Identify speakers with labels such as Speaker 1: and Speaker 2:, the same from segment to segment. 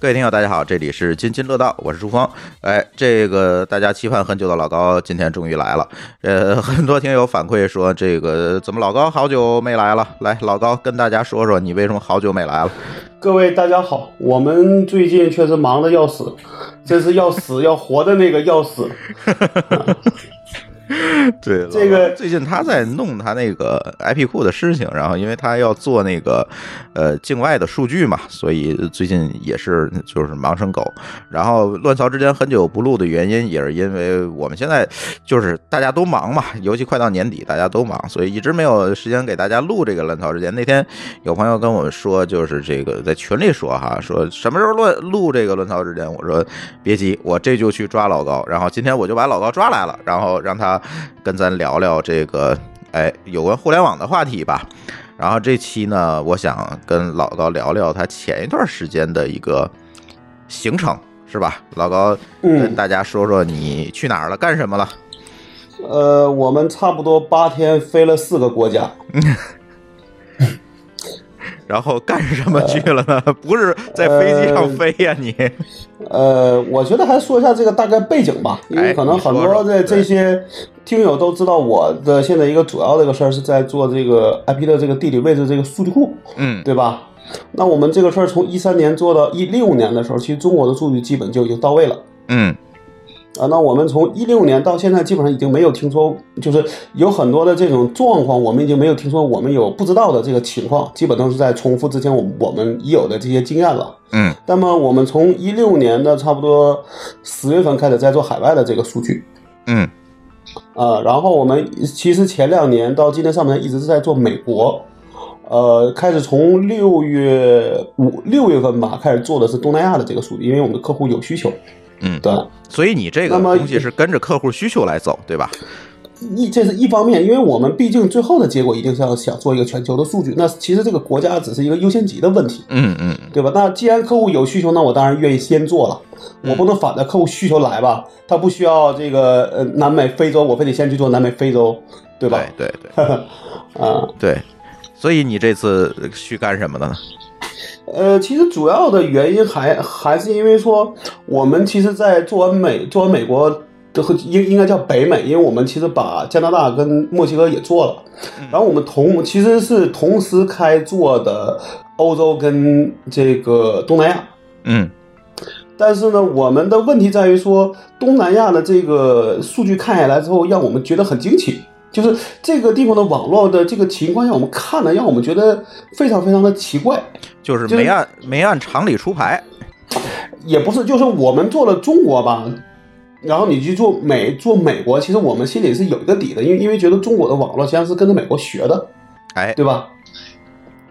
Speaker 1: 各位听友，大家好，这里是津津乐道，我是朱峰。哎，这个大家期盼很久的老高今天终于来了。呃， 很多听友反馈说，这个怎么老高好久没来了？来，老高跟大家说说，你为什么好久没来了？
Speaker 2: 各位大家好，我们最近确实忙得要死，真是要死 要活的那个要死。
Speaker 1: 对了，
Speaker 2: 这个
Speaker 1: 最近他在弄他那个 IP 库的事情，然后因为他要做那个呃境外的数据嘛，所以最近也是就是忙成狗。然后乱槽之间很久不录的原因，也是因为我们现在就是大家都忙嘛，尤其快到年底，大家都忙，所以一直没有时间给大家录这个乱槽之间。那天有朋友跟我说，就是这个在群里说哈，说什么时候乱录这个乱槽之间，我说别急，我这就去抓老高。然后今天我就把老高抓来了，然后让他跟咱聊聊这个哎有关互联网的话题吧。然后这期呢，我想跟老高聊聊他前一段时间的一个行程，是吧？老高
Speaker 2: 嗯
Speaker 1: 跟大家说说你去哪儿了，干什么了？
Speaker 2: 呃，我们差不多八天飞了四个国家，
Speaker 1: 然后干什么去了呢？不是在飞机上飞呀、你
Speaker 2: 呃，我觉得还说一下这个大概背景吧，因
Speaker 1: 哎
Speaker 2: 为可能很
Speaker 1: 你说
Speaker 2: 多
Speaker 1: 说
Speaker 2: 的这些听友都知道，我的现在一个主要的一个事儿是在做这个 IP 的这个地理位置这个数据库，
Speaker 1: 嗯
Speaker 2: 对吧？那我们这个事儿从一三年做到一六年的时候，其实中国的数据基本就已经到位了。
Speaker 1: 嗯
Speaker 2: 啊，那我们从一六年到现在，基本上已经没有听说，就是有很多的这种状况，我们已经没有听说，我们有不知道的这个情况，基本都是在重复之前我们我们已有的这些经验了。
Speaker 1: 嗯
Speaker 2: 那么我们从一六年的差不多十月份开始在做海外的这个数据，
Speaker 1: 嗯
Speaker 2: 啊，然后我们其实前两年到今年上半年一直是在做美国，呃，开始从六月五六月份吧开始做的是东南亚的这个数据，因为我们的客户有需求，
Speaker 1: 嗯，
Speaker 2: 对。
Speaker 1: 所以你这个
Speaker 2: 那么
Speaker 1: 东西是跟着客户需求来走，对吧？
Speaker 2: 一这是一方面，因为我们毕竟最后的结果一定是要想做一个全球的数据，那其实这个国家只是一个优先级的问题，
Speaker 1: 嗯嗯
Speaker 2: 对吧？那既然客户有需求，那我当然愿意先做了，我不能反着客户需求来吧？他不需要这个呃南美、非洲，我非得先去做南美、非洲，对吧？
Speaker 1: 对对对
Speaker 2: 啊、
Speaker 1: 对，所以你这次去干什么的呢？
Speaker 2: 呃，其实主要的原因还还是因为说，我们其实，在做完美做完美国的和应应该叫北美，因为我们其实把加拿大跟墨西哥也做了，然后我们同其实是同时开做的欧洲跟这个东南亚。
Speaker 1: 嗯
Speaker 2: 但是呢，我们的问题在于说，东南亚的这个数据看下来之后，让我们觉得很惊奇，就是这个地方的网络的这个情况，让我们看了，让我们觉得非常非常的奇怪。
Speaker 1: 就是
Speaker 2: 就是
Speaker 1: 没按没按常理出牌。
Speaker 2: 也不是，就是我们做了中国吧，然后你去做美做美国，其实我们心里是有一个底的，因为因为觉得中国的网络实际上是跟着美国学的，
Speaker 1: 哎，
Speaker 2: 对吧？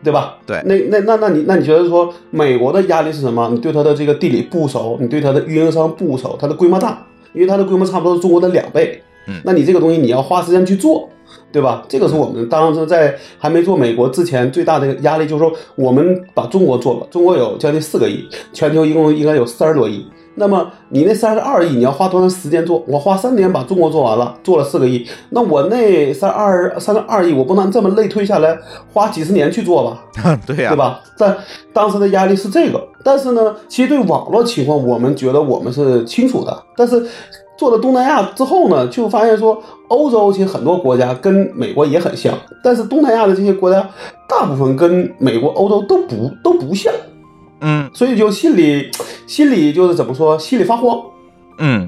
Speaker 2: 对吧？
Speaker 1: 对
Speaker 2: 那那那那你那你觉得说美国的压力是什么？你对它的这个地理不熟，你对它的运营商不熟，它的规模大，因为它的规模差不多是中国的两倍。
Speaker 1: 嗯
Speaker 2: 那你这个东西你要花时间去做，对吧？这个是我们当时在还没做美国之前最大的压力，就是说我们把中国做了，中国有将近四个亿，全球一共应该有三十多亿。那么你那三十二亿，你要花多长时间做？我花三年把中国做完了，做了四个亿，那我那三二三十二亿，我不能这么类推下来，花几十年去做吧？
Speaker 1: 对呀、啊
Speaker 2: 嗯对吧？但当时的压力是这个，但是呢，其实对网络情况，我们觉得我们是清楚的。但是做了东南亚之后呢，就发现说，欧洲其实很多国家跟美国也很像，但是东南亚的这些国家，大部分跟美国、欧洲都不都不像，
Speaker 1: 嗯
Speaker 2: 所以就心里心里就是怎么说，心里发慌。
Speaker 1: 嗯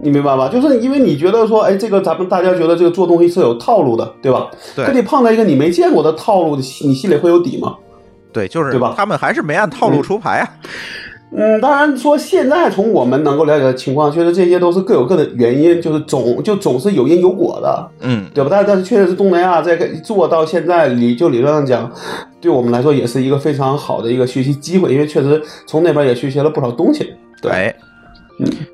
Speaker 2: 你明白吧？就是因为你觉得说，哎，这个咱们大家觉得这个做东西是有套路的，对吧？
Speaker 1: 对
Speaker 2: 可你碰到一个你没见过的套路，你心你心里会有底吗？
Speaker 1: 对，就是
Speaker 2: 对吧
Speaker 1: 他们还是没按套路出牌啊。
Speaker 2: 嗯，当然说现在从我们能够了解的情况，确实这些都是各有各的原因，就是总就总是有因有果的，
Speaker 1: 嗯，
Speaker 2: 对吧？但但是确实是东南亚在做到现在理就理论上讲，对我们来说也是一个非常好的一个学习机会，因为确实从那边也学习了不少东西。对嗯
Speaker 1: 哎，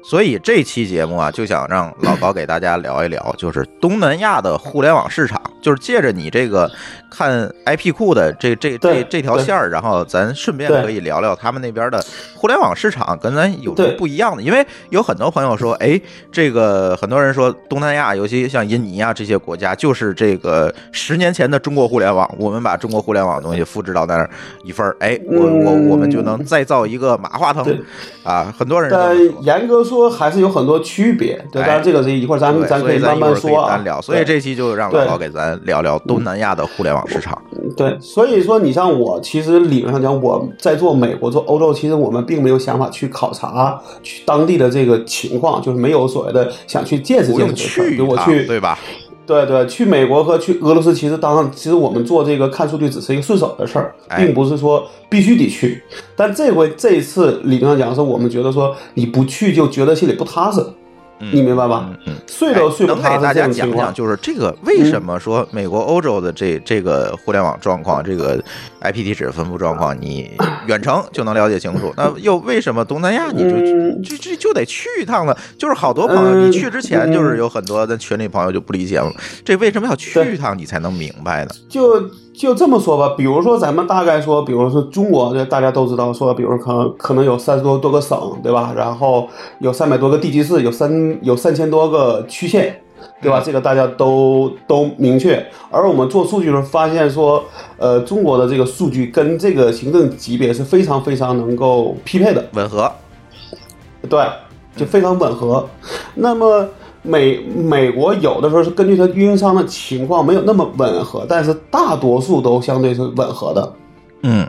Speaker 1: 所以这期节目啊，就想让老高给大家聊一
Speaker 2: 嗯
Speaker 1: 聊，就是东南亚的互联网市场，就是借着你这个看 IP 库的这这这
Speaker 2: 对
Speaker 1: 这条线儿，然后咱顺便
Speaker 2: 对
Speaker 1: 可以聊聊他们那边的互联网市场跟咱有什么
Speaker 2: 对
Speaker 1: 不一样的，因为有很多朋友说，哎，这个很多人说东南亚，尤其像印尼啊这些国家，就是这个十年前的中国互联网，我们把中国互联网的东西复制到那儿一份儿，哎，我我
Speaker 2: 嗯
Speaker 1: 我们就能再造一个马化腾
Speaker 2: 对
Speaker 1: 啊，很多人都
Speaker 2: 但
Speaker 1: 这么说
Speaker 2: 呃严格说还是有很多区别，对，
Speaker 1: 哎
Speaker 2: 当然这个是一会儿咱们
Speaker 1: 对，
Speaker 2: 咱
Speaker 1: 所
Speaker 2: 可
Speaker 1: 以咱
Speaker 2: 慢
Speaker 1: 一会
Speaker 2: 慢
Speaker 1: 儿可以
Speaker 2: 说啊。
Speaker 1: 单聊，所以
Speaker 2: 对
Speaker 1: 这期就让老高给咱聊聊东南亚的互联网市场。
Speaker 2: 对，所以说你像我，其实理论上讲，我在做美国、做欧洲，其实我们并没有想法去考察去当地的这个情况，就是没有所谓的想去见识
Speaker 1: 不
Speaker 2: 见
Speaker 1: 用去
Speaker 2: 识这个事儿。比如
Speaker 1: 一
Speaker 2: 嗯我
Speaker 1: 趟，
Speaker 2: 去，
Speaker 1: 对吧？
Speaker 2: 对对，去美国和去俄罗斯，其实当其实我们做这个看数据只是一个顺手的事儿，
Speaker 1: 哎
Speaker 2: 并不是说必须得去。但这回这一次理论上讲，是我们觉得说你不去就觉得心里不踏实，
Speaker 1: 嗯
Speaker 2: 你明白吧？
Speaker 1: 嗯嗯。
Speaker 2: 睡都睡不
Speaker 1: 能给
Speaker 2: 踏实
Speaker 1: 大
Speaker 2: 这
Speaker 1: 家
Speaker 2: 种
Speaker 1: 讲
Speaker 2: 情
Speaker 1: 讲，
Speaker 2: 况。
Speaker 1: 就是这个为什么说美国、欧洲的这这个互联网状况，这个 IP 地址分布状况，你远程就能了解清楚。 那又为什么东南亚你
Speaker 2: 嗯
Speaker 1: 就就就就得去一趟了？就是好多朋友，你
Speaker 2: 嗯
Speaker 1: 去之前就是
Speaker 2: 嗯
Speaker 1: 有很多的群里朋友就不理解了，这为什么要去
Speaker 2: 对
Speaker 1: 一趟你才能明白呢？
Speaker 2: 就就这么说吧，比如说咱们大概说，比如说中国，这大家都知道说，比如可能可能有三十多多个省，对吧？然后有三百多个地级市，有三有三千多个区县，对
Speaker 1: 嗯
Speaker 2: 吧？这个大家都都明确。而我们做数据的时候发现说，呃，中国的这个数据跟这个行政级别是非常非常能够匹配的。
Speaker 1: 吻合，
Speaker 2: 对，就非常吻合。那么美美国有的时候是根据它运营商的情况没有那么吻合，但是大多数都相对是吻合的。
Speaker 1: 嗯，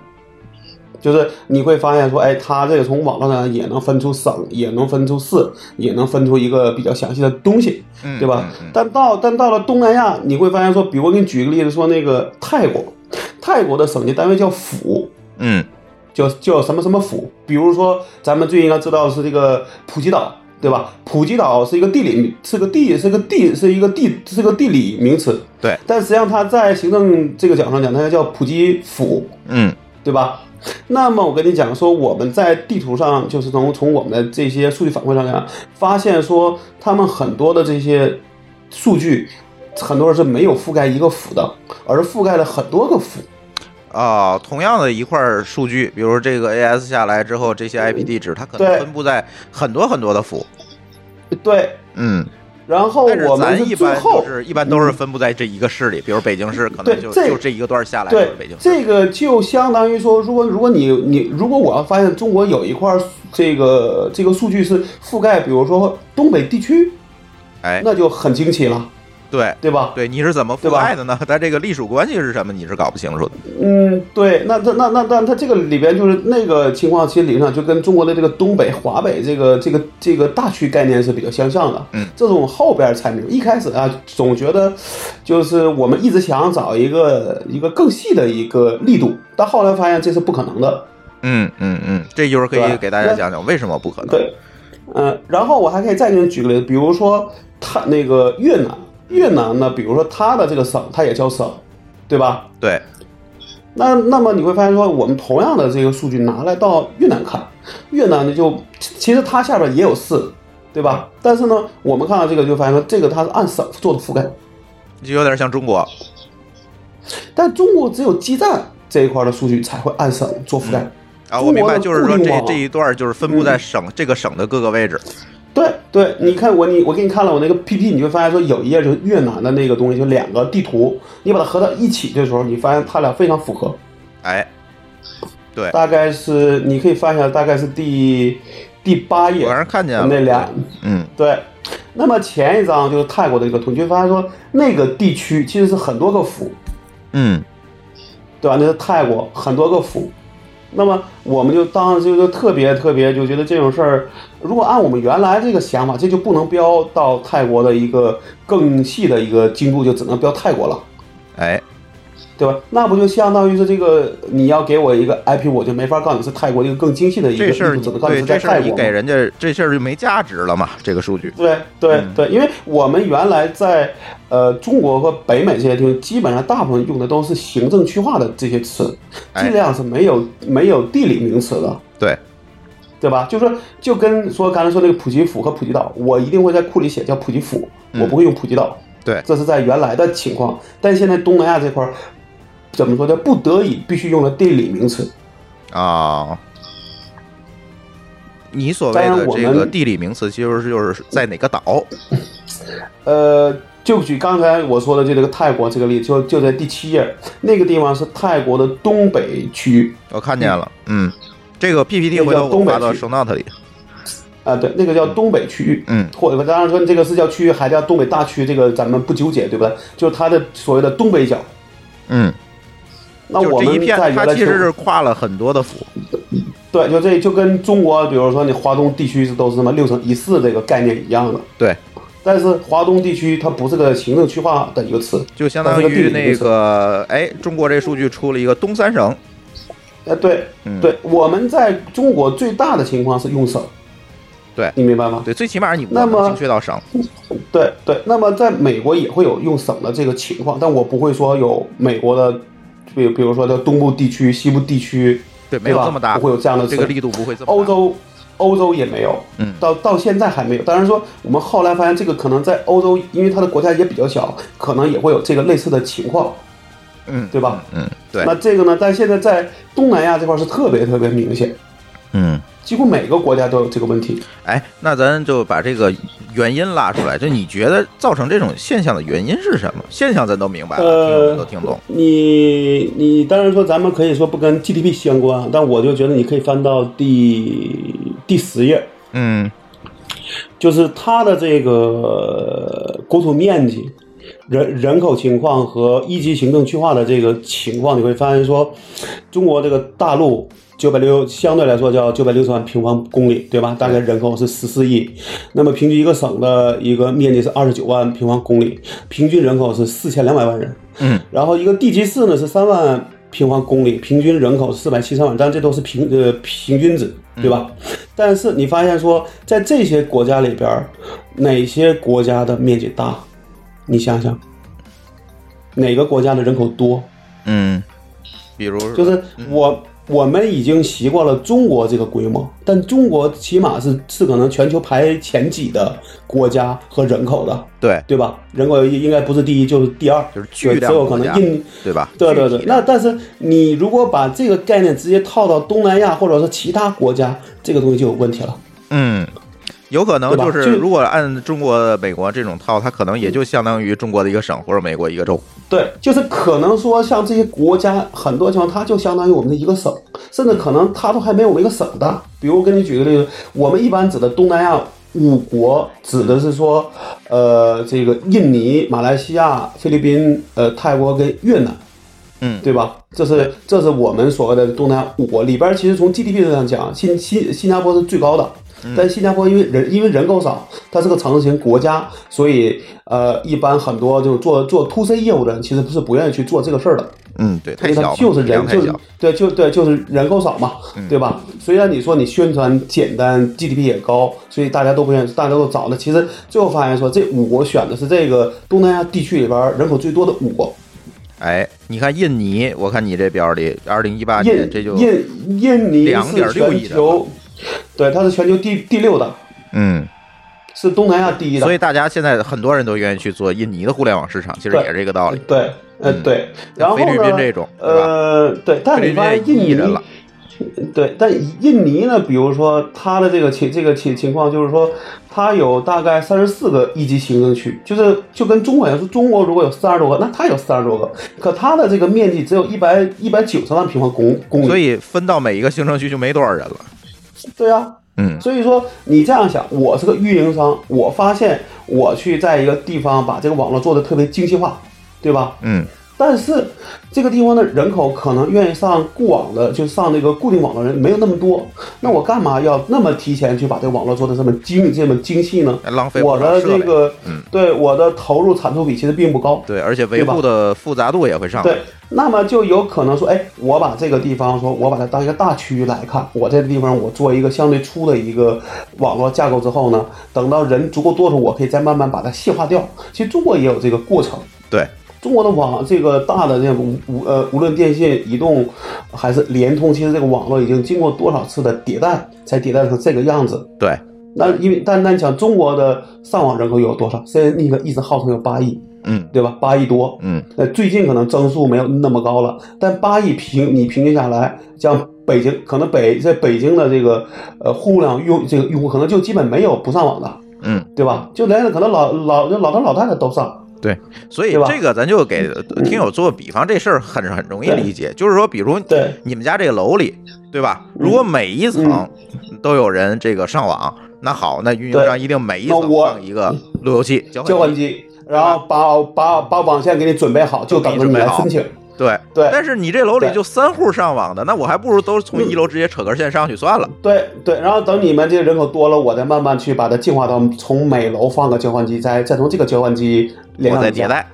Speaker 2: 就是你会发现说，哎，它这个从网络上也能分出省，也能分出市，也能分出一个比较详细的东西，
Speaker 1: 嗯
Speaker 2: 对吧？
Speaker 1: 嗯嗯
Speaker 2: 但到但到了东南亚，你会发现说，比如我给你举一个例子，说那个泰国，泰国的省级单位叫府，
Speaker 1: 嗯。
Speaker 2: 叫叫什么什么府，比如说咱们最应该知道的是这个普吉岛，对吧？普吉岛是一个地理，是个地，是个地，是一个地，是个地理名词。
Speaker 1: 对，
Speaker 2: 但实际上它在行政这个角上讲，它应该叫普吉府，
Speaker 1: 嗯
Speaker 2: 对吧？那么我跟你讲说，我们在地图上就是从从我们的这些数据反馈上讲，发现说他们很多的这些数据，很多人是没有覆盖一个府的，而覆盖了很多个府。
Speaker 1: 啊、同样的一块儿数据，比如说这个 AS 下来之后，这些 IP 地址它可能
Speaker 2: 对
Speaker 1: 分布在很多很多的府，
Speaker 2: 对，
Speaker 1: 嗯，
Speaker 2: 然后
Speaker 1: 但是
Speaker 2: 我
Speaker 1: 咱
Speaker 2: 们
Speaker 1: 一
Speaker 2: 最
Speaker 1: 般
Speaker 2: 后
Speaker 1: 就是一般都是分布在这一个市里，比如北京市可能
Speaker 2: 对
Speaker 1: 就
Speaker 2: 这
Speaker 1: 就这一个段儿下来就
Speaker 2: 对
Speaker 1: 是北京市，
Speaker 2: 这个就相当于说，如果如果你你如果我要发现中国有一块儿这个这个数据是覆盖，比如说东北地区，
Speaker 1: 哎，
Speaker 2: 那就很惊奇了，
Speaker 1: 对
Speaker 2: 对吧？
Speaker 1: 对，你是怎么覆
Speaker 2: 对吧
Speaker 1: 盖的呢？ 它这个隶属关系是什么？你是搞不清楚的，
Speaker 2: 嗯，对，那那那那那它这个里边就是那个情况，其实理论上就跟中国的这个东北、华北这个这个这个大区概念是比较相像的。
Speaker 1: 嗯，
Speaker 2: 这是我们后边才明白。一开始啊，总觉得就是我们一直想找一个一个更细的一个力度，但后来发现这是不可能的。
Speaker 1: 嗯嗯嗯，这一会儿可以
Speaker 2: 对
Speaker 1: 给大家讲讲为什么不可能，
Speaker 2: 对，嗯、然后我还可以再给你举个例子，比如说它那个越南，越南呢，比如说它的这个省，它也叫省，对吧？
Speaker 1: 对
Speaker 2: 那那么你会发现说，我们同样的这个数据拿来到越南看，越南呢就其其实它下边也有市，对吧？但是呢，我们看到这个就发现说，这个它是按省做的覆盖，
Speaker 1: 就有点像中国，
Speaker 2: 但中国只有基站这一块的数据才会按省做覆盖。
Speaker 1: 啊，
Speaker 2: 中
Speaker 1: 我明
Speaker 2: 国
Speaker 1: 白，
Speaker 2: 的
Speaker 1: 就是
Speaker 2: 固
Speaker 1: 说
Speaker 2: 定
Speaker 1: 这
Speaker 2: 网
Speaker 1: 这一段儿就是分布
Speaker 2: 嗯
Speaker 1: 在省、这个省的各个位置，
Speaker 2: 对对，你看我你我给你看了我那个 PPT，你就发现说有一页就是越南的那个东西，就两个地图，你把它合到一起的时候，你发现它俩非常符合。
Speaker 1: 哎，对，
Speaker 2: 大概是你可以翻一下，大概是第第八页
Speaker 1: 我让人看见了
Speaker 2: 那俩，
Speaker 1: 嗯
Speaker 2: 对。那么前一张就是泰国的一个图，你就发现说那个地区其实是很多个府，
Speaker 1: 嗯。
Speaker 2: 对吧？那是泰国很多个府，那么我们就当时就特别特别就觉得这种事儿，如果按我们原来这个想法，这就不能标到泰国的一个更细的一个精度，就只能标泰国了。
Speaker 1: 哎，
Speaker 2: 对吧？那不就相当于是这个，你要给我一个 IP，我就没法告诉你是泰国一个更精细的一个，
Speaker 1: 这事儿
Speaker 2: 就
Speaker 1: 你
Speaker 2: 只能告诉
Speaker 1: 对
Speaker 2: 你是在
Speaker 1: 这事
Speaker 2: 泰
Speaker 1: 儿
Speaker 2: 国
Speaker 1: 你
Speaker 2: 嘛。
Speaker 1: 给人家这事儿就没价值了嘛？这个数据，
Speaker 2: 对对
Speaker 1: 嗯
Speaker 2: 对，因为我们原来在呃中国和北美这些地方，基本上大部分用的都是行政区划的这些词，
Speaker 1: 哎
Speaker 2: 尽量是没有没有地理名词的，
Speaker 1: 对，
Speaker 2: 对吧？就说就跟说刚才说那个普吉府和普吉岛，我一定会在库里写叫普吉府，
Speaker 1: 嗯
Speaker 2: 我不会用普吉岛。
Speaker 1: 对
Speaker 2: 这是在原来的情况，但现在东南亚这块儿怎么说呢？不得已必须用了地理名词。
Speaker 1: 啊、你所谓
Speaker 2: 当
Speaker 1: 的
Speaker 2: 然我
Speaker 1: 这个
Speaker 2: 们
Speaker 1: 地理名词，其实是就是在哪个岛？
Speaker 2: 呃，就举刚才我说的这个泰国这个例子，就就在第七页，那个地方是泰国的东北区
Speaker 1: 我看见了，嗯，这个 PPT
Speaker 2: 那
Speaker 1: 回
Speaker 2: 叫
Speaker 1: 头我
Speaker 2: 东北
Speaker 1: 发到
Speaker 2: 区
Speaker 1: show note 里，
Speaker 2: 啊、对，那个叫东北区域，
Speaker 1: 嗯
Speaker 2: 或者当然说这个是叫区域，还叫东北大区，这个咱们不纠结，对不对？就是它的所谓的东北角。
Speaker 1: 嗯，
Speaker 2: 那
Speaker 1: 就
Speaker 2: 我
Speaker 1: 这一
Speaker 2: 们
Speaker 1: 片
Speaker 2: 在，原
Speaker 1: 它
Speaker 2: 来
Speaker 1: 其实
Speaker 2: 就是
Speaker 1: 跨了很多的府，
Speaker 2: 对，就这就跟中国，比如说你华东地区是都是什么六省一市这个概念一样的，
Speaker 1: 对，
Speaker 2: 但是华东地区它不是个行政区划的一个词，
Speaker 1: 就相当
Speaker 2: 它是个地
Speaker 1: 于
Speaker 2: 理名
Speaker 1: 那
Speaker 2: 词
Speaker 1: 个，哎，中国这数据出了一个东三省，
Speaker 2: 哎，对
Speaker 1: 嗯，
Speaker 2: 对，我们在中国最大的情况是用省，
Speaker 1: 对
Speaker 2: 你明白吗？
Speaker 1: 对，最起码你我
Speaker 2: 那
Speaker 1: 能
Speaker 2: 么
Speaker 1: 精确到省，
Speaker 2: 对对，那么在美国也会有用省的这个情况，但我不会说有美国的，比比如说叫东部地区、西部地区，
Speaker 1: 对，没有
Speaker 2: 吧
Speaker 1: 这么大，
Speaker 2: 不会有这样的
Speaker 1: 这个
Speaker 2: 词
Speaker 1: 力度不会这么大。
Speaker 2: 呃欧洲，欧洲也没有，
Speaker 1: 嗯
Speaker 2: 到到现在还没有。当然说，我们后来发现这个可能在欧洲，因为它的国家也比较小，可能也会有这个类似的情况，
Speaker 1: 嗯，
Speaker 2: 对吧？
Speaker 1: 嗯，对，
Speaker 2: 那这个呢，但现在在东南亚这块是特别特别明显，
Speaker 1: 嗯，
Speaker 2: 几乎每个国家都有这个问题。
Speaker 1: 哎，那咱就把这个原因拉出来，就你觉得造成这种现象的原因是什么？现象咱都明白了，听
Speaker 2: 呃
Speaker 1: 众都听懂。
Speaker 2: 你你当然说咱们可以说不跟 GDP 相关，但我就觉得你可以翻到第第十页，
Speaker 1: 嗯，
Speaker 2: 就是它的这个国土面积、人人口情况和一级行政区划的这个情况，你会发现说，中国这个大陆九百六相对来说叫九百六十万平方公里，对吧？大概人口是十四亿，那么平均一个省的一个面积是二十九万平方公里，平均人口是四千两百万人。
Speaker 1: 嗯，
Speaker 2: 然后一个地级市呢是三万平方公里，平均人口四百七十万，但这都是平呃平均值，
Speaker 1: 嗯
Speaker 2: 对吧？但是你发现说，在这些国家里边儿，哪些国家的面积大？你想想，哪个国家的人口多？
Speaker 1: 嗯，比如说
Speaker 2: 就是我我们已经习惯了中国这个规模，但中国起码是是可能全球排前几的国家和人口的，
Speaker 1: 对，
Speaker 2: 对吧？人口应该不是第一就是第二，
Speaker 1: 就是巨量
Speaker 2: 只有
Speaker 1: 国
Speaker 2: 可
Speaker 1: 家
Speaker 2: 能印。，
Speaker 1: 对吧？
Speaker 2: 对对
Speaker 1: 具
Speaker 2: 对
Speaker 1: 体，
Speaker 2: 那
Speaker 1: 量
Speaker 2: 但是你如果把这个概念直接套到东南亚或者说其他国家，这个东西就有问题了。
Speaker 1: 嗯。有可能
Speaker 2: 对吧
Speaker 1: 就，
Speaker 2: 就是是
Speaker 1: 如果按中国、美国这种套，它可能也就相当于中国的一个省或者美国一个州。
Speaker 2: 对，就是可能说像这些国家，很多情况它就相当于我们的一个省，甚至可能它都还没有我们一个省大。比如我跟你举个例子，我们一般指的东南亚五国，指的是说，呃，这个印尼、马来西亚、菲律宾、呃泰国跟越南。
Speaker 1: 嗯
Speaker 2: 对吧？这是这是我们所谓的东南亚五国里边，其实从 GDP 上讲，啊新新新加坡是最高的，
Speaker 1: 嗯
Speaker 2: 但新加坡因为人因为人口少，它是个城市型国家，所以呃，一般很多就做做 to C 业务的人，其实是不愿意去做这个事儿的，
Speaker 1: 嗯，对，太
Speaker 2: 因
Speaker 1: 小
Speaker 2: 为它
Speaker 1: 了，
Speaker 2: 就是
Speaker 1: 体量
Speaker 2: 人
Speaker 1: 太
Speaker 2: 就是
Speaker 1: 小。嗯
Speaker 2: 对就对就是人口少嘛，对吧？虽然你说你宣传简单，GDP 也高，所以大家都不愿意，大家都找的。其实最后发现说，这五国选的是这个东南亚地区里边人口最多的五国，
Speaker 1: 哎，你看印尼，我看你这标里，二零一八年
Speaker 2: 印
Speaker 1: 这就
Speaker 2: 印印尼
Speaker 1: 2.6
Speaker 2: 是
Speaker 1: 亿
Speaker 2: 全
Speaker 1: 的啊
Speaker 2: 球，对，它是全球第第六的，
Speaker 1: 嗯，
Speaker 2: 是东南亚第一的，
Speaker 1: 所以大家现在很多人都愿意去做印尼的互联网市场，其实
Speaker 2: 对
Speaker 1: 也是这个道理。
Speaker 2: 对，呃
Speaker 1: 嗯
Speaker 2: 对，然后呢
Speaker 1: 菲律宾这种对吧
Speaker 2: 呃对，但
Speaker 1: 菲
Speaker 2: 你
Speaker 1: 律
Speaker 2: 发现
Speaker 1: 宾印
Speaker 2: 印尼
Speaker 1: 尼人了，
Speaker 2: 对，但印尼呢，比如说它的这个情这个情情况就是说，它有大概三十四个一级行政区，就是就跟中国一样，说中国如果有三十多个，那它有三十多个，可它的这个面积只有一百一百九十万平方公公里，
Speaker 1: 所以分到每一个行政区就没多少人了。
Speaker 2: 对啊，
Speaker 1: 嗯，
Speaker 2: 所以说，你这样想，我是个运营商，我发现我去在一个地方把这个网络做的特别精细化，对吧？
Speaker 1: 嗯，
Speaker 2: 但是这个地方的人口可能愿意上固网的，就上那个固定网络人没有那么多，那我干嘛要那么提前去把这个网络做的这么精这么精细呢？
Speaker 1: 浪费
Speaker 2: 我
Speaker 1: 不少
Speaker 2: 的
Speaker 1: 设备
Speaker 2: 这个，
Speaker 1: 嗯
Speaker 2: 对我的投入产出比其实并不高，
Speaker 1: 对，而且维护的复杂度也会上来
Speaker 2: 对，那么就有可能说，哎，我把这个地方说，我把它当一个大区域来看，我这个地方我做一个相对粗的一个网络架构之后呢，等到人足够多的时候，我可以再慢慢把它细化掉。其实中国也有这个过程。
Speaker 1: 对，
Speaker 2: 中国的网这个大的这无无呃，无论电信、移动还是联通，其实这个网络已经经过多少次的迭代，才迭代成这个样子。
Speaker 1: 对，
Speaker 2: 那因为但那你想，中国的上网人口有多少？现在那个一直号称有八亿，
Speaker 1: 嗯
Speaker 2: 对吧？八亿多，
Speaker 1: 嗯，
Speaker 2: 呃，最近可能增速没有那么高了，但八亿平你平均下来，像北京可能北在北京的这个呃互联网用这个用户可能就基本没有不上网的，
Speaker 1: 嗯，
Speaker 2: 对吧？就连可能老老老头老太太都上，
Speaker 1: 所以
Speaker 2: 对吧嗯
Speaker 1: 这个咱就给听友做个比方，这事儿很很容易理解，就是说，比如
Speaker 2: 对嗯
Speaker 1: 你们家这个楼里，对吧？如果每一层都有人这个上网，那好，那运营商
Speaker 2: 对
Speaker 1: 一定每一
Speaker 2: 那
Speaker 1: 层
Speaker 2: 我
Speaker 1: 放一个路由器、交
Speaker 2: 交
Speaker 1: 换
Speaker 2: 换
Speaker 1: 机，
Speaker 2: 机，然后把把把网线给你准备好，就等着你来申请。
Speaker 1: 对。
Speaker 2: 对
Speaker 1: 但是你这楼里
Speaker 2: 对嗯
Speaker 1: 就三户上网的，那我还不如都从一楼直接扯根线上去算了。
Speaker 2: 对对，然后等你们这个人口多了，我再慢慢去把它进化到从每楼放个交换机，再再从这个交换机连
Speaker 1: 我
Speaker 2: 上
Speaker 1: 再
Speaker 2: 你家
Speaker 1: 迭。代，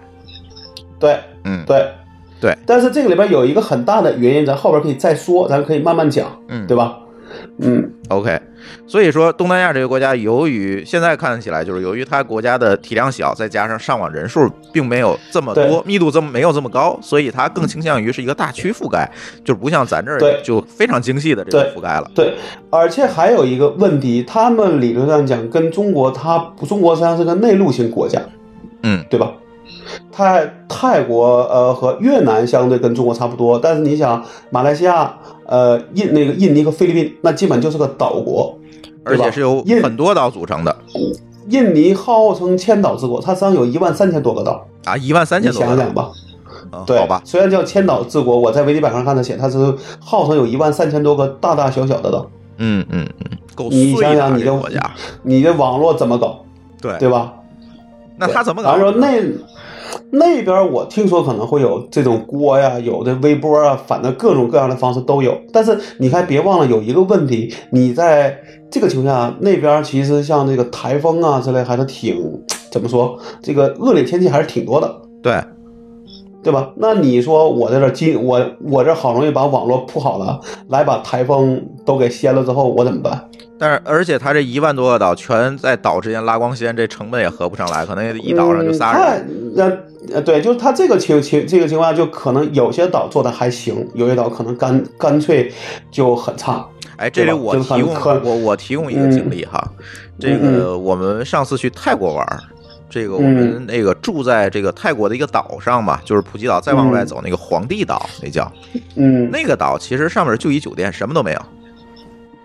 Speaker 2: 对，
Speaker 1: 嗯
Speaker 2: 对
Speaker 1: 对，
Speaker 2: 但是这个里边有一个很大的原因，咱后边可以再说，咱可以慢慢讲，
Speaker 1: 嗯
Speaker 2: 对吧？嗯，
Speaker 1: OK，所以说东南亚这个国家，由于现在看起来就是由于它国家的体量小，再加上上网人数并没有这么多
Speaker 2: 对，
Speaker 1: 密度这么没有这么高，所以它更倾向于是一个大区覆盖，就不像咱这儿
Speaker 2: 对
Speaker 1: 就非常精细的这个
Speaker 2: 对
Speaker 1: 覆盖了。
Speaker 2: 对，而且还有一个问题，他们理论上讲跟中国它，中国实际上是个内陆型国家，
Speaker 1: 嗯，
Speaker 2: 对吧？泰泰国呃和越南相对跟中国差不多，但是你想马来西亚呃印那个印尼和菲律宾，那基本就是个岛国，
Speaker 1: 而
Speaker 2: 对吧
Speaker 1: 且是由
Speaker 2: 印
Speaker 1: 很多岛组成的
Speaker 2: 印尼号称千岛之国，它实际上有一万三千多个岛，
Speaker 1: 啊，一万三
Speaker 2: 你
Speaker 1: 千多
Speaker 2: 想
Speaker 1: 个
Speaker 2: 想吧。
Speaker 1: 嗯
Speaker 2: 对，
Speaker 1: 好吧，
Speaker 2: 虽然叫千岛之国，我在维基百科上看它写，它是号称有一万三千多个大大小小的岛，
Speaker 1: 嗯嗯嗯，够
Speaker 2: 你
Speaker 1: 碎
Speaker 2: 想
Speaker 1: 的啊
Speaker 2: 想你
Speaker 1: 这个
Speaker 2: 的
Speaker 1: 国家，
Speaker 2: 你的网络怎么搞，
Speaker 1: 对
Speaker 2: 对吧？
Speaker 1: 哎那他怎么搞
Speaker 2: 然？后说那那边我听说可能会有这种锅呀，有的微波啊，反正各种各样的方式都有。但是你还别忘了有一个问题，你在这个情况下，那边其实像这个台风啊之类，还是挺怎么说，这个恶劣天气还是挺多的。
Speaker 1: 对，
Speaker 2: 对吧？那你说我在这儿今我我这好容易把网络铺好了，来把台风都给掀了之后，我怎么办？
Speaker 1: 但是而且他这一万多个岛全在岛之间拉光纤，这成本也合不上来，可能也得一岛上就仨人。
Speaker 2: 嗯他那呃对，就是他这个情情这个情况下，就可能有些岛做的还行，有些岛可能干干脆就很差。
Speaker 1: 哎，这里
Speaker 2: 对吧
Speaker 1: 我
Speaker 2: 就
Speaker 1: 提
Speaker 2: 很
Speaker 1: 供
Speaker 2: 很
Speaker 1: 我我提供一个经历哈，
Speaker 2: 嗯
Speaker 1: 这个我们上次去泰国玩儿，这个我
Speaker 2: 嗯
Speaker 1: 们那个住在这个泰国的一个岛上嘛，就是普吉岛再往外走那个皇帝岛，那叫
Speaker 2: 嗯
Speaker 1: 那个岛，其实上面就一酒店，什么都没有，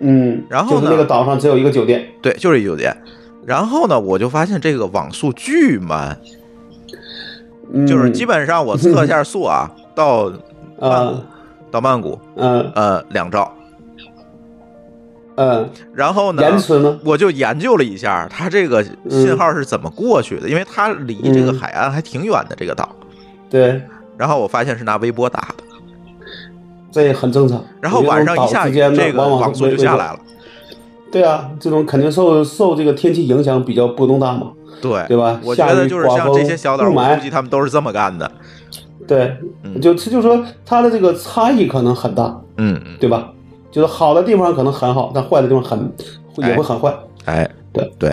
Speaker 2: 嗯，
Speaker 1: 然后呢
Speaker 2: 就是那个岛上只有一个酒店，
Speaker 1: 对，就是一酒店。然后呢，我就发现这个网速巨慢，
Speaker 2: 嗯、
Speaker 1: 就是基本上我测一下速啊，到
Speaker 2: 呃
Speaker 1: 到曼谷
Speaker 2: 嗯
Speaker 1: 呃两兆，
Speaker 2: 嗯
Speaker 1: 然后呢
Speaker 2: 延迟呢？
Speaker 1: 我就研究了一下，它这个
Speaker 2: 嗯
Speaker 1: 信号是怎么过去的，因为它离这个海岸还挺远的这个岛。
Speaker 2: 对，
Speaker 1: 然后我发现是拿微波打的，
Speaker 2: 这也很正常。
Speaker 1: 然后
Speaker 2: 我觉得
Speaker 1: 晚上
Speaker 2: 岛
Speaker 1: 一下
Speaker 2: 之
Speaker 1: 雨，
Speaker 2: 间呢
Speaker 1: 这个
Speaker 2: 往往
Speaker 1: 网速就下来
Speaker 2: 了。
Speaker 1: 了。
Speaker 2: 对啊，这种肯定受受这个天气影响比较波动大嘛。
Speaker 1: 对，
Speaker 2: 对吧
Speaker 1: 哎我觉得就是像这些小岛，
Speaker 2: 下雨刮风雾霾
Speaker 1: 我估计他们都是这么干的。
Speaker 2: 对，
Speaker 1: 嗯
Speaker 2: 就就说它的这个差异可能很大，
Speaker 1: 嗯，嗯，
Speaker 2: 对吧？就是好的地方可能很好，但坏的地方很
Speaker 1: 哎
Speaker 2: 也会很坏。
Speaker 1: 哎，
Speaker 2: 对
Speaker 1: 对，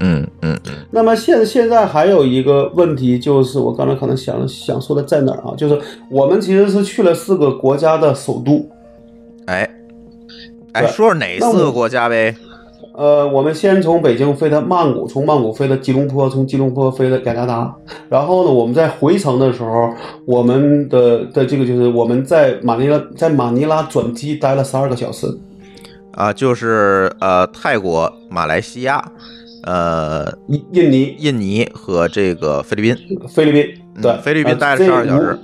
Speaker 1: 嗯嗯嗯
Speaker 2: 那么现现在还有一个问题，就是我刚才可能想想说的在哪儿啊？就是我们其实是去了四个国家的首都，
Speaker 1: 哎哎，
Speaker 2: 对
Speaker 1: 说说哪
Speaker 2: 那我
Speaker 1: 四个国家呗？
Speaker 2: 呃，我们先从北京飞到曼谷，从曼谷飞到吉隆坡，从吉隆坡飞到雅加达。然后呢，我们在回程的时候，我们的的这个就是我们在马尼拉在马尼拉转机待了十二个小时。
Speaker 1: 啊，就是呃，泰国、马来西亚、呃，
Speaker 2: 印印尼、
Speaker 1: 印尼和这个菲律宾。
Speaker 2: 菲律宾，
Speaker 1: 嗯
Speaker 2: 对，
Speaker 1: 菲律宾
Speaker 2: 呃
Speaker 1: 待了
Speaker 2: 这
Speaker 1: 12小时
Speaker 2: 五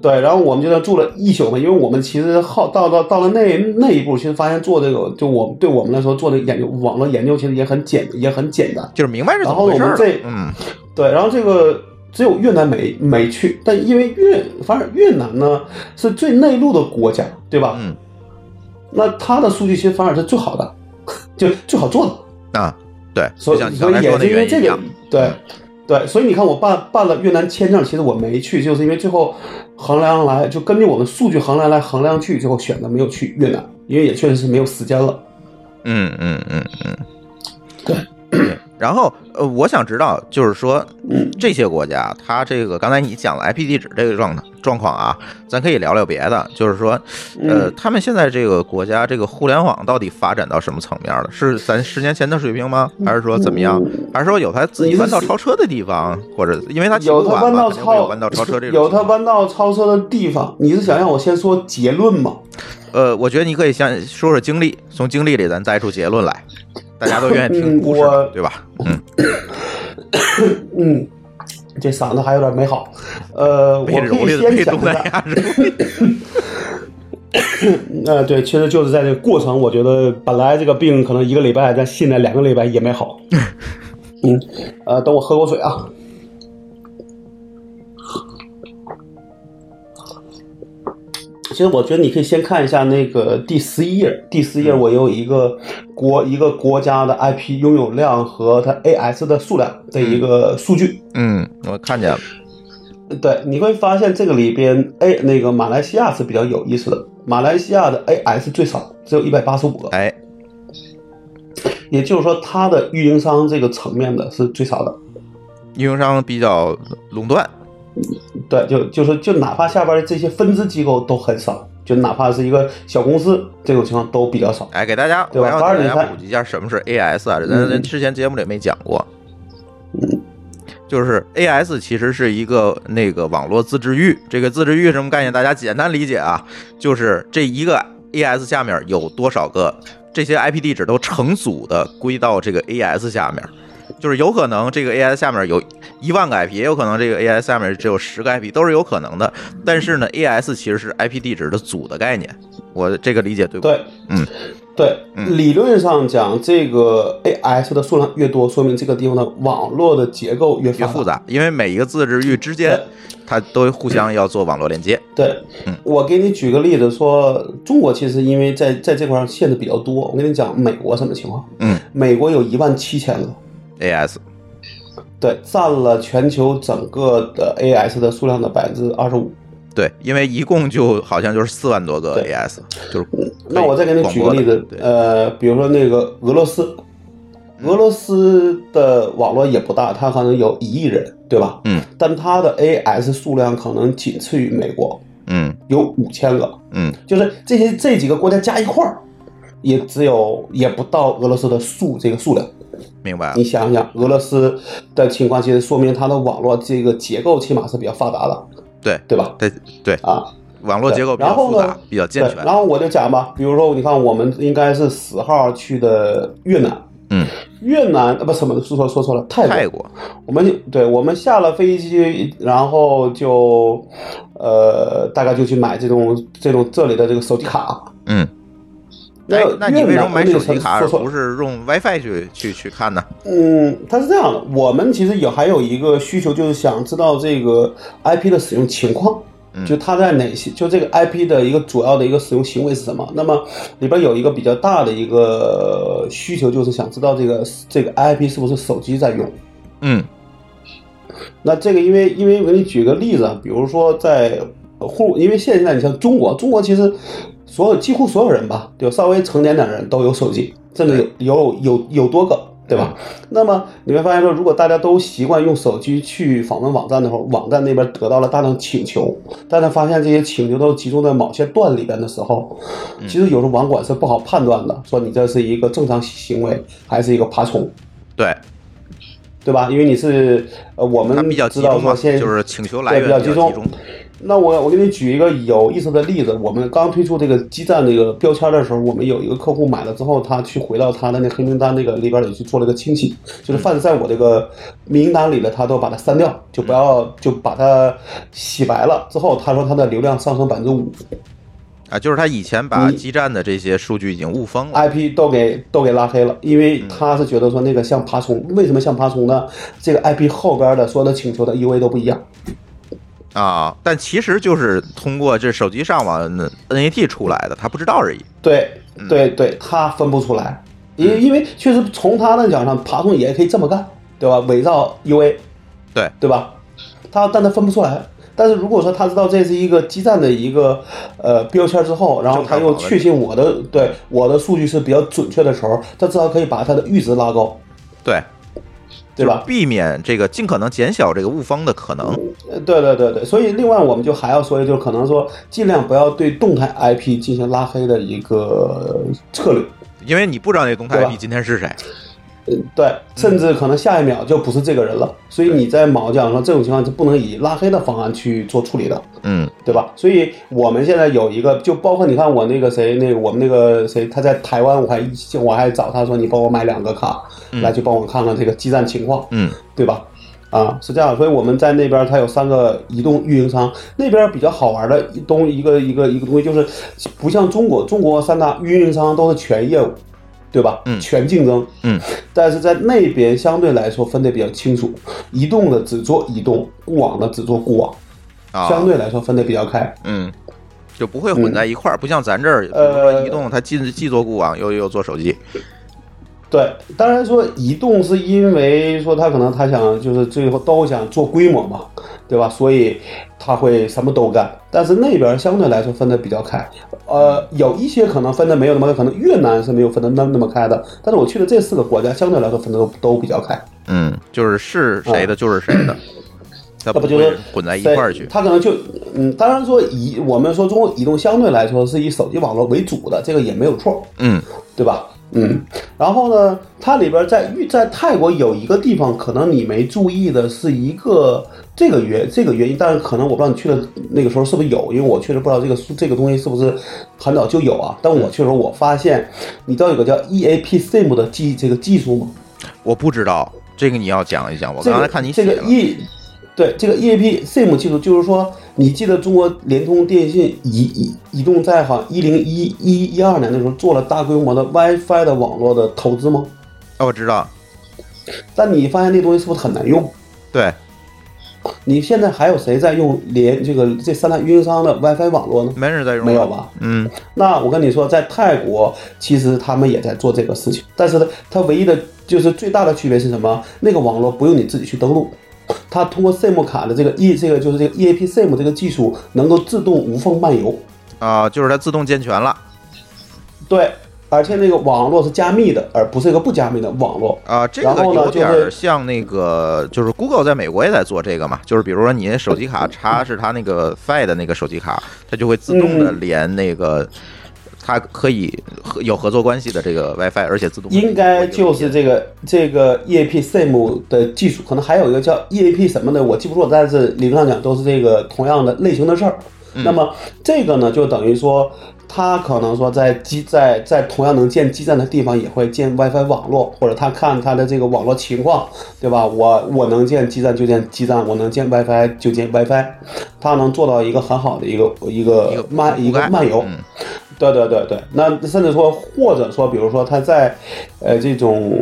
Speaker 2: 对，然后我们就在那住了一宿嘛，因为我们其实好到到到了那那一步，其实发现做这个，就我们对我们来说做这个研究网络研究其实也很简也很简单，
Speaker 1: 就是明白是怎
Speaker 2: 然
Speaker 1: 么
Speaker 2: 后
Speaker 1: 回
Speaker 2: 我
Speaker 1: 事
Speaker 2: 们
Speaker 1: 儿了
Speaker 2: 这
Speaker 1: 嗯，
Speaker 2: 对，然后这个只有越南没没去，但因为越反而越南呢是最内陆的国家，对吧？
Speaker 1: 嗯，
Speaker 2: 那它的数据其实反而是最好的， 就最好做的。
Speaker 1: 啊，对，
Speaker 2: 所
Speaker 1: 就
Speaker 2: 以
Speaker 1: 像你
Speaker 2: 所
Speaker 1: 刚
Speaker 2: 以
Speaker 1: 才说
Speaker 2: 也
Speaker 1: 那
Speaker 2: 是因为
Speaker 1: 原因
Speaker 2: 这
Speaker 1: 一样
Speaker 2: 个，，对对，所以你看我办办了越南签证，其实我没去，就是因为最后衡量来就根据我们数据衡量来衡量去，最后选择没有去越南，因为也确实是没有时间了。
Speaker 1: 嗯嗯嗯嗯，
Speaker 2: 对。
Speaker 1: 然后，呃，我想知道，就是说
Speaker 2: 嗯，
Speaker 1: 这些国家，它这个刚才你讲了 IP 地址这个状状况啊，咱可以聊聊别的，就是说，呃，
Speaker 2: 嗯
Speaker 1: 他们现在这个国家这个互联网到底发展到什么层面了？是咱十年前的水平吗？还是说怎么样？还是说有它自己弯道超车的地方，或者因为它起步
Speaker 2: 嗯有他
Speaker 1: 晚
Speaker 2: 弯
Speaker 1: 嘛，
Speaker 2: 道
Speaker 1: 肯定会有
Speaker 2: 超
Speaker 1: 弯道超车这种
Speaker 2: 有他
Speaker 1: 情况
Speaker 2: 弯道超车的地方，你是想让我先说结论吗？
Speaker 1: 呃，我觉得你可以先说说经历，从经历里咱摘出结论来，大家都愿意听故事嘛
Speaker 2: 我，
Speaker 1: 对吧？嗯，
Speaker 2: 嗯，这嗓子还有点没好，呃，我
Speaker 1: 被
Speaker 2: 可
Speaker 1: 蹂
Speaker 2: 以
Speaker 1: 躏的
Speaker 2: 先
Speaker 1: 被
Speaker 2: 讲
Speaker 1: 东
Speaker 2: 一
Speaker 1: 南
Speaker 2: 下。
Speaker 1: 亚人，
Speaker 2: 呃，对，其实就是在这个过程，我觉得本来这个病可能一个礼拜，但现在两个礼拜也 没好。嗯，呃，等我喝口水啊。其实我觉得你可以先看一下那个第十一页，第十
Speaker 1: 嗯
Speaker 2: 页我有一个国一个国家的 IP 拥有量和它 AS 的数量的一个数据。
Speaker 1: 嗯，我看见了，
Speaker 2: 对，你会发现这个里边 A 那个马来西亚是比较有意思的，马来西亚的 AS 最少只有一百八十五个，
Speaker 1: 哎，
Speaker 2: 也就是说它的运营商这个层面的是最少的。
Speaker 1: 运营商比较垄断，
Speaker 2: 对，就就是就哪怕下边的这些分支机构都很少，就哪怕是一个小公司这种情况都比较少。
Speaker 1: 哎，给大家，
Speaker 2: 对
Speaker 1: 我
Speaker 2: 吧
Speaker 1: 要
Speaker 2: 反而
Speaker 1: 给
Speaker 2: 你
Speaker 1: 大家
Speaker 2: 看
Speaker 1: 普及一下什么是 AS 啊，咱咱
Speaker 2: 嗯
Speaker 1: 之前节目里没讲过。就是 AS 其实是一个那个网络自治域，这个自治域什么概念？大家简单理解啊，就是这一个 AS 下面有多少个这些 IP 地址都成组的归到这个 AS 下面，就是有可能这个 AS 下面有一万个 IP，也有可能这个 AS 下面只有十个 IP，都是有可能的。但是呢，AS 其实是 IP 地址的组的概念，我这个理解对不？
Speaker 2: 对，
Speaker 1: 嗯，
Speaker 2: 对，
Speaker 1: 嗯
Speaker 2: 理论上讲，这个 AS 的数量越多，说明这个地方的网络的结构越
Speaker 1: 越
Speaker 2: 发达
Speaker 1: 复。杂，因为每一个自治域之间，它都互相要做网络连接。
Speaker 2: 对
Speaker 1: 嗯，
Speaker 2: 我给你举个例子说，中国其实因为在在这块儿限制比较多。我跟你讲，美国什么情况？
Speaker 1: 嗯
Speaker 2: 美国有一万七千个，
Speaker 1: ，AS，
Speaker 2: 对，占了全球整个的 AS 的数量的百分之二十五。
Speaker 1: 对，因为一共就好像就是四万多个
Speaker 2: 对
Speaker 1: AS，就是
Speaker 2: 那我再给你
Speaker 1: 广
Speaker 2: 举个
Speaker 1: 播的
Speaker 2: 例子
Speaker 1: 对，，嗯
Speaker 2: 呃，比如说那个俄罗斯，俄罗斯的网络也不大，它可能有一亿人，对吧？
Speaker 1: 嗯，
Speaker 2: 但它的 AS 数量可能仅次于美国，
Speaker 1: 嗯
Speaker 2: 有五千个。
Speaker 1: 嗯
Speaker 2: 就是这些这几个国家加一块儿，也只有也不到俄罗斯的数这个数量。
Speaker 1: 明白了
Speaker 2: 你，想想，俄罗斯的情况，其实说明它的网络这个结构起码是比较发达的，
Speaker 1: 对
Speaker 2: 对吧？
Speaker 1: 对对，
Speaker 2: 啊，
Speaker 1: 网络结构比较
Speaker 2: 对然后
Speaker 1: 复杂
Speaker 2: 呢，
Speaker 1: 比较健
Speaker 2: 对。
Speaker 1: 全
Speaker 2: 然。后我就讲吧，比如说，你看我们应该是十号去的越南，
Speaker 1: 嗯，
Speaker 2: 越南呃不什么说错说错了，泰国。
Speaker 1: 泰国，
Speaker 2: 我们就对我们下了飞机，然后就呃大概就去买这种这种这里的这个手机卡。
Speaker 1: 嗯，哎，那你
Speaker 2: 越
Speaker 1: 为什么
Speaker 2: 南
Speaker 1: 买
Speaker 2: 那
Speaker 1: 手
Speaker 2: 个
Speaker 1: 机卡
Speaker 2: 说
Speaker 1: 而
Speaker 2: 错了
Speaker 1: 不是用 WiFi 去去去看呢？
Speaker 2: 嗯，它是这样的，我们其实也还有一个需求，就是想知道这个 IP 的使用情况，
Speaker 1: 嗯
Speaker 2: 就它在哪些，就这个 IP 的一个主要的一个使用行为是什么。那么里边有一个比较大的一个需求，就是想知道这个这个 IP 是不是手机在用。
Speaker 1: 嗯
Speaker 2: 那这个因为因为我给你举个例子，啊，比如说在互，因为现在你像中国，中国其实所有几乎所有人吧，有稍微成年点的人都有手机，甚至有有有有多个。对吧？
Speaker 1: 嗯
Speaker 2: 那么你会发现说，如果大家都习惯用手机去访问网站的时候，网站那边得到了大量请求，但他发现这些请求都集中在某些段里边的时候，
Speaker 1: 嗯
Speaker 2: 其实有时候网管是不好判断的，说你这是一个正常行为还是一个爬虫，
Speaker 1: 对，
Speaker 2: 对吧？因为你是呃，我们
Speaker 1: 它比较集
Speaker 2: 知道
Speaker 1: 中嘛，
Speaker 2: 说现在
Speaker 1: 就是请求来源
Speaker 2: 对比较
Speaker 1: 集
Speaker 2: 集中
Speaker 1: 中。
Speaker 2: 那我我给你举一个有意思的例子，我们刚推出这个基站这个标签的时候，我们有一个客户买了之后，他去回到他的那黑名单那个里边儿里去做了个清洗，就是凡是在我这个名单里的，他都把它删掉，就不要就把它洗白了。之后他说他的流量上升百分之五，
Speaker 1: 啊，就是他以前
Speaker 2: 嗯
Speaker 1: 把基站的这些数据已经雾封了，
Speaker 2: IP 都给都给拉黑了，因为他是觉得说那个像爬虫，为什么像爬虫呢？这个 IP 后边的所有的请求的 EV 都不一样，
Speaker 1: 啊，但其实就是通过这手机上网那 NAT 出来的，他不知道而已。
Speaker 2: 对对对，他分不出来，因因为确实从他那讲上，爬虫也可以这么干，对吧？伪造 EV，
Speaker 1: 对
Speaker 2: 对吧？他但他分不出来。但是如果说他知道这是一个基站的一个呃标签之后，然后他又确信我的对我的数据是比较准确的时候，他至少可以把他的阈值拉高，
Speaker 1: 对，
Speaker 2: 对吧？
Speaker 1: 避免这个尽可能减小这个误封的可能。
Speaker 2: 呃，对对对对，所以另外我们就还要说，就可能说尽量不要对动态 IP 进行拉黑的一个策略，
Speaker 1: 因为你不知道那动态
Speaker 2: 对吧
Speaker 1: IP 今天是谁，
Speaker 2: 呃对，甚至可能下一秒就不是这个人了，所以你在某讲说这种情况是不能以拉黑的方案去做处理的，
Speaker 1: 嗯
Speaker 2: 对吧？所以我们现在有一个，就包括你看我那个谁，那个我们那个谁，他在台湾，我还我还找他说你帮我买两个卡，来去帮我看看这个基站情况，
Speaker 1: 嗯
Speaker 2: 对吧？啊，是这样，所以我们在那边它有三个移动运营商，那边比较好玩的一东一个一个一个东西就是，不像中国，中国三大运营商都是全业务，对吧？
Speaker 1: 嗯
Speaker 2: 全竞争，
Speaker 1: 嗯，
Speaker 2: 但是在那边相对来说分得比较清楚，移动的只做移动，固网的只做固网，
Speaker 1: 啊，
Speaker 2: 相对来说分得比较开。
Speaker 1: 嗯，就不会混在一块儿，不像咱这儿，比如
Speaker 2: 呃
Speaker 1: 说移动，它既既做固网，又又做手机，
Speaker 2: 对，当然说移动是因为说他可能他想就是最后都想做规模嘛，对吧？所以他会什么都干。但是那边相对来说分得比较开，呃，有一些可能分得没有那么开，可能越南是没有分得那那么开的。但是我去的这四个国家相对来说分得都都比较开，
Speaker 1: 嗯，就是是谁的就是谁 的，它
Speaker 2: 哦那不就
Speaker 1: 会
Speaker 2: 是
Speaker 1: 混在一块儿去
Speaker 2: 对，他可能就嗯，当然说移我们说中国移动相对来说是以手机网络为主的，这个也没有错。
Speaker 1: 嗯
Speaker 2: 对吧？嗯，然后呢，它里边在玉在泰国有一个地方，可能你没注意的是一个这个原这个原因，但是可能我不知道你去的那个时候是不是有，因为我确实不知道这个这个东西是不是很早就有啊。但我去的时候，我发现你知道有个叫 EAP SIM 的技这个技术吗？
Speaker 1: 我不知道这个你要讲一讲，我
Speaker 2: 这
Speaker 1: 刚才
Speaker 2: 个
Speaker 1: 看你写
Speaker 2: 这
Speaker 1: 了，
Speaker 2: 个 E 对这个 EAP SIM 技术，就是说你记得中国联通、电信移移移动在好像一零一一一二年的时候做了大规模的 WiFi 的网络的投资吗？
Speaker 1: 哦，我知道，
Speaker 2: 但你发现那东西是不是很难用？
Speaker 1: 对，
Speaker 2: 你现在还有谁在用连这个这三大运营商的 WiFi 网络呢？
Speaker 1: 没人在用，
Speaker 2: 没有？吧？
Speaker 1: 嗯
Speaker 2: 那我跟你说，在泰国其实他们也在做这个事情，但是呢，它唯一的就是最大的区别是什么？那个网络不用你自己去登录，它通过 SIM 卡的这个 E 这个就是这个 EAP SIM 这个技术能够自动无缝漫游。
Speaker 1: 啊，就是它自动健全了
Speaker 2: 对，而且那个网络是加密的，而不是一个不加密的网络。
Speaker 1: 啊，这
Speaker 2: 然
Speaker 1: 个
Speaker 2: 后呢
Speaker 1: 有点
Speaker 2: 就会
Speaker 1: 儿像那个，就是 Google 在美国也在做这个嘛，就是比如说你手机卡插是它那个 Fi 的那个手机卡，它就会自动的
Speaker 2: 嗯
Speaker 1: 连那个。它可以合有合作关系的这个 WiFi，而且自动地
Speaker 2: 应该就是这个这个 EAP SIM 的技术，可能还有一个叫 EAP 什么的，我记不住，但是理论上讲都是这个同样的类型的事儿。
Speaker 1: 嗯
Speaker 2: 那么这个呢，就等于说，它可能说在基在在同样能建基站的地方也会建 WiFi 网络，或者他看他的这个网络情况，对吧？我我能建基站就建基站，我能建 WiFi 就建 WiFi，它能做到一个很好的一个一
Speaker 1: 一个
Speaker 2: 个漫一
Speaker 1: 覆盖
Speaker 2: 个漫游。
Speaker 1: 嗯
Speaker 2: 对对对对，那甚至说，或者说，比如说他在，呃，这种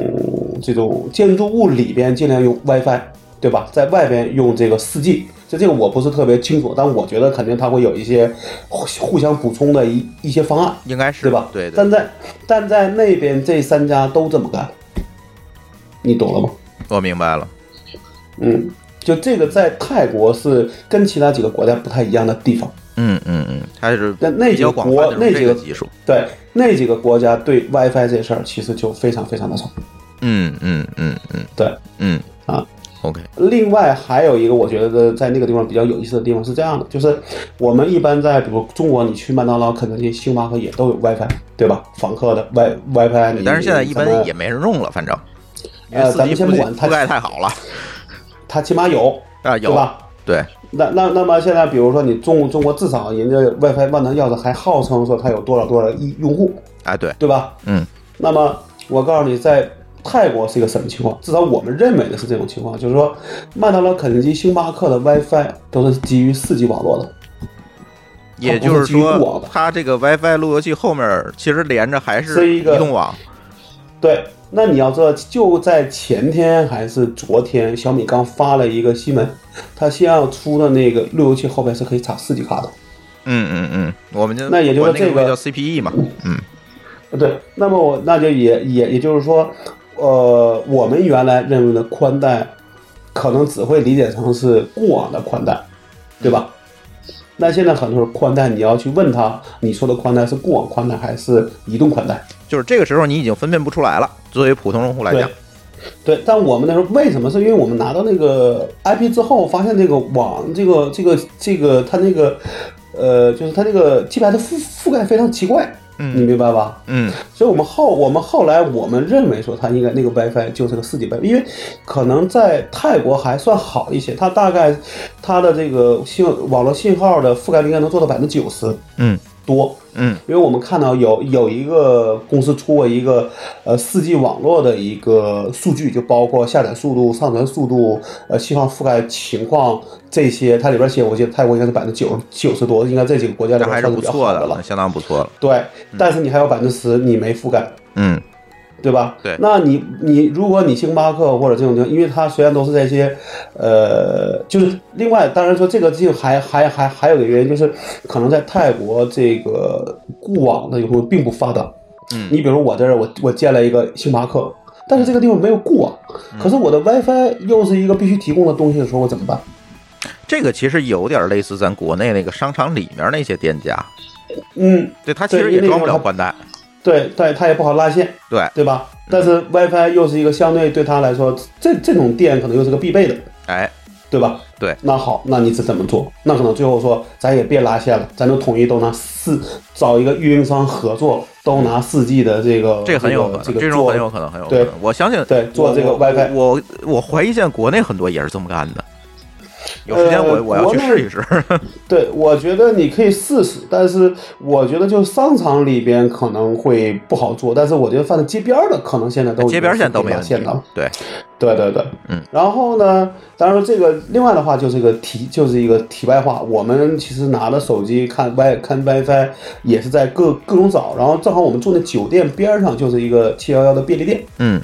Speaker 2: 这种建筑物里边尽量用 WiFi，对吧？在外边用这个 4G，就这个我不是特别清楚，但我觉得肯定它会有一些互互相补充的一一些方案，
Speaker 1: 应该是
Speaker 2: 对吧？
Speaker 1: 对对
Speaker 2: 但，在但在那边这三家都这么干，你懂了吗？
Speaker 1: 我明白了。
Speaker 2: 嗯，就这个在泰国是跟其他几个国家不太一样的地方。
Speaker 1: 嗯嗯嗯，它是
Speaker 2: 那那
Speaker 1: 比
Speaker 2: 几
Speaker 1: 较
Speaker 2: 个
Speaker 1: 广泛
Speaker 2: 国
Speaker 1: 的
Speaker 2: 那
Speaker 1: 用
Speaker 2: 几
Speaker 1: 这
Speaker 2: 个
Speaker 1: 个技术。
Speaker 2: 对那几个国家对 WiFi 这事儿其实就非常非常的少。
Speaker 1: 嗯嗯嗯嗯
Speaker 2: 对
Speaker 1: 嗯
Speaker 2: 啊。
Speaker 1: OK，
Speaker 2: 另外还有一个我觉得在那个地方比较有意思的地方是这样的，就是我们一般在比如中国，你去麦当劳、肯德基、星巴克也都有 WiFi，对吧？访客的 Wi WiFi，你
Speaker 1: 但是现在一
Speaker 2: 怎么
Speaker 1: 般也没人用了，反正因为
Speaker 2: 哎呃，
Speaker 1: 四
Speaker 2: 咱
Speaker 1: G
Speaker 2: 们
Speaker 1: 覆
Speaker 2: 先不
Speaker 1: 盖
Speaker 2: 管
Speaker 1: 覆盖
Speaker 2: 它，
Speaker 1: 太好了
Speaker 2: 它起码有，
Speaker 1: 啊，
Speaker 2: 对
Speaker 1: 有
Speaker 2: 吧？
Speaker 1: 对，
Speaker 2: 那那那么现在，比如说你中中国至少人家 WiFi 万能钥匙还号称说它有多少多少亿用户，
Speaker 1: 啊对，
Speaker 2: 对吧？
Speaker 1: 嗯
Speaker 2: 那么我告诉你，在泰国是一个什么情况？至少我们认为的是这种情况，就是说，麦当劳、肯德基、星巴克的 WiFi 都是基于 4G 网络的。
Speaker 1: 也
Speaker 2: 它不
Speaker 1: 就是
Speaker 2: 基于固网
Speaker 1: 说
Speaker 2: 的，，
Speaker 1: 它这个 WiFi 路由器后面其实连着还是
Speaker 2: 是
Speaker 1: 移
Speaker 2: 一个
Speaker 1: 动网，
Speaker 2: 对，那你要知道，就在前天还是昨天，小米刚发了一个新闻，它先要出的那个路由器后边是可以插四 G 卡的。
Speaker 1: 嗯嗯嗯，我们就
Speaker 2: 那也就
Speaker 1: 管
Speaker 2: 是
Speaker 1: 那
Speaker 2: 这个
Speaker 1: 个叫 CPE 嘛，嗯
Speaker 2: 对，那么我那就也也也就是说，呃，我们原来认为的宽带，可能只会理解成是固网的宽带，对吧？那现在很多宽带，你要去问他，你说的宽带是固网宽带还是移动宽带？
Speaker 1: 就是这个时候你已经分辨不出来了，作为普通用户来
Speaker 2: 对
Speaker 1: 讲，
Speaker 2: 对，但我们那时候为什么？是因为我们拿到那个 IP 之后，发现这个网这个这个这个它那个呃，就是它这个 G 牌的覆覆盖非常奇怪，你
Speaker 1: 嗯
Speaker 2: 明白吧？
Speaker 1: 嗯
Speaker 2: 所以我们后我们后来我们认为说它应该那个 WiFi 就是个四 G WiFi，因为可能在泰国还算好一些，它大概它的这个信网络信号的覆盖率应该能做到百分之九十
Speaker 1: 嗯
Speaker 2: 多，
Speaker 1: 嗯
Speaker 2: 因为我们看到有有一个公司出过一个呃四 G 网络的一个数据，就包括下载速度、上传速度、呃信号覆盖情况这些，它里边写，我记得泰国应该是百分之九九十多，应该这几个国家里
Speaker 1: 这
Speaker 2: 边
Speaker 1: 还是
Speaker 2: 算比
Speaker 1: 不
Speaker 2: 较
Speaker 1: 错
Speaker 2: 好
Speaker 1: 的
Speaker 2: 的了
Speaker 1: 了，。相当不错了，
Speaker 2: 对，但是你还有百分之十你没覆盖，
Speaker 1: 嗯
Speaker 2: 对吧？
Speaker 1: 对
Speaker 2: 那你你如果你星巴克或者这种地方，因为它虽然都是在一些，呃，就是另外，当然说这个就还还还还有一个原因就是，可能在泰国这个固网的有时候并不发达。
Speaker 1: 嗯
Speaker 2: 你比如我这儿我我建了一个星巴克，但是这个地方没有固网，
Speaker 1: 嗯
Speaker 2: 可是我的 WiFi 又是一个必须提供的东西的时候，我怎么办？
Speaker 1: 这个其实有点类似咱国内那个商场里面那些店家，
Speaker 2: 嗯，
Speaker 1: 对，它其
Speaker 2: 对
Speaker 1: 实
Speaker 2: 因为
Speaker 1: 也装
Speaker 2: 那
Speaker 1: 不
Speaker 2: 个
Speaker 1: 了
Speaker 2: 它
Speaker 1: 宽带，
Speaker 2: 对对，它也不好拉线，
Speaker 1: 对，
Speaker 2: 对吧？但是 WiFi 又是一个相对对它来说，这这种店可能又是个必备的。
Speaker 1: 哎，
Speaker 2: 对吧？
Speaker 1: 对
Speaker 2: 那好，那你是怎么做？那可能最后说，咱也别拉线了，咱就统一都拿四，找一个运营商合作，都拿四 G 的这个，
Speaker 1: 这个很有可能，
Speaker 2: 这个、
Speaker 1: 这
Speaker 2: 个
Speaker 1: 种
Speaker 2: 做
Speaker 1: 很有可能，很有可
Speaker 2: 对
Speaker 1: 能，我相信
Speaker 2: 对做这个
Speaker 1: 我
Speaker 2: WiFi
Speaker 1: 我我我怀疑现在国内很多也是这么干的。有时间
Speaker 2: 呃
Speaker 1: 我我要
Speaker 2: 国
Speaker 1: 去
Speaker 2: 内
Speaker 1: 试一试，
Speaker 2: 对，我觉得你可以试试，但是我觉得就商场里边可能会不好做，但是我觉得放在街边儿的可能现在 都
Speaker 1: 街边儿现在都
Speaker 2: 有
Speaker 1: 没问题
Speaker 2: 线了。。
Speaker 1: 对，
Speaker 2: 对对对，
Speaker 1: 嗯。
Speaker 2: 然后呢，当然说这个另外的话就是一个题，就是一个题外话。我们其实拿了手机看 Wi 看 WiFi 也是在各各种找，然后正好我们住那酒店边儿上就是一个七幺幺的便利店。
Speaker 1: 嗯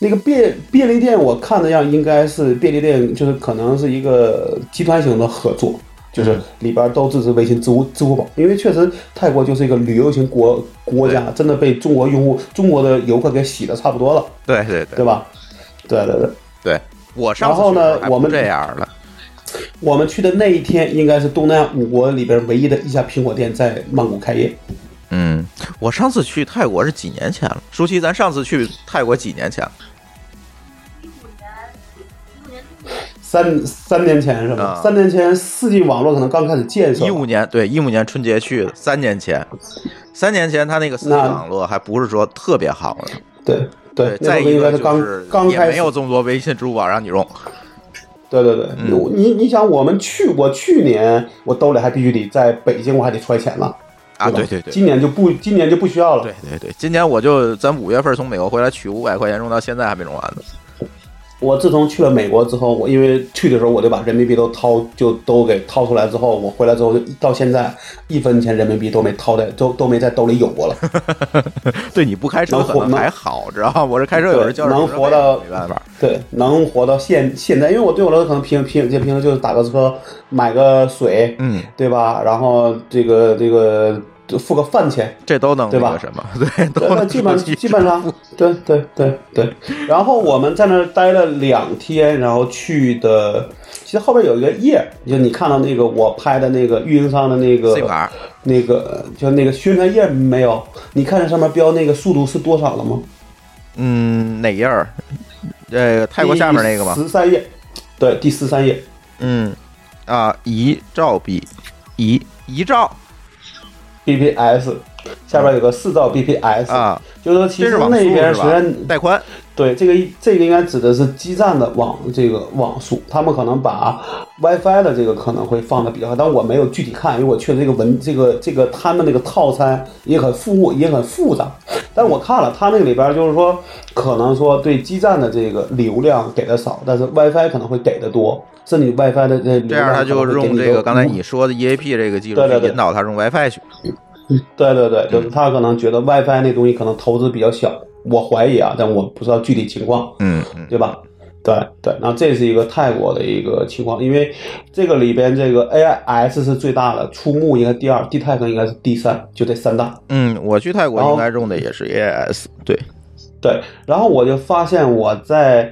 Speaker 2: 那个便便利店，我看的样应该是便利店，就是可能是一个集团型的合作，就是
Speaker 1: 嗯
Speaker 2: 里边都支持微信、支付、支付宝，因为确实泰国就是一个旅游型国国家，真的被中国用户、中国的游客给洗的差不多了，
Speaker 1: 对对对
Speaker 2: 对吧？对对对，
Speaker 1: 对，我上次
Speaker 2: 然后呢
Speaker 1: 去还不
Speaker 2: 我们
Speaker 1: 这样了，
Speaker 2: 我们去的那一天应该是东南亚五国里边唯一的一家苹果店在曼谷开业，
Speaker 1: 嗯，我上次去泰国是几年前了，舒淇，咱上次去泰国几年前了？
Speaker 2: 三三年前是吧？
Speaker 1: 啊
Speaker 2: 三年前四 G 网络可能刚开始建设
Speaker 1: 一，五年，对，一五年春节去的，三年前，三年前他那个四 G
Speaker 2: 那
Speaker 1: 网络还不是说特别好呢，
Speaker 2: 对对，那
Speaker 1: 再
Speaker 2: 时候
Speaker 1: 一
Speaker 2: 应该
Speaker 1: 个
Speaker 2: 是
Speaker 1: 就
Speaker 2: 刚
Speaker 1: 是
Speaker 2: 刚
Speaker 1: 也
Speaker 2: 开
Speaker 1: 没
Speaker 2: 始
Speaker 1: 有。嗯这么多微信、支付宝让你用，
Speaker 2: 对对对，你你想，我们去我去年我兜里还必须得在北京，我还得揣钱了
Speaker 1: 啊，
Speaker 2: 吧
Speaker 1: 对对对。
Speaker 2: 今年就不今年就不需要了。
Speaker 1: 对对对，今年我就咱五月份从美国回来取五百块钱，用到现在还没用完呢。
Speaker 2: 我自从去了美国之后，我因为去的时候我就把人民币都掏就都给掏出来之后，我回来之后就到现在一分钱人民币都没掏在都都没在兜里有过了。
Speaker 1: 对你不开车
Speaker 2: 能
Speaker 1: 可
Speaker 2: 活
Speaker 1: 能
Speaker 2: 能
Speaker 1: 还好，知道吗？我这开车有时
Speaker 2: 对
Speaker 1: 叫
Speaker 2: 能活到
Speaker 1: 没办法。
Speaker 2: 对，能活到现现在，因为我对我来说可能平平就平时就是打个车，买个水，
Speaker 1: 嗯，
Speaker 2: 对吧？然后这个这个就付个饭钱，
Speaker 1: 这都能
Speaker 2: 对吧
Speaker 1: 那个什么，对，
Speaker 2: 对，
Speaker 1: 都
Speaker 2: 那
Speaker 1: 能
Speaker 2: 基本
Speaker 1: 手机
Speaker 2: 基本上，对对对对。然后我们在那儿待了两天，然后去的，其实后边有一个页，就你看到那个我拍的那个运营商的那个
Speaker 1: SIM 卡
Speaker 2: 那个就那个宣传页没有？你看着上面标那个速度是多少了吗？
Speaker 1: 嗯，哪页儿？呃，泰国下面那个吗？
Speaker 2: 十三页，对，第十三页。
Speaker 1: 嗯，啊，遗照比遗遗照
Speaker 2: BPS 下边有个四兆 BPS，、
Speaker 1: 啊，
Speaker 2: 就是说其
Speaker 1: 这
Speaker 2: 实
Speaker 1: 是网速
Speaker 2: 那边
Speaker 1: 是
Speaker 2: 虽然
Speaker 1: 吧？带宽，
Speaker 2: 对，这个这个应该指的是基站的网这个网速，他们可能把 WiFi 的这个可能会放的比较好，但我没有具体看，因为我去的这个文这个这个他们那个套餐也很复也很复杂，但我看了他那个里边，就是说可能说对基站的这个流量给的少，但是 WiFi 可能会给的多，甚至 WiFi 的呃这
Speaker 1: 这样他就用这个刚才你说的 EAP 这个技术
Speaker 2: 嗯对对
Speaker 1: 去
Speaker 2: 对
Speaker 1: 引导他用 WiFi 去。
Speaker 2: 对对对，就是
Speaker 1: 嗯
Speaker 2: 他可能觉得 WiFi 那东西可能投资比较小，我怀疑啊，但我不知道具体情况。
Speaker 1: 嗯嗯
Speaker 2: 对吧？对对，然后这是一个泰国的一个情况，因为这个里边这个 AIS 是最大的，出木应该第二，地泰可能应该是第三，就这三大。
Speaker 1: 嗯，我去泰国
Speaker 2: 然后
Speaker 1: 应该用的也是 AIS，对，
Speaker 2: 对，然后我就发现我在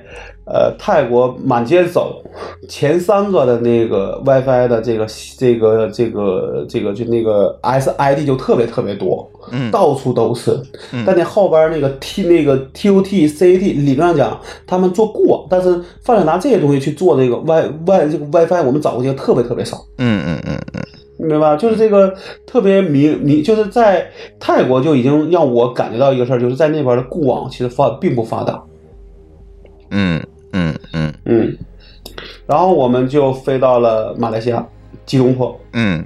Speaker 2: 呃泰国满街走，前三个的那个 WiFi 的这个这个这个这个就那个 SID 就特别特别多，
Speaker 1: 嗯
Speaker 2: 到处都是
Speaker 1: 嗯。
Speaker 2: 但那后边那个 T 那个 TOT、CAT 理论上讲他们做过，但是范想拿这些东西去做这个 Wi Wi 这个 WiFi，我们找过去特别特别少。
Speaker 1: 嗯嗯嗯嗯，
Speaker 2: 明白吧？就是这个特别明明，就是在泰国就已经让我感觉到一个事儿，就是在那边的固网其实发并不发达。
Speaker 1: 嗯嗯嗯
Speaker 2: 嗯，然后我们就飞到了马来西亚吉隆坡，
Speaker 1: 嗯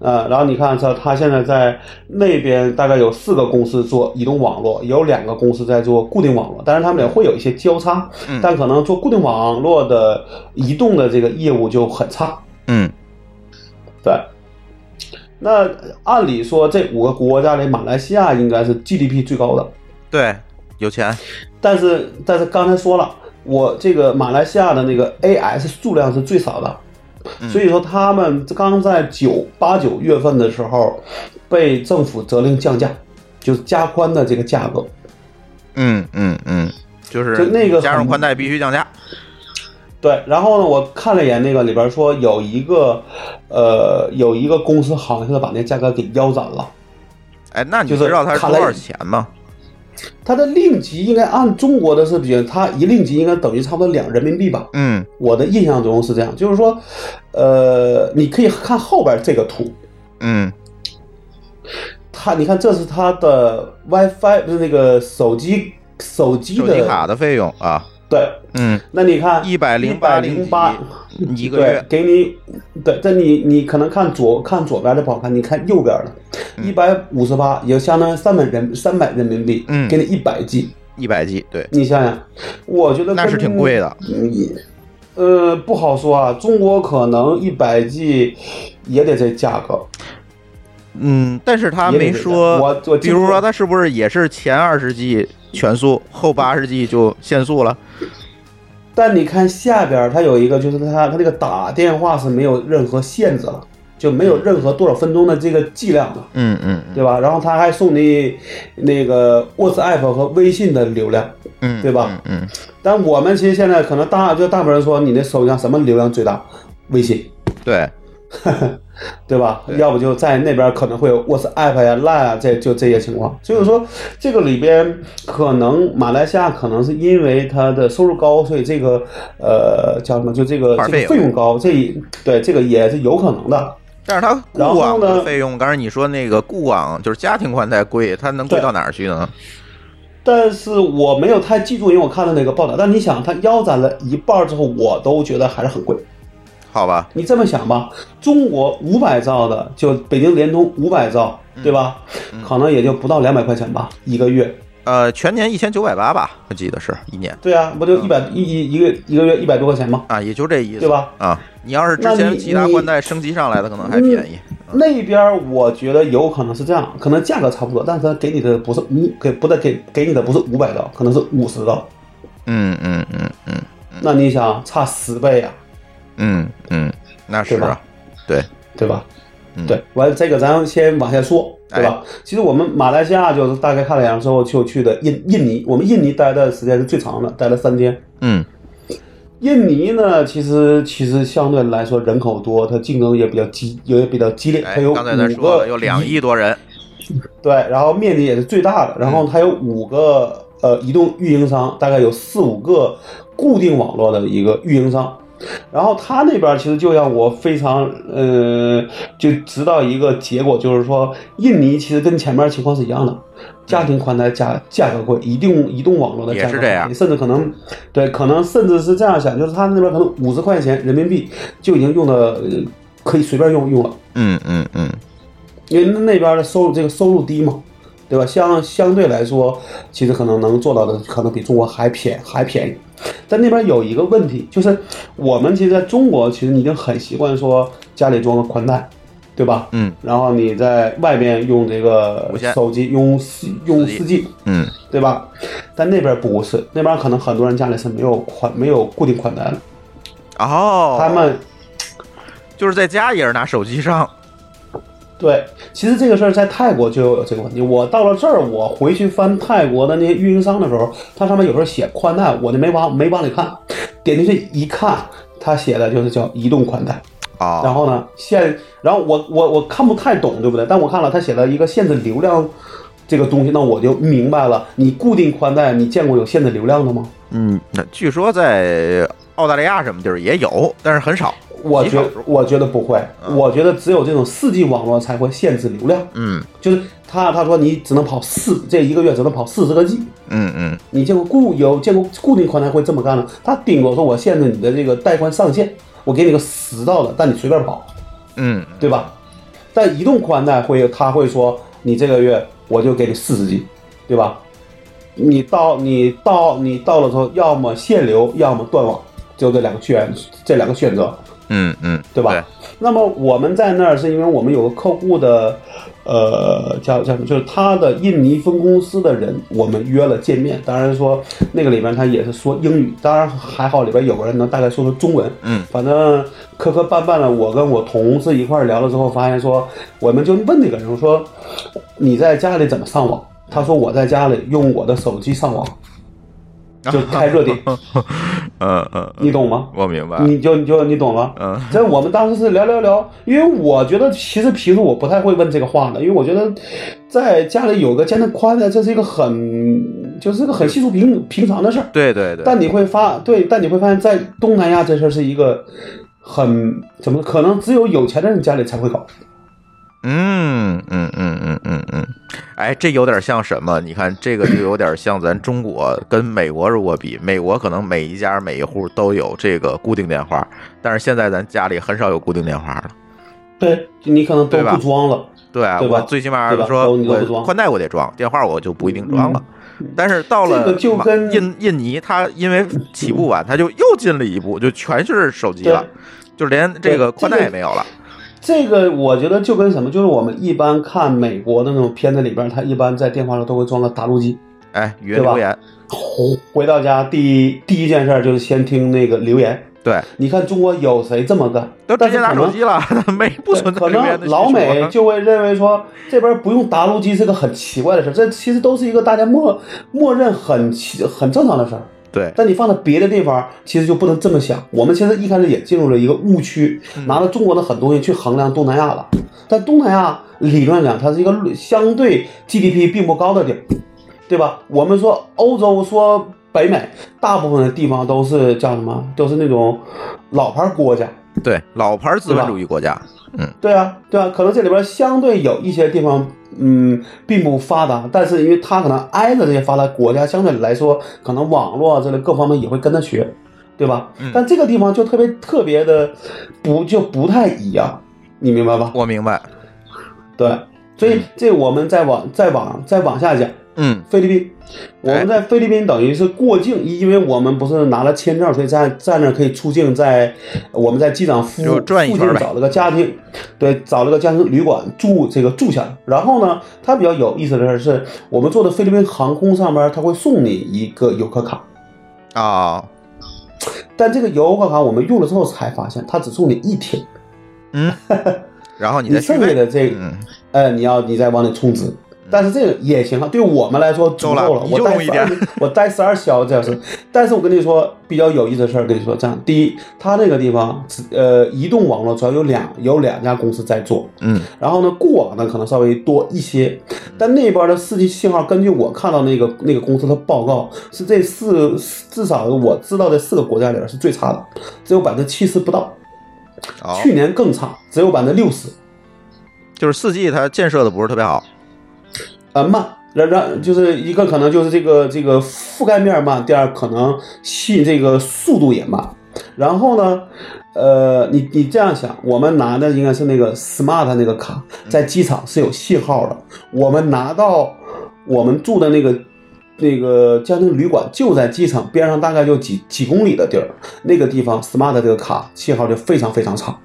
Speaker 2: 呃，然后你看它它现在在那边大概有四个公司做移动网络，有两个公司在做固定网络，但是他们也会有一些交叉
Speaker 1: 嗯，
Speaker 2: 但可能做固定网络的移动的这个业务就很差。
Speaker 1: 嗯
Speaker 2: 对。那按理说，这五个国家里，马来西亚应该是 GDP 最高的，
Speaker 1: 对，有钱，
Speaker 2: 但是但是刚才说了，我这个马来西亚的那个 AS 数量是最少的，
Speaker 1: 嗯
Speaker 2: 所以说他们刚在九八九月份的时候被政府责令降价，就是加宽的这个价格。
Speaker 1: 嗯嗯嗯，就是
Speaker 2: 就那个
Speaker 1: 加上
Speaker 2: 很
Speaker 1: 宽带必须降价，
Speaker 2: 对，然后呢，我看了一眼那个里边说有一个，呃，有一个公司好像是把那价格给腰斩了。
Speaker 1: 哎，那你
Speaker 2: 就是
Speaker 1: 知道它是
Speaker 2: 卡
Speaker 1: 多
Speaker 2: 莱
Speaker 1: 少钱吗？
Speaker 2: 它的令吉应该按中国的是比，它一令吉应该等于差不多两人民币吧。
Speaker 1: 嗯
Speaker 2: 我的印象中是这样，就是说，呃，你可以看后边这个图，
Speaker 1: 嗯
Speaker 2: 它你看这是它的 WiFi 不是那个手机手机
Speaker 1: 手
Speaker 2: 的
Speaker 1: 机卡的费用啊，
Speaker 2: 对，
Speaker 1: 嗯，
Speaker 2: 那你看
Speaker 1: 一百零八
Speaker 2: 八
Speaker 1: 零
Speaker 2: 零八
Speaker 1: 一个月，
Speaker 2: 对给你对，这你你可能看左看左边的不好看，你看右边的，
Speaker 1: 嗯
Speaker 2: 一百五十八也相当于三百人三百人民币，
Speaker 1: 嗯
Speaker 2: 给你一百 G，
Speaker 1: 一百 G，对，
Speaker 2: 你想想，我觉得
Speaker 1: 那是
Speaker 2: 跟
Speaker 1: 挺贵的，
Speaker 2: 嗯也，呃，不好说啊。中国可能一百 G 也得这价格，
Speaker 1: 嗯，但是他
Speaker 2: 也得
Speaker 1: 没
Speaker 2: 这样
Speaker 1: 说，
Speaker 2: 我我
Speaker 1: 比
Speaker 2: 听
Speaker 1: 如
Speaker 2: 说
Speaker 1: 说他是不是也是前二十 G 全速，后八十 G 就限速了？
Speaker 2: 但你看下边儿它有一个，就是它它那个打电话是没有任何限制了，就没有任何多少分钟的这个剂量了，
Speaker 1: 嗯嗯嗯
Speaker 2: 对吧？然后它还送你那个 WhatsApp 和微信的流量。
Speaker 1: 嗯，
Speaker 2: 对吧
Speaker 1: 嗯？嗯，
Speaker 2: 但我们其实现在可能大就大部分人说，你的手机上什么流量最大？微信。
Speaker 1: 对，
Speaker 2: 对吧？
Speaker 1: 对
Speaker 2: 要不就在那边可能会有 WhatsApp 呀、Line 啊，这就这些情况。所以说，这个里边可能马来西亚可能是因为它的收入高，所以这个呃叫什么？就这个
Speaker 1: 花
Speaker 2: 这
Speaker 1: 费
Speaker 2: 个
Speaker 1: 用
Speaker 2: 费用高，这一对这个也是有可能的。
Speaker 1: 但是它
Speaker 2: 然
Speaker 1: 固
Speaker 2: 后
Speaker 1: 网的
Speaker 2: 呢
Speaker 1: 费用，刚才你说那个固网就是家庭宽带贵，它能贵
Speaker 2: 对
Speaker 1: 到哪儿去呢？
Speaker 2: 但是我没有太记住，因为我看的那个报道。但你想，它腰斩了一半之后，我都觉得还是很贵。
Speaker 1: 好吧，
Speaker 2: 你这么想吧，中国五百兆的，就北京联通五百兆，对吧？
Speaker 1: 嗯
Speaker 2: 可能也就不到两百块钱吧，一个月。
Speaker 1: 呃，全年一千九百八吧，我记得是一年
Speaker 2: 对啊，不
Speaker 1: 嗯
Speaker 2: 就一百一一一个一个月一百多块钱吗？
Speaker 1: 啊，也就这意思，
Speaker 2: 对吧？
Speaker 1: 啊，你要是之
Speaker 2: 那
Speaker 1: 前
Speaker 2: 你
Speaker 1: 其他
Speaker 2: 你
Speaker 1: 宽带升级上来的，可能还便宜。
Speaker 2: 那边儿我觉得有可能是这样，可能价格差不多，但是他给你的不是五给不对给给你的不是五百刀，可能是五十刀。
Speaker 1: 嗯嗯嗯嗯
Speaker 2: 那你想差十倍啊，
Speaker 1: 嗯嗯，那是
Speaker 2: 对
Speaker 1: 啊
Speaker 2: 吧，
Speaker 1: 对，
Speaker 2: 对吧？
Speaker 1: 嗯哎
Speaker 2: 对，完了这个咱先往下说，对吧？其实我们马来西亚就是大概看了眼之后就去的印印尼，我们印尼待的时间是最长的，待了三天。
Speaker 1: 嗯
Speaker 2: 印尼呢，其实其实相对来说人口多，它竞争也比较激，也比较激烈。
Speaker 1: 哎
Speaker 2: 它有，
Speaker 1: 刚才咱
Speaker 2: 五
Speaker 1: 说
Speaker 2: 个
Speaker 1: 了，有两亿多人，
Speaker 2: 对，然后面积也是最大的，然后
Speaker 1: 嗯
Speaker 2: 它有五个呃移动运营商，大概有四五个固定网络的一个运营商。然后它那边其实就让我非常呃，就知道一个结果，就是说印尼其实跟前面情况是一样的，家庭宽带价价格贵，移动移动网络的价格
Speaker 1: 也是这样
Speaker 2: 贵甚至可能对，可能甚至是这样想，就是他那边可能五十块钱人民币就已经用的、呃可以随便用用了。
Speaker 1: 嗯嗯嗯
Speaker 2: 因为那边的收入这个收入低嘛，对吧？相相对来说，其实可能能做到的，可能比中国还便还便宜。但那边有一个问题，就是我们其实在中国，其实已经很习惯说家里装个宽带，对吧？
Speaker 1: 嗯
Speaker 2: 然后你在外边用这个
Speaker 1: 无线
Speaker 2: 手机用四
Speaker 1: 四
Speaker 2: 用
Speaker 1: G
Speaker 2: 四 G，
Speaker 1: 嗯，
Speaker 2: 对吧？但那边不是，那边可能很多人家里是没有宽没有固定宽带的，
Speaker 1: 哦，
Speaker 2: 他们
Speaker 1: 就是在家也是拿手机上，
Speaker 2: 对，其实这个事儿在泰国就有这个问题。我到了这儿，我回去翻泰国的那些运营商的时候，它上面有时候写宽带，我就没往没往里看，点进去一看，它写的就是叫移动宽带。然
Speaker 1: 哦，
Speaker 2: 后呢，限，然后我我我看不太懂，对不对？但我看了它写了一个限制流量这个东西，那我就明白了。你固定宽带，你见过有限制流量的吗？
Speaker 1: 嗯，那据说在澳大利亚什么地儿也有，但是很少，
Speaker 2: 我
Speaker 1: 极
Speaker 2: 觉
Speaker 1: 少数
Speaker 2: 我觉得不会，
Speaker 1: 嗯
Speaker 2: 我觉得只有这种四 G 网络才会限制流量。
Speaker 1: 嗯
Speaker 2: 就是他他说你只能跑四，这一个月只能跑四十个 G。
Speaker 1: 嗯嗯，
Speaker 2: 你见过固有见过固定宽带会这么干的？他顶多说我限制你的这个带宽上限，我给你个十兆的，但你随便跑，
Speaker 1: 嗯，
Speaker 2: 对吧？但移动宽带会他会说你这个月我就给你四十 G，对吧？你到你到你到了之后，要么限流，要么断网，就这两个选这两个选择。
Speaker 1: 嗯嗯，
Speaker 2: 对吧？那么我们在那儿是因为我们有个客户的，呃，叫叫什么？就是他的印尼分公司的人，我们约了见面。当然说那个里边他也是说英语，当然还好里边有个人能大概说说中文。
Speaker 1: 嗯
Speaker 2: 反正磕磕绊绊的，我跟我同事一块儿聊了之后，发现说，我们就问那个人说，你在家里怎么上网？他说我在家里用我的手机上网，
Speaker 1: 对，
Speaker 2: 就开热点，
Speaker 1: 嗯嗯，
Speaker 2: 你懂吗？
Speaker 1: 我明白，
Speaker 2: 你就你就你懂吗？
Speaker 1: 嗯
Speaker 2: 这我们当时是聊聊聊，因为我觉得其实平时我不太会问这个话的，因为我觉得在家里有个肩带宽的，这是一个很就是一个很稀疏平平常的事儿。
Speaker 1: 对对对，
Speaker 2: 但你会发对，但你会发现在东南亚这事儿是一个很怎么可能只有有钱的人家里才会搞。
Speaker 1: 嗯嗯嗯嗯嗯嗯，哎，这有点像什么？你看，这个就有点像咱中国跟美国如果比，美国可能每一家每一户都有这个固定电话，但是现在咱家里很少有固定电话了。
Speaker 2: 对，你可能都
Speaker 1: 对吧
Speaker 2: 不装了。
Speaker 1: 对啊，
Speaker 2: 对吧
Speaker 1: 我最起码
Speaker 2: 对吧
Speaker 1: 说
Speaker 2: 都你都不
Speaker 1: 我
Speaker 2: 装
Speaker 1: 宽带我得装，电话我就不一定装了。
Speaker 2: 嗯
Speaker 1: 但是到了
Speaker 2: 这个就
Speaker 1: 马
Speaker 2: 跟
Speaker 1: 印印尼，它因为起步晚，它就又进了一步，就全是手机了
Speaker 2: 对，
Speaker 1: 就连这个
Speaker 2: 对
Speaker 1: 宽带
Speaker 2: 这个
Speaker 1: 也没有了。
Speaker 2: 这个我觉得就跟什么，就是我们一般看美国的那种片子里边，他一般在电话上都会装个打录机。
Speaker 1: 哎，语音
Speaker 2: 对吧
Speaker 1: 留言，
Speaker 2: 回回到家第一第一件事儿就是先听那个留言。
Speaker 1: 对，
Speaker 2: 你看中国有谁这么干？
Speaker 1: 都直接拿
Speaker 2: 但是可
Speaker 1: 手
Speaker 2: 能
Speaker 1: 机了， 没不存在
Speaker 2: 可
Speaker 1: 留言
Speaker 2: 能
Speaker 1: 的需求啊
Speaker 2: 老美就会认为说这边不用打录机是个很奇怪的事儿，这其实都是一个大家默默认很奇很正常的事儿。
Speaker 1: 对，
Speaker 2: 但你放在别的地方，其实就不能这么想。我们其实一开始也进入了一个误区，拿了中国的很多东西去衡量东南亚了。但东南亚理论上它是一个相对 GDP 并不高的地儿，对吧？我们说欧洲，说北美，大部分的地方都是叫什么？都是那种老牌国家。
Speaker 1: 对，老牌资本
Speaker 2: 对吧
Speaker 1: 主义国家，嗯，
Speaker 2: 对啊，对啊，可能这里边相对有一些地方，嗯，并不发达，但是因为它可能挨着这些发达国家，相对来说，可能网络啊之类各方面也会跟着学，对吧？
Speaker 1: 嗯
Speaker 2: 但这个地方就特别特别的不就不太一样，你明白吧？
Speaker 1: 我明白，
Speaker 2: 对，所以这我们再往再往再往下讲，
Speaker 1: 嗯
Speaker 2: 菲律宾，我
Speaker 1: 哎
Speaker 2: 们在菲律宾等于是过境，因为我们不是拿了签证，所以在在那儿可以出境在，我们在机场附
Speaker 1: 就转一
Speaker 2: 附
Speaker 1: 圈呗
Speaker 2: 近找了个家庭，对，找了个家庭旅馆住这个住下来。然后呢，它比较有意思的是，是我们坐的菲律宾航空上边，它会送你一个游客卡，
Speaker 1: 啊，
Speaker 2: 但这个游客卡我们用了之后才发现，它只送你一天，
Speaker 1: 嗯，然后你再
Speaker 2: 你
Speaker 1: 续
Speaker 2: 剩下
Speaker 1: 费，
Speaker 2: 的这个，
Speaker 1: 嗯，
Speaker 2: 呃，你要你再往里充值。但是这个也行啊，对我们来说足够
Speaker 1: 够了
Speaker 2: 了。
Speaker 1: 你
Speaker 2: 我
Speaker 1: 就
Speaker 2: 待
Speaker 1: 用一
Speaker 2: 十二
Speaker 1: 天，
Speaker 2: 我待十二小时。但是我跟你说，比较有意思的事儿，跟你说这样：第一，它那个地方只呃移动网络主要有两有两家公司在做，
Speaker 1: 嗯，
Speaker 2: 然后呢固网呢可能稍微多一些，但那边的四 G 信号，根据我看到那个那个公司的报告，是这四至少我知道这四个国家里边是最差的，只有百分之七十不到，
Speaker 1: 哦，
Speaker 2: 去年更差，只有百分之六十。
Speaker 1: 就是四 G 它建设的不是特别好，
Speaker 2: 呃慢，然让就是一个可能就是这个这个覆盖面慢，第二可能吸这个速度也慢。然后呢，呃，你你这样想，我们拿的应该是那个 smart 那个卡，在机场是有信号的，我们拿到我们住的那个那个家庭旅馆就在机场边上，大概就几几公里的地儿，那个地方 smart 这个卡信号就非常非常差，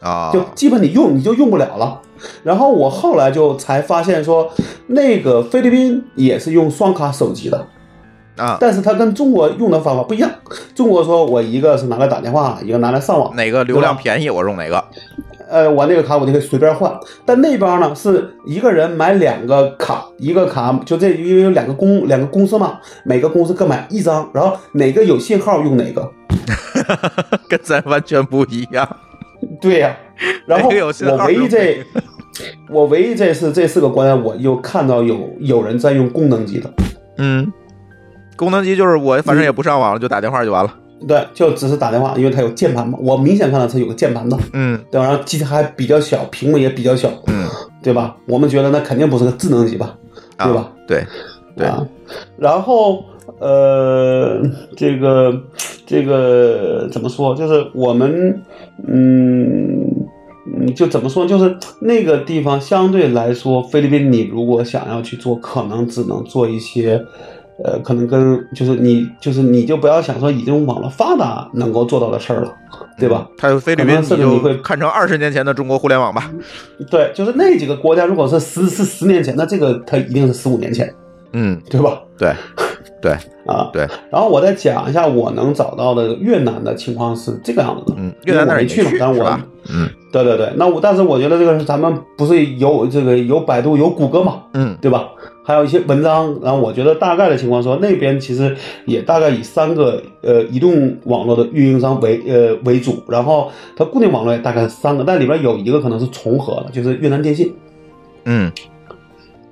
Speaker 1: 啊，
Speaker 2: 就基本你用你就用不了了。然后我后来就才发现说，那个菲律宾也是用双卡手机的，
Speaker 1: 啊，
Speaker 2: 但是它跟中国用的方法不一样。中国说我一个是拿来打电话，一个拿来上网，
Speaker 1: 哪个流量便宜我用哪个
Speaker 2: 呃，我那个卡我就可以随便换。但那边呢，是一个人买两个卡，一个卡就这，因为有两个公两个公司嘛，每个公司各买一张，然后哪个有信号用哪个。
Speaker 1: 跟咱完全不一样。
Speaker 2: 对呀、然后
Speaker 1: 哪个有信号
Speaker 2: 我唯
Speaker 1: 用
Speaker 2: 一这， 我唯一这次这四个国家，我又看到有有人在用功能机的，
Speaker 1: 嗯，功能机就是我反正也不上网了，就打电话就完了。
Speaker 2: 对，就只是打电话，因为它有键盘嘛，我明显看到它有个键盘的，
Speaker 1: 嗯
Speaker 2: 对吧？然后机器还比较小，屏幕也比较小，
Speaker 1: 嗯，
Speaker 2: 对吧？我们觉得那肯定不是个智能机吧，
Speaker 1: 啊
Speaker 2: 对吧？
Speaker 1: 对，对
Speaker 2: 啊，然后呃，这个这个怎么说？就是我们嗯嗯，就怎么说？就是那个地方相对来说，菲律宾你如果想要去做，可能只能做一些。呃，可能跟就是你就是你就不要想说已经网络发达能够做到的事儿了，对吧？
Speaker 1: 还嗯有菲律
Speaker 2: 可
Speaker 1: 宾，
Speaker 2: 能
Speaker 1: 你
Speaker 2: 甚至你会
Speaker 1: 就看成二十年前的中国互联网吧。
Speaker 2: 对，就是那几个国家，如果是十是十年前，那这个它一定是十五年前，
Speaker 1: 嗯，
Speaker 2: 对吧？
Speaker 1: 对，对，
Speaker 2: 啊，
Speaker 1: 嗯对。
Speaker 2: 然后我再讲一下我能找到的越南的情况是这个样子的。
Speaker 1: 嗯，越南那儿也
Speaker 2: 因为我没
Speaker 1: 去
Speaker 2: 去嘛但是
Speaker 1: 是
Speaker 2: 我
Speaker 1: 吧？嗯
Speaker 2: 对对对，那我但是我觉得这个是咱们不是有这个有百度有谷歌嘛，
Speaker 1: 嗯
Speaker 2: 对吧？还有一些文章，然后我觉得大概的情况说，那边其实也大概以三个呃移动网络的运营商为呃为主，然后它固定网络也大概是三个，但里边有一个可能是重合的，就是越南电信。
Speaker 1: 嗯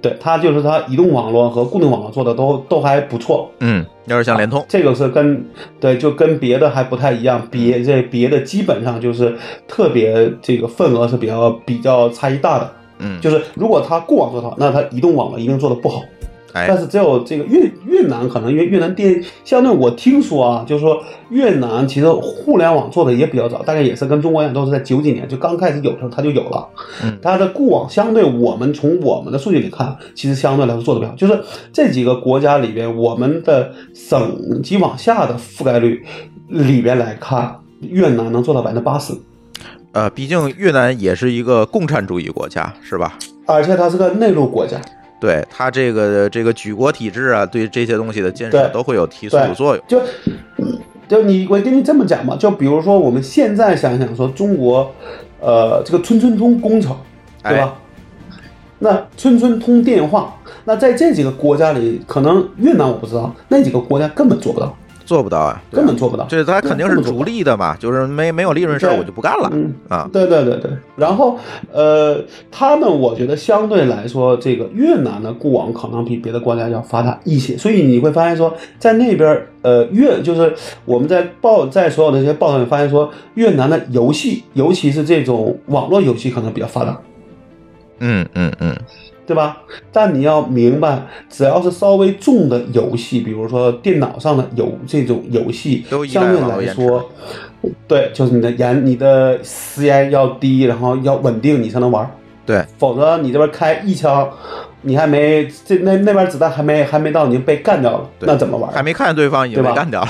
Speaker 2: 对，它就是它移动网络和固定网络做的都都还不错，
Speaker 1: 嗯，要是像联通，
Speaker 2: 这个是跟对，就跟别的还不太一样，别这别的基本上就是特别这个份额是比较比较差异大的，
Speaker 1: 嗯，
Speaker 2: 就是如果它固网做得好，那它移动网络一定做得不好。
Speaker 1: 哎
Speaker 2: 但是只有这个越越南可能越越南电，相对我听说啊，就是说越南其实互联网做的也比较早，大概也是跟中国一样，都是在九几年就刚开始有的时候它就有了。
Speaker 1: 嗯
Speaker 2: 它的固网相对我们从我们的数据里看，其实相对来说做的比较好。就是这几个国家里边，我们的省级往下的覆盖率里边来看，越南能做到百分之八十。
Speaker 1: 呃，毕竟越南也是一个共产主义国家，是吧？
Speaker 2: 而且它是个内陆国家，
Speaker 1: 对它这个这个举国体制啊，对这些东西的建设
Speaker 2: 对
Speaker 1: 都会有提速的作用。
Speaker 2: 就嗯就你我跟你这么讲吧，就比如说我们现在想想说中国，呃，这个村村通工程，对吧？
Speaker 1: 哎
Speaker 2: 那村村通电话，那在这几个国家里，可能越南我不知道，那几个国家根本做不到，
Speaker 1: 做不到啊，对啊
Speaker 2: 根本做不到。
Speaker 1: 这它肯定是逐利的嘛，就是没没有利润事儿
Speaker 2: 对
Speaker 1: 我就不干了
Speaker 2: 嗯
Speaker 1: 啊。
Speaker 2: 对对对对，然后呃，他们我觉得相对来说，这个越南的固网可能比别的国家要发达一些，所以你会发现说，在那边儿呃越就是我们在报在所有的这些报道里发现说，越南的游戏，尤其是这种网络游戏可能比较发达，
Speaker 1: 嗯嗯嗯，
Speaker 2: 对吧？但你要明白，只要是稍微重的游戏，比如说电脑上的游这种游戏
Speaker 1: 都，依赖
Speaker 2: 相对
Speaker 1: 网络
Speaker 2: 来
Speaker 1: 延迟
Speaker 2: 说，对，就是你的延你的 CI 要低，然后要稳定，你才能玩儿。
Speaker 1: 对，
Speaker 2: 否则你这边开一枪，你还没这那那边子弹还没还没到，你就被干掉了，
Speaker 1: 对
Speaker 2: 那怎么玩？
Speaker 1: 还没看见对方已经
Speaker 2: 对
Speaker 1: 被
Speaker 2: 吧
Speaker 1: 干掉 了。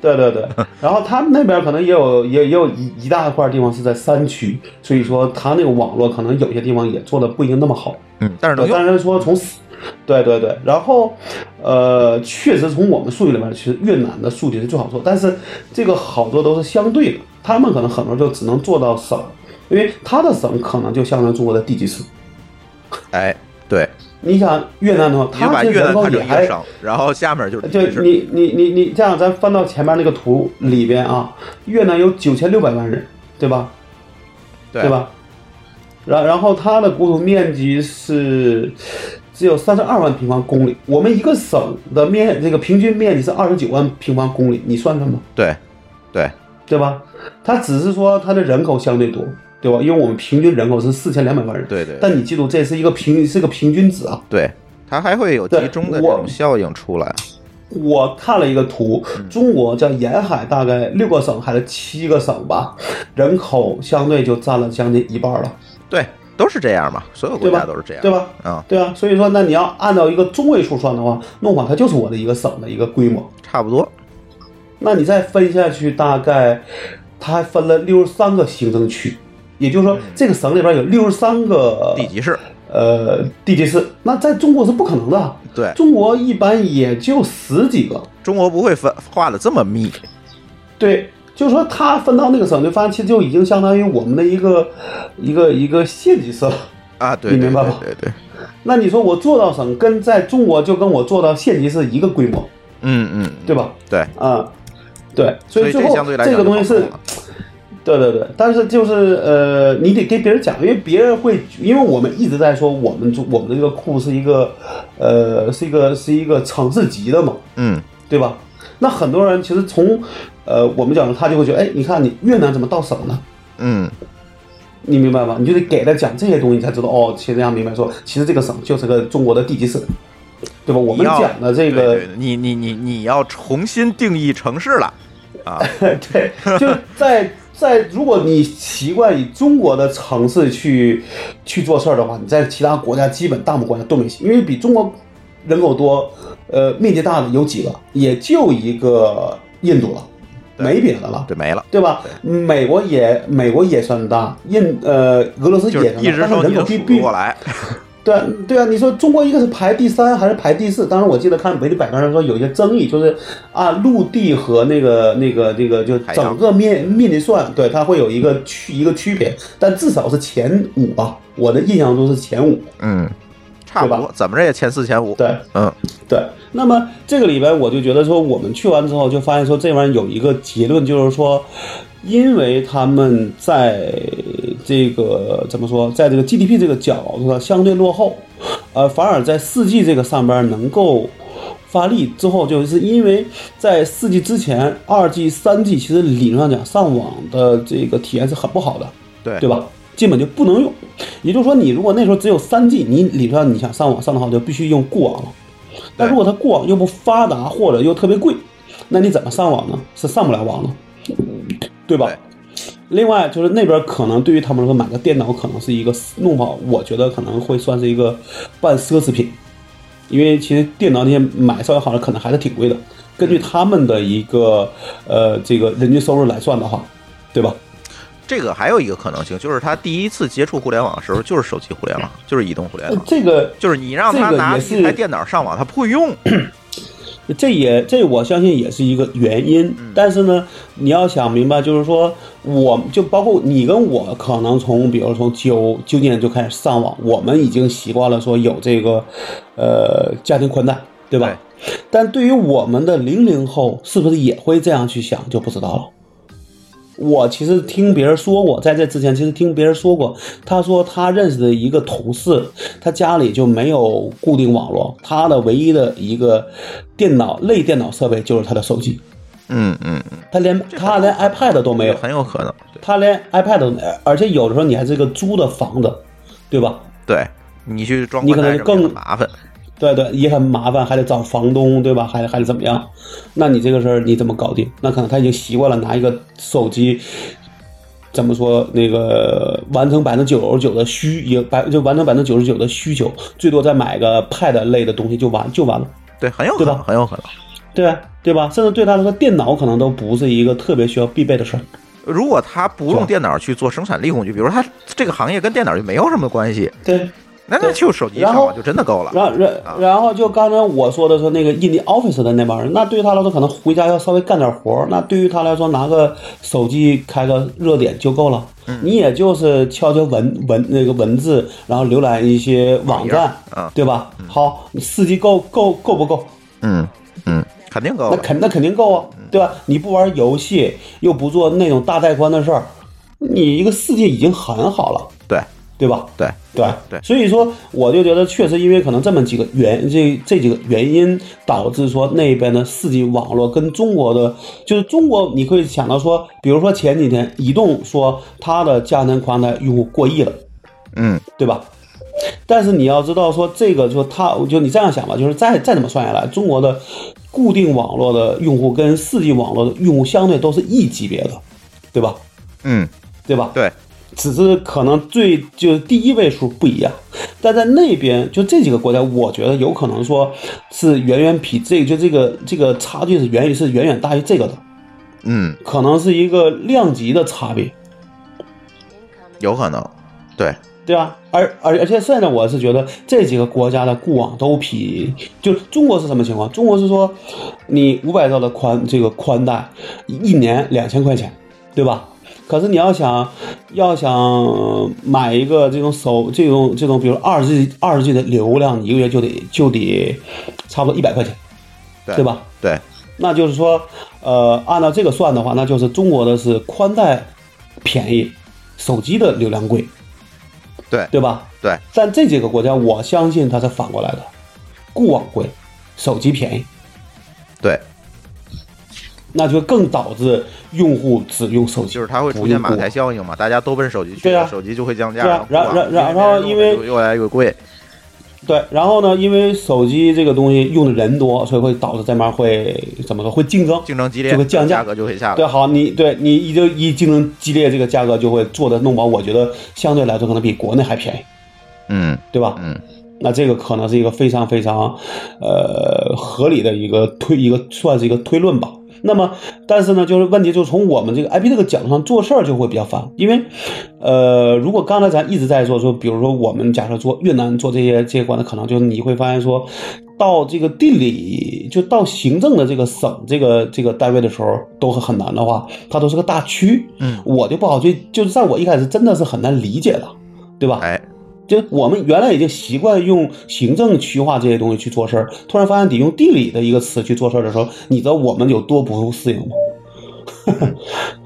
Speaker 2: 对对 对，然后他们那边可能也有也也有一一大块地方是在山区，所以说他那个网络可能有些地方也做的不一定那么好。
Speaker 1: 嗯，但是能
Speaker 2: 对，
Speaker 1: 用
Speaker 2: 但是说从死，对对对，然后，呃，确实从我们数据里面，其实越南的数据是最好做，但是这个好多都是相对的，他们可能很多就只能做到省，因为他的省可能就相当于中国的地级市。
Speaker 1: 哎，对，
Speaker 2: 你想越南的话，
Speaker 1: 你就
Speaker 2: 它
Speaker 1: 把
Speaker 2: 这
Speaker 1: 越
Speaker 2: 人
Speaker 1: 南
Speaker 2: 口
Speaker 1: 看成
Speaker 2: 也
Speaker 1: 一个
Speaker 2: 还
Speaker 1: 省，然后下面就是
Speaker 2: 就
Speaker 1: 地区
Speaker 2: 你你你你这样，咱翻到前面那个图里边啊，越南有九千六百万人，对吧？
Speaker 1: 对
Speaker 2: 对？吧？然然后它的国土面积是只有三十二万平方公里，我们一个省的面这个平均面积是二十九万平方公里，你算算吧，
Speaker 1: 对，对，
Speaker 2: 对吧？它只是说它的人口相对多，对吧？因为我们平均人口是四千两百万人，
Speaker 1: 对对
Speaker 2: 但你记住，这是一个平是个平均值啊。
Speaker 1: 对，它还会有集
Speaker 2: 对
Speaker 1: 中的这
Speaker 2: 我
Speaker 1: 种效应出来。
Speaker 2: 我看了一个图，
Speaker 1: 嗯
Speaker 2: 中国叫沿海，大概六个省还是七个省吧，人口相对就占了将近一半了。
Speaker 1: 对，都是这样嘛，所有国
Speaker 2: 对吧
Speaker 1: 家都是这样，
Speaker 2: 对？吧？
Speaker 1: 啊、
Speaker 2: 对啊，所以说，那你要按照一个中位数算的话，弄垮它就是我的一个省的一个规模。
Speaker 1: 差不多。
Speaker 2: 那你再分下去，大概它还分了六十三个行政区，也就是说，这个省里边有六十三个
Speaker 1: 嗯地级市，
Speaker 2: 呃地级市。那在中国是不可能的，
Speaker 1: 对，
Speaker 2: 中国一般也就十几个。
Speaker 1: 中国不会分画的这么密，
Speaker 2: 对，就是说它分到那个省，就发现其实就已经相当于我们的一个一个一个县级市了。
Speaker 1: 啊，对，
Speaker 2: 你
Speaker 1: 对
Speaker 2: 明白吗
Speaker 1: 对对对，
Speaker 2: 那你说我做到省，跟在中国就跟我做到县级是一个规模，
Speaker 1: 嗯嗯，
Speaker 2: 对吧？
Speaker 1: 对，
Speaker 2: 啊、对，
Speaker 1: 所
Speaker 2: 所以
Speaker 1: 以
Speaker 2: 最
Speaker 1: 这
Speaker 2: 后
Speaker 1: 相对来讲
Speaker 2: 个东西
Speaker 1: 就好
Speaker 2: 是
Speaker 1: 弄了，
Speaker 2: 对对对，但是就是呃，你得给别人讲，因为别人会，因为我们一直在说我们中我们的这个库是一个，呃，是一个是一个城市级的嘛，
Speaker 1: 嗯，
Speaker 2: 对吧？那很多人其实从，呃，我们角度他就会觉得，哎，你看你越南怎么到省呢？
Speaker 1: 嗯，
Speaker 2: 你明白吗？你就得给他讲这些东西，才知道哦。其实让明白说，其实这个省就是个中国的地级市，对吧？我
Speaker 1: 你
Speaker 2: 们
Speaker 1: 要
Speaker 2: 讲的这个，
Speaker 1: 对对对你你你你要重新定义城市了啊，
Speaker 2: 对，就是在在，如果你习惯以中国的城市去去做事儿的话，你在其他国家基本大部分国家都没戏，因为比中国人口多，呃，面积大的有几个，也就一个印度了，没别的了。
Speaker 1: 对，没了。
Speaker 2: 对吧？美国也美国也算大，印呃俄罗斯
Speaker 1: 就
Speaker 2: 也
Speaker 1: 是一直
Speaker 2: 算大，但
Speaker 1: 说
Speaker 2: 是
Speaker 1: 你
Speaker 2: 人口
Speaker 1: 都数
Speaker 2: 比
Speaker 1: 不
Speaker 2: 比
Speaker 1: 过 来，
Speaker 2: 对啊，对啊，你说中国一个是排第三还是排第四？当然，我记得看维基百科上说有一些争议，就是按陆地和那个、那个、那个，就
Speaker 1: 海洋
Speaker 2: 整个面面积算，对它会有一个区一个区别，但至少是前五吧。我的印象中是前五。
Speaker 1: 嗯，差不
Speaker 2: 对吧
Speaker 1: 多，怎么着也前四前五。
Speaker 2: 对
Speaker 1: 嗯，
Speaker 2: 对，那么这个里边我就觉得说，我们去完之后就发现说，这玩意儿有一个结论，就是说，因为他们在这个怎么说，在这个 GDP 这个角度上相对落后，呃，反而在四 G 这个上边能够。发力之后，就是因为在四 G 之前，二 G、三 G 其实理论上讲，上网的这个体验是很不好的。
Speaker 1: 对
Speaker 2: 对？吧？基本就不能用。也就是说，你如果那时候只有三 G，你理论上你想上网上的好，就必须用固网了。但如果它固网又不发达，或者又特别贵，那你怎么上网呢？是上不了网了，对吧？
Speaker 1: 对
Speaker 2: 另外就是那边可能对于他们来说，买个电脑可能是一个弄不好，我觉得可能会算是一个半奢侈品，因为其实电脑那些买稍微好的可能还是挺贵的。根据他们的一个呃这个人均收入来算的话，对吧？
Speaker 1: 这个还有一个可能性，就是他第一次接触互联网的时候，就是手机互联网，就是移动互联
Speaker 2: 呃
Speaker 1: 网，
Speaker 2: 这个
Speaker 1: 就是你让他
Speaker 2: 这个
Speaker 1: 拿
Speaker 2: 也是
Speaker 1: 一台电脑上网，他不会用。
Speaker 2: 这也这我相信也是一个原因，
Speaker 1: 嗯
Speaker 2: 但是呢，你要想明白，就是说，我就包括你跟我，可能从比如从九九几年就开始上网，我们已经习惯了说有这个，呃，家庭宽带，对吧？但对于我们的零零后，是不是也会这样去想，就不知道了。我其实听别人说过，在这之前其实听别人说过，他说他认识的一个同事，他家里就没有固定网络，他的唯一的一个电脑类电脑设备就是他的手机，
Speaker 1: 嗯嗯，嗯
Speaker 2: 他连他连 iPad 都没有，
Speaker 1: 很有可能。对
Speaker 2: 他连 iPad 都没有，而且有的时候你还是一个租的房子，对吧？
Speaker 1: 对，你去装
Speaker 2: 你
Speaker 1: 宽带
Speaker 2: 可能
Speaker 1: 什么也
Speaker 2: 更
Speaker 1: 很麻烦。
Speaker 2: 对对，也很麻烦，还得找房东，对吧？还得还得怎么样？那你这个事儿你怎么搞定？那可能他已经习惯了拿一个手机，怎么说那个完成百分之九十九的需也百就完成百分之九十九的需求，最多再买个 Pad 类的东西就完就完了，
Speaker 1: 对，很有可
Speaker 2: 对
Speaker 1: 能，
Speaker 2: 吧
Speaker 1: 很有可能。
Speaker 2: 对吧？对吧？甚至对他来说，电脑可能都不是一个特别需要必备的事儿。
Speaker 1: 如果他不用电脑去做生产力工具，比如他这个行业跟电脑就没有什么关系，
Speaker 2: 对，
Speaker 1: 那那
Speaker 2: 对
Speaker 1: 就手机
Speaker 2: 然
Speaker 1: 上
Speaker 2: 后
Speaker 1: 网就真的够了。
Speaker 2: 然后然
Speaker 1: 啊
Speaker 2: 然后就刚才我说的说那个印尼 office 的那帮人，那对于他来说可能回家要稍微干点活儿，那对于他来说拿个手机开个热点就够了。
Speaker 1: 嗯
Speaker 2: 你也就是敲敲文文那个文字，然后浏览一些网站，
Speaker 1: 页啊
Speaker 2: 对吧？好，你四 G 够够够不够？
Speaker 1: 嗯嗯，肯定够
Speaker 2: 那
Speaker 1: 了。嗯
Speaker 2: 肯那肯定够啊，对吧？你不玩游戏，又不做那种大带宽的事儿，你一个四 G 已经很好了，
Speaker 1: 对
Speaker 2: 对吧？
Speaker 1: 对，
Speaker 2: 对
Speaker 1: 对
Speaker 2: 所以说我就觉得确实因为可能这么几个原这这几个原因导致说那边的四 G 网络跟中国的，就是中国你会想到说，比如说前几天移动说它的家庭宽带用户过亿了，
Speaker 1: 嗯
Speaker 2: 对吧？但是你要知道说这个就它就你这样想吧，就是再再怎么算下来，中国的固定网络的用户跟四 G 网络的用户相对都是一级别的，对吧？
Speaker 1: 嗯，
Speaker 2: 对吧？
Speaker 1: 对，
Speaker 2: 只是可能最就是第一位数不一样，但在那边就这几个国家，我觉得有可能说是远远比这个就这个这个差距是远远是远远大于这个的，
Speaker 1: 嗯，
Speaker 2: 可能是一个量级的差别，
Speaker 1: 有可能，对，
Speaker 2: 对吧？而而而且现在我是觉得这几个国家的固网都比就中国是什么情况？中国是说你五百兆的宽这个宽带，一年两千块钱，对吧？可是你要想要想买一个这种手这种这种，比如二十 G 二十 G 的流量，你一个月就得就得差不多一百块钱，
Speaker 1: 对
Speaker 2: 对吧？
Speaker 1: 对，
Speaker 2: 那就是说，呃，按照这个算的话，那就是中国的是宽带便宜，手机的流量贵，
Speaker 1: 对
Speaker 2: 对吧？
Speaker 1: 对。
Speaker 2: 但这几个国家，我相信它是反过来的，固网贵，手机便宜，
Speaker 1: 对，
Speaker 2: 那就更导致用户只用手机，
Speaker 1: 就是它会
Speaker 2: 不
Speaker 1: 出现
Speaker 2: 用
Speaker 1: 马
Speaker 2: 固
Speaker 1: 台
Speaker 2: 网
Speaker 1: 效应嘛，大家都奔手机去
Speaker 2: 对
Speaker 1: 了，
Speaker 2: 啊
Speaker 1: 手机就会降价，
Speaker 2: 对啊
Speaker 1: 然
Speaker 2: 然然然后因为
Speaker 1: 越来越贵，
Speaker 2: 对，然后呢，因为手机这个东西用的人多，所以会导致这面会怎么说？会竞争。
Speaker 1: 竞争激烈，
Speaker 2: 就会降价
Speaker 1: 价格就会下
Speaker 2: 对，啊
Speaker 1: 来，
Speaker 2: 好，你对你一就一竞争激烈，这个价格就会做的弄薄。我觉得相对来说可能比国内还便宜，
Speaker 1: 嗯
Speaker 2: 对吧？
Speaker 1: 嗯，
Speaker 2: 那这个可能是一个非常非常，呃，合理的一个推一个算是一个推论吧。那么，但是呢，就是问题就从我们这个 IP 这个角度上做事儿就会比较烦，因为，呃，如果刚才咱一直在说说，比如说我们假设做越南做这些这些关的，可能就是你会发现说，到这个地理就到行政的这个省这个这个单位的时候都很很难的话，它都是个大区，
Speaker 1: 嗯，
Speaker 2: 我就不好去，就是在我一开始真的是很难理解的，对吧？
Speaker 1: 哎，
Speaker 2: 就我们原来已经习惯用行政区划这些东西去做事儿，突然发现得用地理的一个词去做事儿的时候，你知道我们有多不适应吗？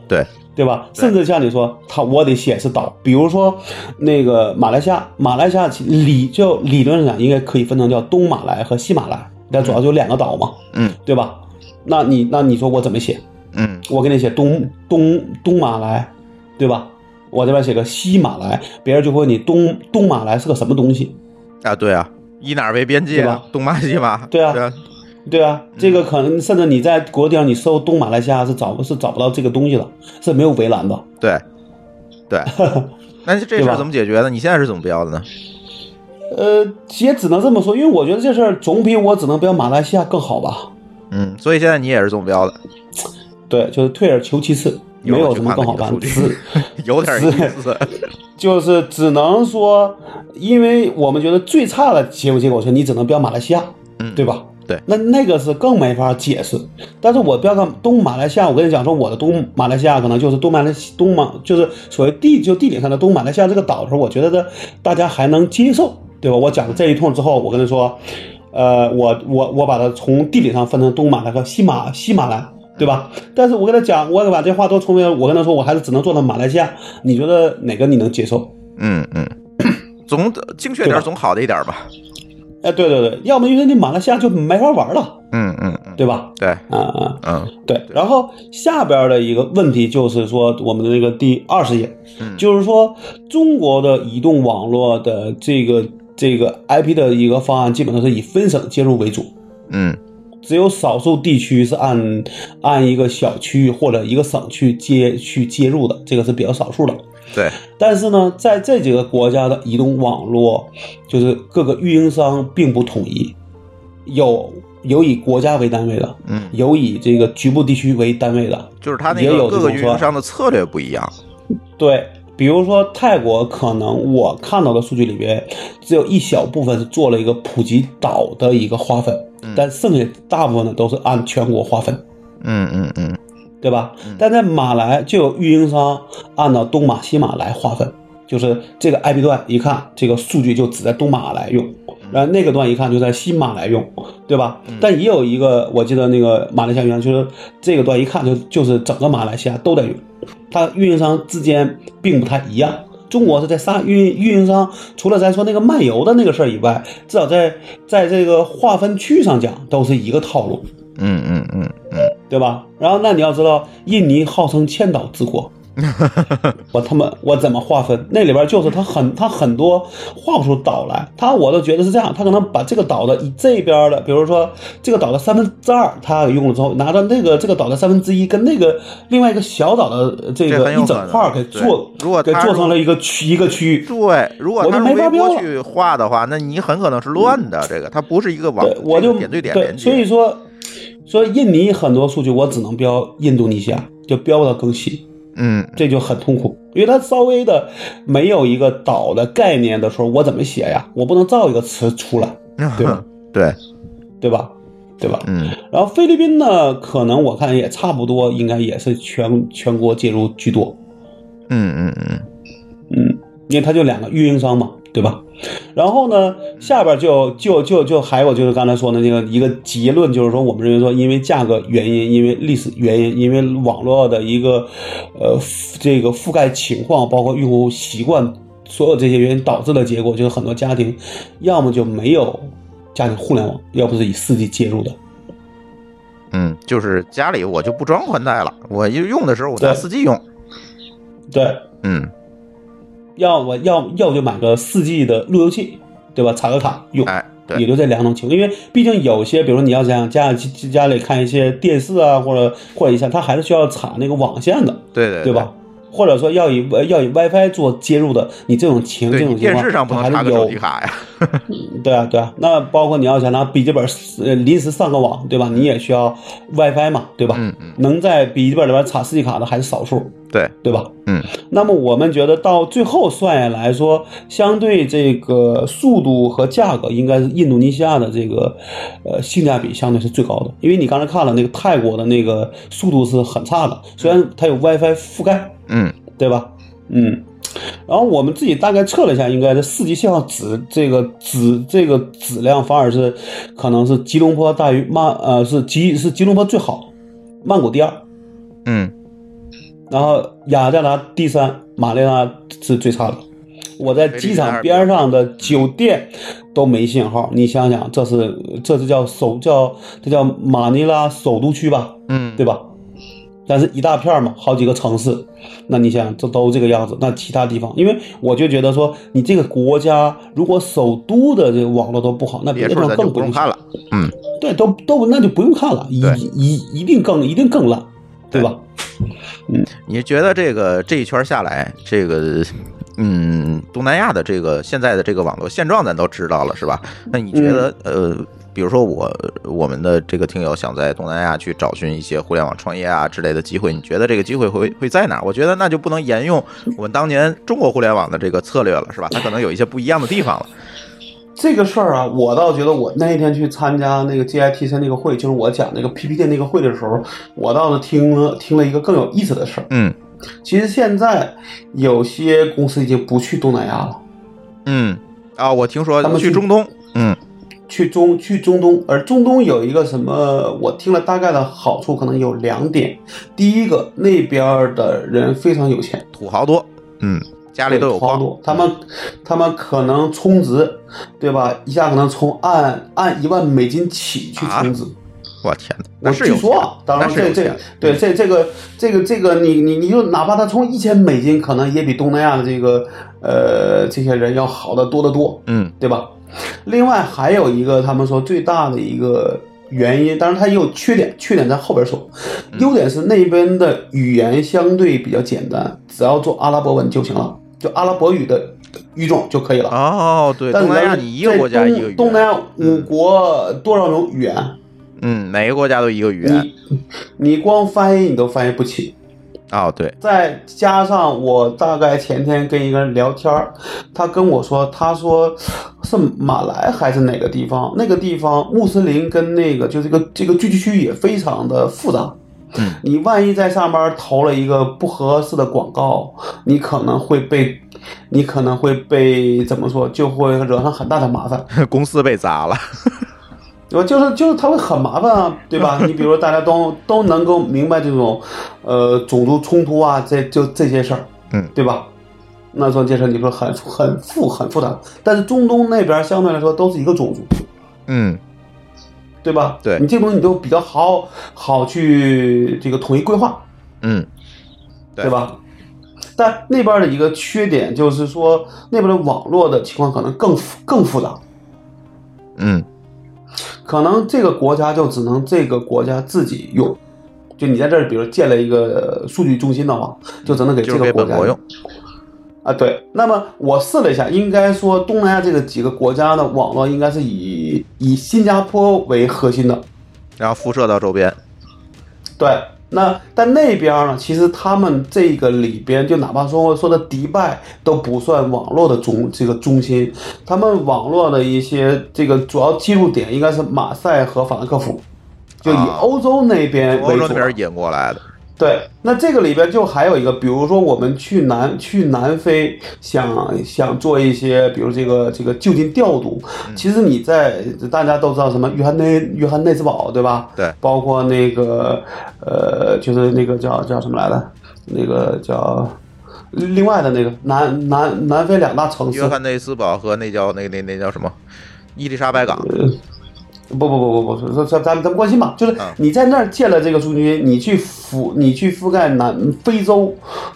Speaker 1: 对，
Speaker 2: 对吧？
Speaker 1: 对
Speaker 2: 甚至像你说，他我得显示岛，比如说那个马来西亚，马来西亚其理就理论上应该可以分成叫东马来和西马来，但主要就两个岛嘛，
Speaker 1: 嗯
Speaker 2: 对吧？那你那你说我怎么写？
Speaker 1: 嗯，
Speaker 2: 我给你写东东东马来，对吧？我这边写个西马来，别人就会问你东东马来是个什么东西，
Speaker 1: 啊，对啊，以哪儿为边界
Speaker 2: 对
Speaker 1: 啊
Speaker 2: 吧？
Speaker 1: 东马西马，
Speaker 2: 对啊对啊，
Speaker 1: 嗯
Speaker 2: 这个可能甚至你在国际上你搜东马来西亚是找是找不到这个东西的，是没有围栏的。
Speaker 1: 对 对，那这事
Speaker 2: 对吧
Speaker 1: 儿怎么解决呢？你现在是怎么标的呢？
Speaker 2: 呃，也只能这么说，因为我觉得这事儿总比我只能标马来西亚更好吧。
Speaker 1: 嗯，所以现在你也是这么标的，
Speaker 2: 对，就是退而求其次，没有什么更好办， 只
Speaker 1: 有点意思。
Speaker 2: 就是只能说，因为我们觉得最差的结果结果是你只能标马来西亚，
Speaker 1: 嗯
Speaker 2: 对吧？
Speaker 1: 对
Speaker 2: 那那个是更没法解释。但是我标个东马来西亚，我跟你讲说，我的东马来西亚可能就是东马来西东马，就是所谓地就地理上的东马来西亚这个岛的时候，我觉得大家还能接受，对吧？我讲了这一通之后，我跟他说，呃，我我我把它从地理上分成东马来和西马西马来。对吧？但是我跟他讲，我把这话都重新，我跟他说，我还是只能做到马来西亚。你觉得哪个你能接受？
Speaker 1: 嗯嗯，总精确点
Speaker 2: 对
Speaker 1: 儿
Speaker 2: 吧
Speaker 1: 总好的一点儿吧。
Speaker 2: 哎，对对对，要么因为你马来西亚就没法玩了，
Speaker 1: 嗯嗯嗯，
Speaker 2: 对吧？
Speaker 1: 对，
Speaker 2: 啊、啊，
Speaker 1: 嗯
Speaker 2: 对。然后下边的一个问题就是说，我们的那个第二十页，
Speaker 1: 嗯
Speaker 2: 就是说中国的移动网络的这个这个 IP 的一个方案，基本上是以分省接入为主，
Speaker 1: 嗯
Speaker 2: 只有少数地区是按按一个小区域或者一个省去接去接入的，这个是比较少数的。
Speaker 1: 对，
Speaker 2: 但是呢，在这几个国家的移动网络，就是各个运营商并不统一，有有以国家为单位的，
Speaker 1: 嗯，
Speaker 2: 有以这个局部地区为单位的。
Speaker 1: 就是它那
Speaker 2: 也
Speaker 1: 个
Speaker 2: 有这
Speaker 1: 各
Speaker 2: 种
Speaker 1: 个运营
Speaker 2: 说
Speaker 1: 商的策略不一样。
Speaker 2: 对，比如说泰国，可能我看到的数据里边，只有一小部分是做了一个普及岛的一个划分，但剩下大部分呢都是按全国划分。
Speaker 1: 嗯嗯嗯
Speaker 2: 对吧
Speaker 1: 嗯？
Speaker 2: 但在马来就有运营商按照东马、西马来划分，就是这个 IP 段一看这个数据就只在东马来用，然后那个段一看就在西马来用，对吧？但也有一个我记得那个马来西亚原来就是这个段一看就就是整个马来西亚都在用，它运营商之间并不太一样。中国是在仨运运营商，除了咱说那个漫游的那个事儿以外，至少在在这个划分区上讲都是一个套路。
Speaker 1: 嗯嗯嗯嗯，
Speaker 2: 对吧？然后那你要知道，印尼号称千岛之国，我他妈我怎么划分？那里边就是他很他很多画不出岛来，他我都觉得是这样，他可能把这个岛的以这边的，比如说这个岛的三分之二他给用了之后，拿到那个这个岛的三分之一跟那个另外一个小岛的这
Speaker 1: 这
Speaker 2: 个
Speaker 1: 很有
Speaker 2: 一
Speaker 1: 可
Speaker 2: 整
Speaker 1: 能
Speaker 2: 块儿给做，
Speaker 1: 对如果
Speaker 2: 给
Speaker 1: 他
Speaker 2: 做
Speaker 1: 如
Speaker 2: 成了一个区一个区域。
Speaker 1: 对，如果
Speaker 2: 我就
Speaker 1: 它是
Speaker 2: 没法
Speaker 1: 微波
Speaker 2: 标了嗯
Speaker 1: 去画的话，那你很可能是乱的。这个它不是一个网
Speaker 2: 对，，我
Speaker 1: 这个
Speaker 2: 就
Speaker 1: 点对点连接。
Speaker 2: 所以说，所以印尼很多数据我只能标印度尼西亚，就标不到更新，
Speaker 1: 嗯，
Speaker 2: 这就很痛苦，因为它稍微的没有一个岛的概念的时候，我怎么写呀？我不能造一个词出来，对吧
Speaker 1: 对，
Speaker 2: 对吧？对吧？
Speaker 1: 嗯，
Speaker 2: 然后菲律宾呢，可能我看也差不多，应该也是全全国介入居多，
Speaker 1: 嗯嗯嗯，
Speaker 2: 嗯，因为它就两个运营商嘛，对吧？然后呢，下边就就就就还有就是刚才说的那个一个结论，就是说我们认为说，因为价格原因，因为历史原因，因为网络的一个呃这个覆盖情况，包括用户习惯，所有这些原因导致的结果，就是很多家庭要么就没有家庭互联网，要不是以四 G 介入的。
Speaker 1: 嗯，就是家里我就不装宽带了，我就用的时候我拿
Speaker 2: 对
Speaker 1: 四 G 用。
Speaker 2: 对，
Speaker 1: 嗯，
Speaker 2: 要我要要就买个四 G 的路由器，对吧？插个卡用。
Speaker 1: 哎，
Speaker 2: 也
Speaker 1: 对，
Speaker 2: 就这两种情况，因为毕竟有些，比如说你要想家里家里看一些电视啊，或者或者一下，它还是需要插那个网线的，
Speaker 1: 对对
Speaker 2: 对吧？？或者说要以要以 WiFi 做接入的，你这种情这
Speaker 1: 对，
Speaker 2: 种
Speaker 1: 你
Speaker 2: 情
Speaker 1: 电
Speaker 2: 况，
Speaker 1: 视上不能
Speaker 2: 它
Speaker 1: 插
Speaker 2: 还
Speaker 1: 个
Speaker 2: 是
Speaker 1: 手
Speaker 2: 有
Speaker 1: 机卡呀。
Speaker 2: 对啊对啊。那包括你要想拿笔记本呃临时上个网，对吧？你也需要 WiFi 嘛，对吧？
Speaker 1: 嗯嗯，
Speaker 2: 能在笔记本里边插四 G 卡的还是少数，
Speaker 1: 对，
Speaker 2: 对吧？
Speaker 1: 嗯，
Speaker 2: 那么我们觉得到最后算下来说，相对这个速度和价格，应该是印度尼西亚的这个呃性价比相对是最高的。因为你刚才看了那个泰国的那个速度是很差的，虽然它有 WiFi 覆盖，
Speaker 1: 嗯
Speaker 2: 对吧？嗯。然后我们自己大概测了一下，应该这四 G 信号质这个质这个质量反而是可能是吉隆坡大于曼呃是吉是吉隆坡最好，曼谷第二，
Speaker 1: 嗯，
Speaker 2: 然后雅加达第三，马累拉是最差的。我在机场边上的酒店都没信号，你想想，这是这是叫首叫这叫马尼拉首都区吧，
Speaker 1: 嗯，
Speaker 2: 对吧？但是一大片儿嘛，好几个城市，那你想想，这都这个样子，那其他地方，因为我就觉得说，你这个国家如果首都的这个网络都不好，那别
Speaker 1: 别
Speaker 2: 的地
Speaker 1: 处咱
Speaker 2: 方
Speaker 1: 就
Speaker 2: 更
Speaker 1: 不用
Speaker 2: 用
Speaker 1: 看了。嗯，
Speaker 2: 对，都都那就不用看了，一
Speaker 1: 对
Speaker 2: 一一定更一定更烂，对吧？
Speaker 1: 你觉得这个这一圈下来，这个嗯，东南亚的这个现在的这个网络现状咱都知道了，是吧？那你觉得、
Speaker 2: 嗯
Speaker 1: 呃，比如说我我们的这个听友想在东南亚去找寻一些互联网创业啊之类的机会，你觉得这个机会会会在哪儿？我觉得那就不能沿用我们当年中国互联网的这个策略了，是吧？它可能有一些不一样的地方了。
Speaker 2: 这个事儿啊，我倒觉得我那一天去参加那个 GITC 那个会，就是我讲那个 PPT 那个会的时候，我倒是听了听了一个更有意思的事儿。
Speaker 1: 嗯
Speaker 2: 其实现在有些公司已经不去东南亚了，
Speaker 1: 嗯啊、我听说
Speaker 2: 他们
Speaker 1: 去
Speaker 2: 去
Speaker 1: 中东，嗯
Speaker 2: 去中去中东，而中东有一个什么，我听了大概的好处可能有两点。第一个，那边儿的人非常有钱，
Speaker 1: 土豪多，嗯家里都有
Speaker 2: 对
Speaker 1: 矿
Speaker 2: 套，路他们他们可能充值，对吧？一下可能从按按一万美金起去
Speaker 1: 啊
Speaker 2: 充值。
Speaker 1: 我天哪，
Speaker 2: 我
Speaker 1: 那是
Speaker 2: 据
Speaker 1: 有
Speaker 2: 说
Speaker 1: 钱
Speaker 2: 啊，，当然
Speaker 1: 那是有
Speaker 2: 这这
Speaker 1: 钱嗯
Speaker 2: 个，对这这个这个这个你你你就哪怕他充一千美金，可能也比东南亚的这个呃这些人要好的多得多，
Speaker 1: 嗯
Speaker 2: 对吧？另外还有一个他们说最大的一个原因，当然它也有缺点，缺点在后边说，
Speaker 1: 嗯
Speaker 2: 优点是那边的语言相对比较简单，只要做阿拉伯文就行了，就阿拉伯语的语种就可以了。
Speaker 1: 哦，对，
Speaker 2: 但
Speaker 1: 东
Speaker 2: 是
Speaker 1: 南
Speaker 2: 咱
Speaker 1: 亚
Speaker 2: 们
Speaker 1: 你一个
Speaker 2: 在
Speaker 1: 国家
Speaker 2: 东
Speaker 1: 一个语言，
Speaker 2: 东南亚五国多少种语言？
Speaker 1: 嗯，每个国家都一个语言
Speaker 2: 你你光翻译你都翻译不起，
Speaker 1: 哦，对，
Speaker 2: 再加上我大概前天跟一个人聊天儿，他跟我说，他说是马来还是哪个地方？那个地方穆斯林跟那个就这个这个聚集区也非常的复杂。
Speaker 1: 嗯，
Speaker 2: 你万一在上面投了一个不合适的广告，你可能会被，你可能会被怎么说，就会惹上很大的麻烦。
Speaker 1: 公司被砸了，
Speaker 2: 对吧？就是就是他会很麻烦啊，对 吧？你比如说大家都都能够明白这种，呃，种族冲突啊，这就这些事儿，
Speaker 1: 嗯，
Speaker 2: 对吧？那说这事儿你说很很复很复杂，但是中东那边相对来说都是一个种族，
Speaker 1: 嗯，
Speaker 2: 对吧？
Speaker 1: 对
Speaker 2: 你这东西你都比较好好去这个统一规划，
Speaker 1: 嗯，对
Speaker 2: 对吧？但那边的一个缺点就是说，那边的网络的情况可能更复更复杂，
Speaker 1: 嗯
Speaker 2: 可能这个国家就只能这个国家自己用。就你在这儿，比如建了一个呃数据中心的话，就只能给
Speaker 1: 就
Speaker 2: 这
Speaker 1: 是
Speaker 2: 个
Speaker 1: 给
Speaker 2: 国
Speaker 1: 本
Speaker 2: 家
Speaker 1: 国用。
Speaker 2: 啊，对。那么我试了一下，应该说东南亚这个几个国家的网络应该是以以新加坡为核心的，
Speaker 1: 然后辐射到周边。
Speaker 2: 对。那但那边呢，其实他们这个里边，就哪怕说说的迪拜都不算网络的中这个中心，他们网络的一些这个主要记录点应该是马赛和法兰克福，就以
Speaker 1: 啊
Speaker 2: 欧洲那边为
Speaker 1: 欧
Speaker 2: 主。
Speaker 1: 洲那边引过来的，
Speaker 2: 对，那这个里边就还有一个，比如说我们去南去南非想想做一些，比如这个这个就近调度，
Speaker 1: 嗯
Speaker 2: 其实你在大家都知道什么约翰内约翰内斯堡对吧？
Speaker 1: 对
Speaker 2: 包括那个呃，就是那个叫叫什么来着？那个叫另外的那个南南南非两大城市
Speaker 1: 约，翰内斯堡和那叫那那那叫什么伊丽莎白港，
Speaker 2: 不不不不不，咱咱咱们关心吧，就是
Speaker 1: 嗯
Speaker 2: 你在那儿建了这个数据，你去覆你去覆盖南非洲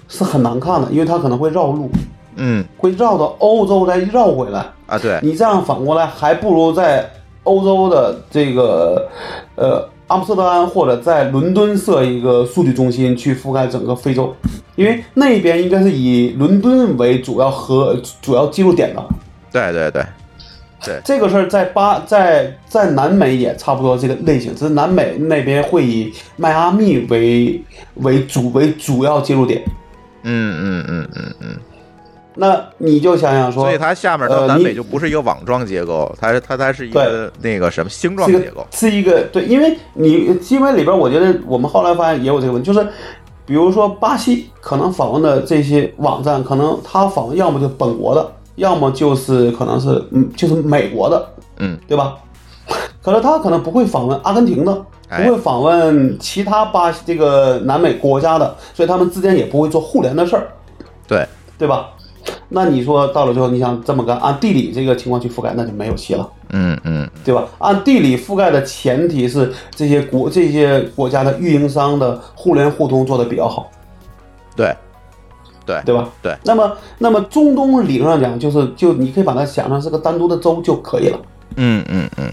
Speaker 2: 是很难看的，因为它可能会绕路，
Speaker 1: 嗯
Speaker 2: 会绕到欧洲再绕回来。
Speaker 1: 啊对，
Speaker 2: 你这样反过来，还不如在欧洲的这个呃阿姆斯特丹或者在伦敦设一个数据中心去覆盖整个非洲，因为那边应该是以伦敦为主要和主要记录点的。
Speaker 1: 对对对，
Speaker 2: 这个事儿在巴在在南美也差不多这个类型，只是南美那边会以迈阿密为为主为主要接入点。
Speaker 1: 嗯嗯嗯嗯嗯，
Speaker 2: 那你就想想说，
Speaker 1: 所以它下面到
Speaker 2: 呃
Speaker 1: 南北
Speaker 2: 你
Speaker 1: 就不是一个网状结构，它是它它是一个那个什么星状
Speaker 2: 是一
Speaker 1: 结
Speaker 2: 个
Speaker 1: 构，
Speaker 2: 是一个对，因为你因为里边，我觉得我们后来发现也有这个问题，就是比如说巴西可能访问的这些网站，可能他访问要么就本国的，要么就是可能是嗯就是美国的，
Speaker 1: 嗯，
Speaker 2: 对吧？可是他可能不会访问阿根廷的，不
Speaker 1: 哎
Speaker 2: 会访问其他巴西这个南美国家的，所以他们之间也不会做互联的事儿，
Speaker 1: 对，
Speaker 2: 对吧？那你说到了最后，你想这么干，按地理这个情况去覆盖，那就没有戏了。
Speaker 1: 嗯嗯
Speaker 2: 对吧？按地理覆盖的前提是这些国这些国家的运营商的互联互通做得比较好，
Speaker 1: 对对
Speaker 2: 对吧？
Speaker 1: 对
Speaker 2: 那么，那么中东理论上讲，就是就你可以把它想象是个单独的州就可以了。
Speaker 1: 嗯嗯嗯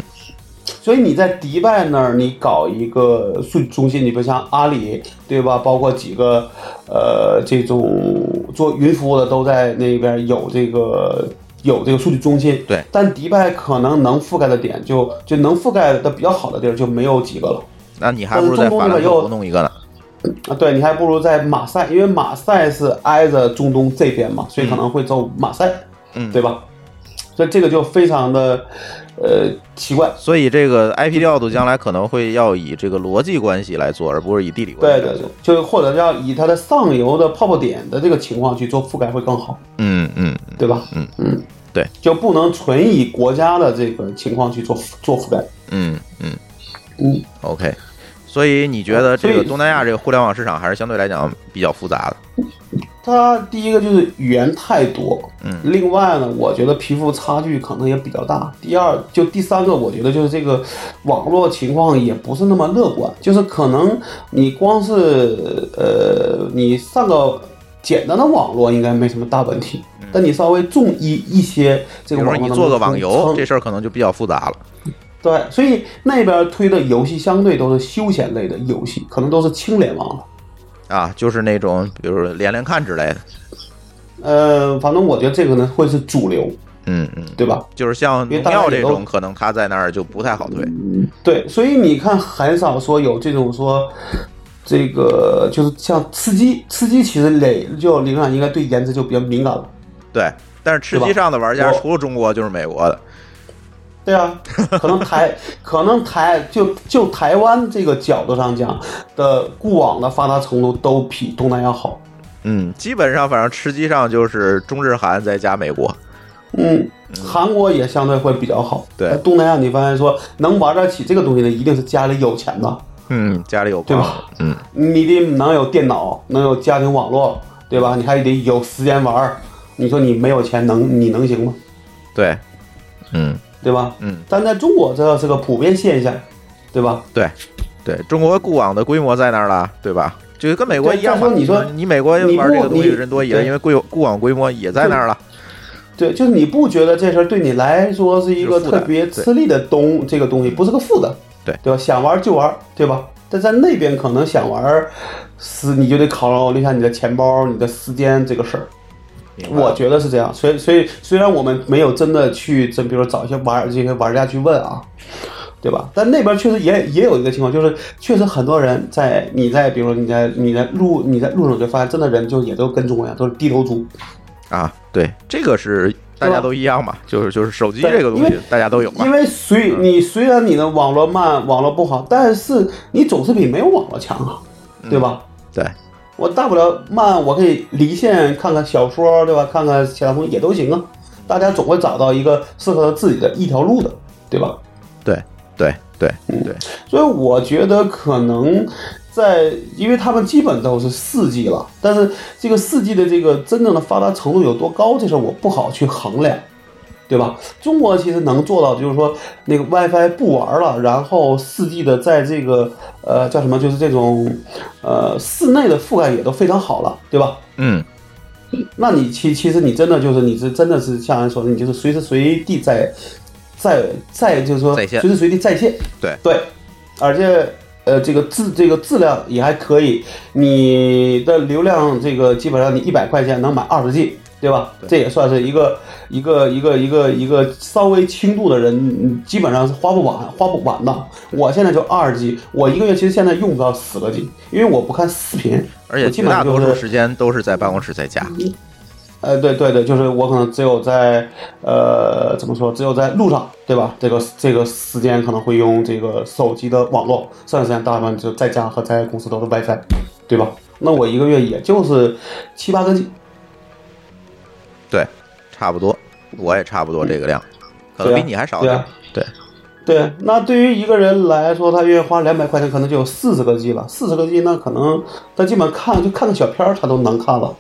Speaker 2: 所以你在迪拜那儿，你搞一个数据中心，你比如像阿里，对吧？包括几个呃这种做云服务的都在那边有这个有这个数据中心。
Speaker 1: 对
Speaker 2: 但迪拜可能能覆盖的点就就能覆盖的比较好的地儿就没有几个了。
Speaker 1: 那你还不如在法兰克福弄一个呢，
Speaker 2: 啊，对你还不如在马赛，因为马赛是挨着中东这边嘛，所以可能会走马赛，
Speaker 1: 嗯
Speaker 2: 对吧？所以这个就非常的呃奇怪。
Speaker 1: 所以这个 IP 调度将来可能会要以这个逻辑关系来做，而不是以地理关
Speaker 2: 对
Speaker 1: 系。
Speaker 2: 对对，就是或者要以它的上游的泡泡点的这个情况去做覆盖会更好，
Speaker 1: 嗯嗯嗯
Speaker 2: 对吧？
Speaker 1: 嗯
Speaker 2: 嗯，
Speaker 1: 对，
Speaker 2: 就不能纯以国家的这个情况去做做覆盖。
Speaker 1: 嗯嗯
Speaker 2: 嗯，
Speaker 1: ，OK。所以你觉得这
Speaker 2: 哦所
Speaker 1: 个
Speaker 2: 以
Speaker 1: 东南亚这个互联网市场还是相对来讲比较复杂的？
Speaker 2: 它第一个就是语言太多，
Speaker 1: 嗯
Speaker 2: 另外呢，我觉得皮肤差距可能也比较大。第二，就第三个，我觉得就是这个网络情况也不是那么乐观，就是可能你光是呃，你上个简单的网络应该没什么大问题，但你稍微重一一些这
Speaker 1: 嗯比
Speaker 2: 个
Speaker 1: 如说
Speaker 2: 网络
Speaker 1: 你
Speaker 2: 能
Speaker 1: 做个
Speaker 2: 撑
Speaker 1: 网游，
Speaker 2: 撑
Speaker 1: 这事儿可能就比较复杂了。
Speaker 2: 对，所以那边推的游戏相对都是休闲类的游戏，可能都是轻联网了。
Speaker 1: 啊，就是那种比如说连连看之类的，
Speaker 2: 呃，反正我觉得这个呢会是主流，
Speaker 1: 嗯嗯，
Speaker 2: 对吧？
Speaker 1: 就是像
Speaker 2: 因
Speaker 1: 农
Speaker 2: 为大家
Speaker 1: 药
Speaker 2: 也
Speaker 1: 这
Speaker 2: 都嗯
Speaker 1: 种，可能它在那儿就不太好推。
Speaker 2: 对，所以你看，很少说有这种说，这个就是像吃鸡，吃鸡其实累就领导应该对颜值就比较敏感了。
Speaker 1: 对，但是吃鸡
Speaker 2: 对吧
Speaker 1: 上的玩家
Speaker 2: 我
Speaker 1: 除了中国就是美国的，
Speaker 2: 对啊，可能台可能台就就台湾这个角度上讲的固网的发达程度都比东南亚好。
Speaker 1: 嗯，基本上反正吃鸡上就是中日韩再加美国，
Speaker 2: 嗯，韩国也相对会比较好。
Speaker 1: 对
Speaker 2: 但东南亚你发现说能玩得起这个东西的，一定是家里有钱的。
Speaker 1: 嗯，家里有
Speaker 2: 对
Speaker 1: 矿
Speaker 2: 吧
Speaker 1: 物，嗯，
Speaker 2: 你得能有电脑，能有家庭网络，对吧？你还得有时间玩儿。你说你没有钱能你能行吗？
Speaker 1: 对，嗯
Speaker 2: 对吧？
Speaker 1: 嗯，
Speaker 2: 但在中国这是个普遍现象，对吧？
Speaker 1: 对，对中国固网的规模在那儿了，对吧？就跟美国一样
Speaker 2: 对
Speaker 1: 嘛。
Speaker 2: 再说你说
Speaker 1: 你美国玩这个东西人多，
Speaker 2: 你
Speaker 1: 也是因为规固网规模也在那儿了。
Speaker 2: 对，就是你不觉得这事儿对你来说是一个
Speaker 1: 是负担
Speaker 2: 特别吃力的东，这个东西不是个负担，
Speaker 1: 对
Speaker 2: 对吧？想玩就玩，对吧？但在那边可能想玩，是你就得考虑一下你的钱包、你的时间这个事儿。
Speaker 1: 明白
Speaker 2: 我觉得是这样，所以所以虽然我们没有真的去真，比如说找一些玩这些玩家去问啊，对吧？但那边确实也也有一个情况，就是确实很多人在你在比如说你在你在路你在路上就发现，真的人就也都跟中国一样，都是低头族，
Speaker 1: 啊，对，这个是大家都一样嘛，就是就是手机这个东
Speaker 2: 对因
Speaker 1: 西
Speaker 2: 为
Speaker 1: 大家都有嘛嗯
Speaker 2: 因。为虽你虽然你的网络慢，网络不好，但是你总是比没有网络强啊，
Speaker 1: 嗯
Speaker 2: 对吧？
Speaker 1: 对，
Speaker 2: 我大不了慢，我可以离线看看小说，对吧？看看其他东西也都行啊。大家总会找到一个适合自己的一条路的，对吧？
Speaker 1: 对，对，对，对，
Speaker 2: 所以我觉得可能在，因为他们基本都是四 G 了，但是这个四 G 的这个真正的发达程度有多高，这事儿我不好去衡量，对吧？中国其实能做到，就是说那个 WiFi 不玩了，然后四 G 的在这个呃叫什么，就是这种呃室内的覆盖也都非常好了，对吧？
Speaker 1: 嗯，
Speaker 2: 那你其其实你真的就是你是真的是像人说的，你就是随时随地在在在就是说
Speaker 1: 在线
Speaker 2: 随时随地在线，
Speaker 1: 对
Speaker 2: 对，而且呃这个质这个质量也还可以，你的流量这个基本上你一百块钱能买二十 G。对吧？这也算是一个一个一个一个一个稍微轻度的人，嗯基本上是花不完花不完的。我现在就二 G，我一个月其实现在用不到十个 G，因为我不看视频，
Speaker 1: 而且
Speaker 2: 我基
Speaker 1: 绝
Speaker 2: 本
Speaker 1: 大
Speaker 2: 上就
Speaker 1: 多
Speaker 2: 是
Speaker 1: 数时间都是在办公室在家。
Speaker 2: 呃，对对对，就是我可能只有在呃怎么说，只有在路上，对吧？这个这个时间可能会用这个手机的网络，剩下时间大部分就在家和在公司都是 WiFi，对吧？那我一个月也就是七八个 G，
Speaker 1: 对，差不多，我也差不多这个量，可能
Speaker 2: 对啊
Speaker 1: 比你还少点儿。对，
Speaker 2: 对，那对于一个人来说，他愿意花两百块钱，可能就有四十个 G 了。四十个 G，那可能他基本看就看个小片儿，他都能看了，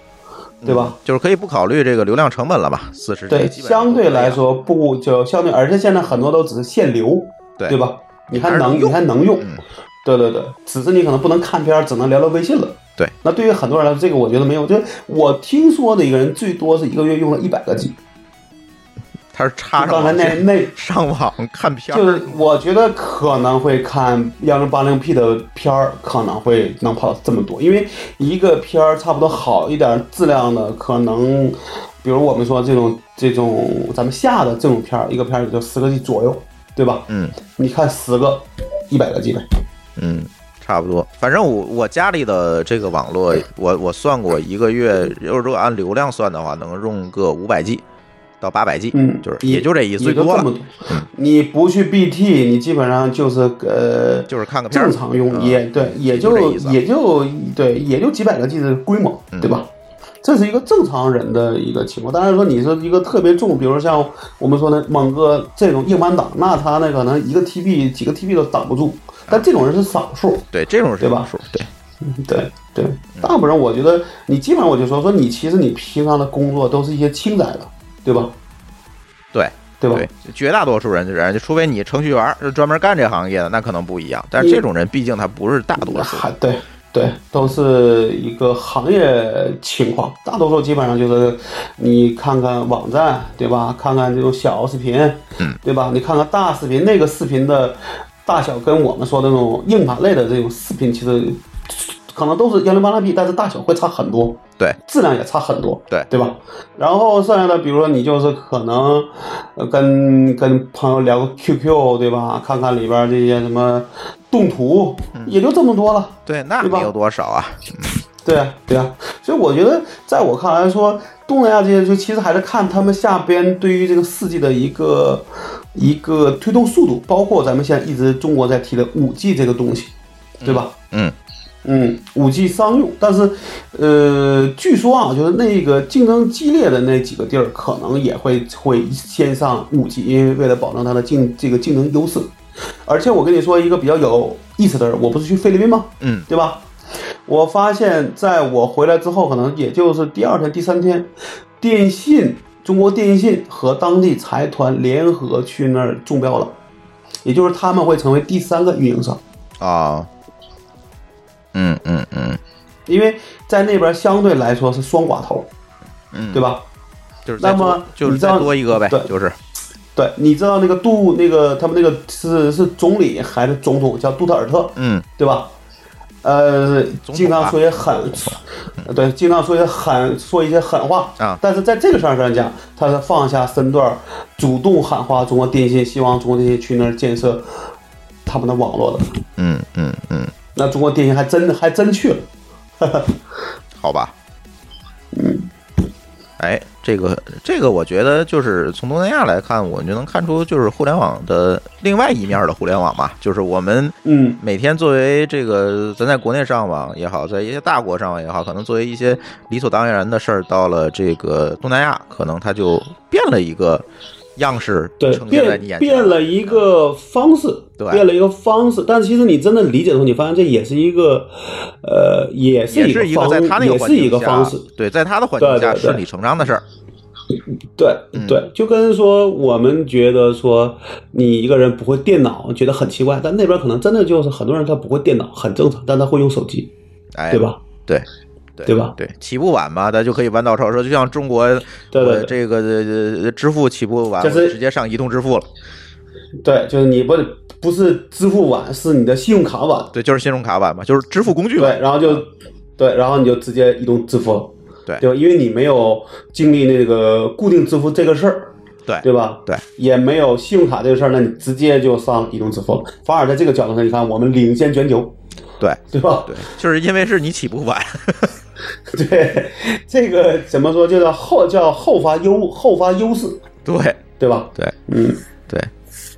Speaker 2: 对吧？
Speaker 1: 就是可以不考虑这个流量成本了吧？四十
Speaker 2: 对，相对来，说不就相对，而且现在很多都只是限流，
Speaker 1: 对
Speaker 2: 对？吧？你
Speaker 1: 还
Speaker 2: 还
Speaker 1: 是能
Speaker 2: 能，你
Speaker 1: 用
Speaker 2: 还能用
Speaker 1: 嗯，
Speaker 2: 对对对，只是你可能不能看片儿，只能聊聊微信了。
Speaker 1: 对，
Speaker 2: 那对于很多人来说，这个我觉得没有，就是我听说的一个人最多是一个月用了一百个 G。
Speaker 1: 它是插上
Speaker 2: 刚才
Speaker 1: 网
Speaker 2: 那
Speaker 1: 线
Speaker 2: 那，
Speaker 1: 上网看片
Speaker 2: 就是
Speaker 1: 儿，
Speaker 2: 我觉得可能会看幺零八零 P 的片儿，可能会能跑到这么多，因为一个片儿差不多好一点质量的，可能比如我们说这种这种咱们下的这种片儿，一个片儿也就十个 G 左右，对吧？
Speaker 1: 嗯
Speaker 2: 你看十个，一百个 G 呗。
Speaker 1: 嗯。差不多，反正我我家里的这个网络，我我算过一个月，要是如果按流量算的话，能用个五百 G 到八百 G，
Speaker 2: 嗯
Speaker 1: 就是
Speaker 2: 你
Speaker 1: 也就这嗯意思，最多
Speaker 2: 你就这
Speaker 1: 了
Speaker 2: 么，你不去 BT，你基本上就是呃，
Speaker 1: 就是看个片儿
Speaker 2: 正常用，
Speaker 1: 嗯
Speaker 2: 也对，也
Speaker 1: 就这
Speaker 2: 就
Speaker 1: 意思啊嗯
Speaker 2: 也就对，也就几百个 G 的规模，对吧？这是一个正常人的一个情况。当然说你是一个特别重，比如像我们说的猛哥这种硬盘党，那他那可能一个 TB 几个 TB 都挡不住，
Speaker 1: 嗯
Speaker 2: 但这种人是少数。
Speaker 1: 对这种是
Speaker 2: 对吧
Speaker 1: 少数，对，
Speaker 2: 对对，
Speaker 1: 嗯
Speaker 2: 大部分人我觉得你基本上我就说说你其实你平常的工作都是一些轻载的，对吧？
Speaker 1: 对
Speaker 2: 对吧？
Speaker 1: 对，绝大多数人就是这样，就除非你程序员儿是专门干这行业的，那可能不一样。但是这种人毕竟他不是大多数，
Speaker 2: 还对对，都是一个行业情况，大多数基本上就是你看看网站，对吧？看看这种小视频，
Speaker 1: 嗯，
Speaker 2: 对吧？你看看大视频，那个视频的大小跟我们说的那种硬盘类的这种视频，其实可能都是幺零八零 P，但是大小会差很多，
Speaker 1: 对
Speaker 2: 质量也差很多，
Speaker 1: 对
Speaker 2: 对吧？然后剩下的，比如说你就是可能，呃，跟跟朋友聊个 QQ，对吧？看看里边儿这些什么动图，
Speaker 1: 嗯
Speaker 2: 也就这么多了。
Speaker 1: 对，那
Speaker 2: 对吧
Speaker 1: 没有多少啊，
Speaker 2: 对啊，对啊，所以我觉得，在我看来说，东南亚这些就其实还是看他们下边对于这个四 G 的一个一个推动速度，包括咱们现在一直中国在提的五 G 这个东西，对吧？
Speaker 1: 嗯，
Speaker 2: 嗯，五 G 商用，但是，呃，据说啊，就是那个竞争激烈的那几个地儿，可能也会会先上五 G，因为为了保证它的竞这个竞争优势。而且我跟你说一个比较有意思的事儿，我不是去菲律宾吗？
Speaker 1: 嗯，
Speaker 2: 对吧？我发现在我回来之后，可能也就是第二天、第三天，电信中国电信和当地财团联合去那儿中标了，也就是他们会成为第三个运营商。
Speaker 1: 啊、嗯嗯嗯，
Speaker 2: 因为在那边相对来说是双寡头，
Speaker 1: 嗯，
Speaker 2: 对
Speaker 1: 吧？
Speaker 2: 吧？
Speaker 1: 就是
Speaker 2: 那
Speaker 1: 再多
Speaker 2: 么
Speaker 1: 就是
Speaker 2: 你知道
Speaker 1: 再多一个呗
Speaker 2: 对，
Speaker 1: 就是
Speaker 2: 对，你知道那个杜那个他们那个是是总理还是总统叫杜特尔特，
Speaker 1: 嗯，
Speaker 2: 对吧？呃，
Speaker 1: 总统吧嗯
Speaker 2: 经常说些狠，对，经常说些狠，说一些狠话
Speaker 1: 啊
Speaker 2: 但是在这个事儿上讲，他是放下身段，主动喊话中国电信，希望中国电信去那儿建设他们的网络的。
Speaker 1: 嗯嗯嗯，
Speaker 2: 那中国电信还真还真去了。
Speaker 1: 好吧。哎，这个这个，我觉得就是从东南亚来看，我们就能看出就是互联网的另外一面的互联网嘛，就是我们
Speaker 2: 嗯，
Speaker 1: 每天作为这个咱在国内上网也好，在一些大国上网也好，可能作为一些理所当然的事儿，到了这个东南亚，可能它就变了一个样式，
Speaker 2: 对，
Speaker 1: 呈现在你
Speaker 2: 变
Speaker 1: 眼前嗯
Speaker 2: 变了一个方式，
Speaker 1: 对
Speaker 2: 变了一个方式。但其实你真的理解的时候，你发现这也是一个，呃，也是
Speaker 1: 也
Speaker 2: 一个
Speaker 1: 是一个
Speaker 2: 方，
Speaker 1: 在他那个
Speaker 2: 也
Speaker 1: 环
Speaker 2: 是
Speaker 1: 境
Speaker 2: 一个
Speaker 1: 下
Speaker 2: 方式。
Speaker 1: 对，在他的环境
Speaker 2: 对
Speaker 1: 下
Speaker 2: 对对
Speaker 1: 顺理成章的事儿。
Speaker 2: 对
Speaker 1: 嗯
Speaker 2: 对，就跟说我们觉得说你一个人不会电脑，觉得很奇怪，但那边可能真的就是很多人他不会电脑，很正常，但他会用手机，
Speaker 1: 哎，
Speaker 2: 对？吧？
Speaker 1: 对，对
Speaker 2: 对吧
Speaker 1: 对，起步晚嘛，咱就可以弯道超车，就像中国
Speaker 2: 对对
Speaker 1: 我这个呃支付起步晚，
Speaker 2: 就
Speaker 1: 我
Speaker 2: 是
Speaker 1: 就直接上移动支付了。
Speaker 2: 对，就是你不不是支付晚，是你的信用卡晚，
Speaker 1: 对，就是信用卡晚嘛，就是支付工具
Speaker 2: 对，
Speaker 1: 晚。
Speaker 2: 然后就对，然后你就直接移动支付了，
Speaker 1: 对
Speaker 2: 对吧？因为你没有经历那个固定支付这个事儿，
Speaker 1: 对
Speaker 2: 对吧？
Speaker 1: 哎对，
Speaker 2: 也没有信用卡这个事儿，那你直接就上移动支付了。反而在这个角度上，你看我们领先全球，
Speaker 1: 对
Speaker 2: 对吧？
Speaker 1: 对，就是因为是你起步晚。
Speaker 2: 对，这个怎么说，就叫后叫后发优后发优势，
Speaker 1: 对
Speaker 2: 对吧？
Speaker 1: 对
Speaker 2: 嗯，
Speaker 1: 对，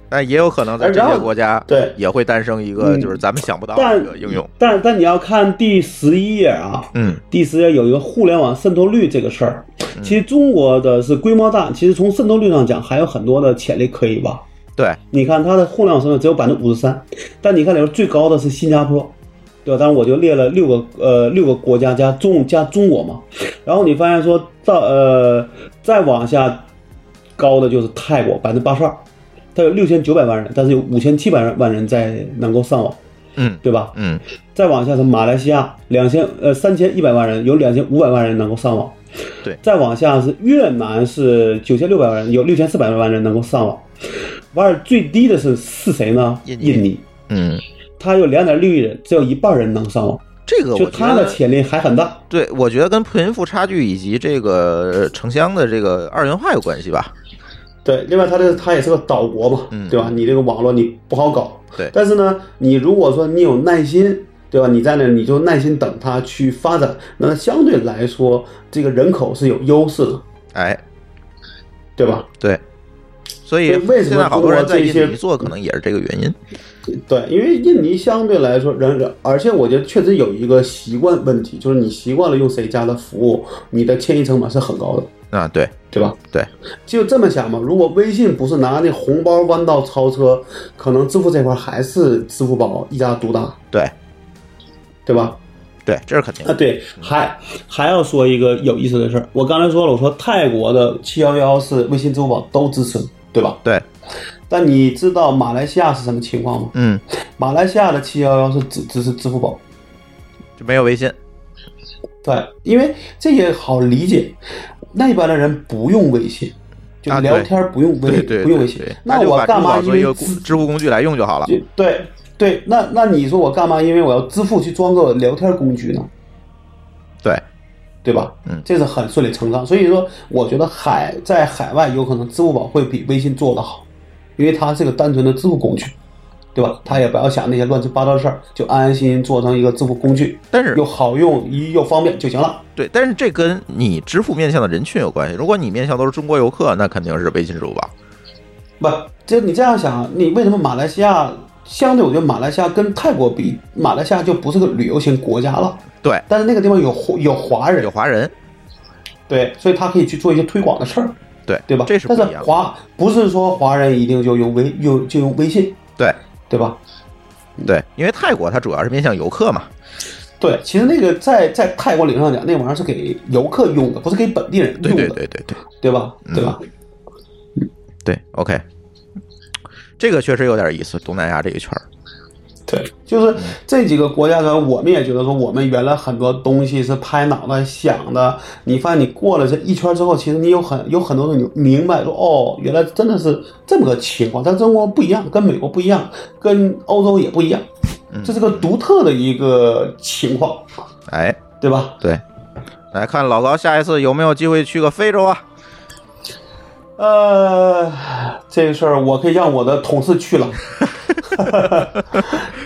Speaker 1: 但也有可能在
Speaker 2: 哎
Speaker 1: 这
Speaker 2: 然
Speaker 1: 些
Speaker 2: 后
Speaker 1: 国家
Speaker 2: 对
Speaker 1: 也会诞生一个
Speaker 2: 嗯
Speaker 1: 就是咱们想不到的
Speaker 2: 但
Speaker 1: 一个应用。
Speaker 2: 但但你要看第十一页啊，
Speaker 1: 嗯，
Speaker 2: 第十页有一个互联网渗透率这个事儿，其实中国的是规模大，其实从渗透率上讲还有很多的潜力可以吧。
Speaker 1: 对，
Speaker 2: 你看它的互联网渗透只有百分之五十三，但你看里边最高的是新加坡，对吧？当然我就列了六个呃六个国家加中加中国嘛，然后你发现说到呃再往下高的就是泰国百分之八十二，它有六千九百万人，但是有五千七百万人在能够上网，
Speaker 1: 嗯
Speaker 2: 对吧？
Speaker 1: 嗯
Speaker 2: 再往下是马来西亚两千呃三千一百万人，有两千五百万人能够上网。
Speaker 1: 对
Speaker 2: 再往下是越南是九千六百万人，有六千四百万人能够上网。完而最低的是是谁呢？
Speaker 1: 印
Speaker 2: 印
Speaker 1: 尼嗯，
Speaker 2: 它有两点六亿人，只有一半人能上网，
Speaker 1: 这个
Speaker 2: 就
Speaker 1: 我觉
Speaker 2: 它的
Speaker 1: 得
Speaker 2: 潜力还很大。
Speaker 1: 对，我觉得跟贫富差距以及这个呃城乡的这个二元化有关系吧。
Speaker 2: 对，另外它这个它也是个岛国嘛，
Speaker 1: 嗯
Speaker 2: 对吧？你这个网络你不好搞，
Speaker 1: 对
Speaker 2: 但是呢，你如果说你有耐心，对吧？你在那你就耐心等它去发展，那相对来说这个人口是有优势的，
Speaker 1: 哎，
Speaker 2: 对吧？
Speaker 1: 对，所以
Speaker 2: 所以为什么
Speaker 1: 现在好多人在
Speaker 2: 中国这些
Speaker 1: 印尼做，可能也是这个原因。
Speaker 2: 对，因为印尼相对来说人，人而且我觉得确实有一个习惯问题，就是你习惯了用谁家的服务，你的迁移成本是很高的，
Speaker 1: 啊，对
Speaker 2: 对吧？
Speaker 1: 对，
Speaker 2: 就这么想嘛，如果微信不是拿那红包弯道超车，可能支付这块还是支付宝一家独大，
Speaker 1: 对
Speaker 2: 对吧？
Speaker 1: 对，这是肯定
Speaker 2: 啊，
Speaker 1: 的。
Speaker 2: 对，还还要说一个有意思的事儿，我刚才说了，我说泰国的七幺幺是微信、支付宝都支持，对吧？
Speaker 1: 对，
Speaker 2: 但你知道马来西亚是什么情况吗？
Speaker 1: 嗯，
Speaker 2: 马来西亚的七幺幺是只只是支付宝。
Speaker 1: 就没有微信。
Speaker 2: 对，因为这也好理解，那边的人不用微信，就
Speaker 1: 啊对
Speaker 2: 聊天不用微、
Speaker 1: 对对，
Speaker 2: 不用微
Speaker 1: 对
Speaker 2: 信
Speaker 1: 对，
Speaker 2: 那
Speaker 1: 就
Speaker 2: 我
Speaker 1: 把
Speaker 2: 干
Speaker 1: 支付
Speaker 2: 嘛
Speaker 1: 宝
Speaker 2: 因
Speaker 1: 作为一
Speaker 2: 为
Speaker 1: 个
Speaker 2: 支
Speaker 1: 支付工具来用就好了。
Speaker 2: 就对对，那那你说我干嘛？因为我要支付去装个聊天工具呢，
Speaker 1: 对，
Speaker 2: 对吧？
Speaker 1: 嗯
Speaker 2: 这是很顺理成章。所以说，我觉得海在海外有可能支付宝会比微信做得好，因为它是个单纯的支付工具。对吧？他也不要想那些乱七八糟的事儿，就安安心心做成一个支付工具，
Speaker 1: 但是
Speaker 2: 又好用又方便就行了。
Speaker 1: 对，但是这跟你支付面向的人群有关系。如果你面向都是中国游客，那肯定是微信、支付宝。
Speaker 2: 不，就你这样想，你为什么马来西亚相对，我觉得马来西亚跟泰国比，马来西亚就不是个旅游型国家了。
Speaker 1: 对，
Speaker 2: 但是那个地方有华有华人
Speaker 1: 有，华人，
Speaker 2: 对，所以他可以去做一些推广的事儿，
Speaker 1: 对
Speaker 2: 对吧？
Speaker 1: 这是不
Speaker 2: 但
Speaker 1: 一
Speaker 2: 是
Speaker 1: 样的。
Speaker 2: 华不是说华人一定就用微用就用微信，
Speaker 1: 对
Speaker 2: 对吧？
Speaker 1: 对，因为泰国它主要是面向游客嘛。
Speaker 2: 对，其实那个在在泰国理论上讲，那玩意儿是给游客用的，不是给本地人用的，
Speaker 1: 对对对嗯对对
Speaker 2: 对吧？对吧？
Speaker 1: 对，OK，这个确实有点意思，东南亚这一圈儿。
Speaker 2: 对，就是这几个国家呢，我们也觉得说，我们原来很多东西是拍脑袋想的。你发现你过了这一圈之后，其实你有很有很多东西你明白说，哦，原来真的是这么个情况。但中国不一样，跟美国不一样，跟欧洲也不一样，这是个独特的一个情况，
Speaker 1: 哎，
Speaker 2: 对吧？
Speaker 1: 对，来看姥姥下一次有没有机会去个非洲啊？
Speaker 2: 呃，这个事儿我可以让我的同事去了，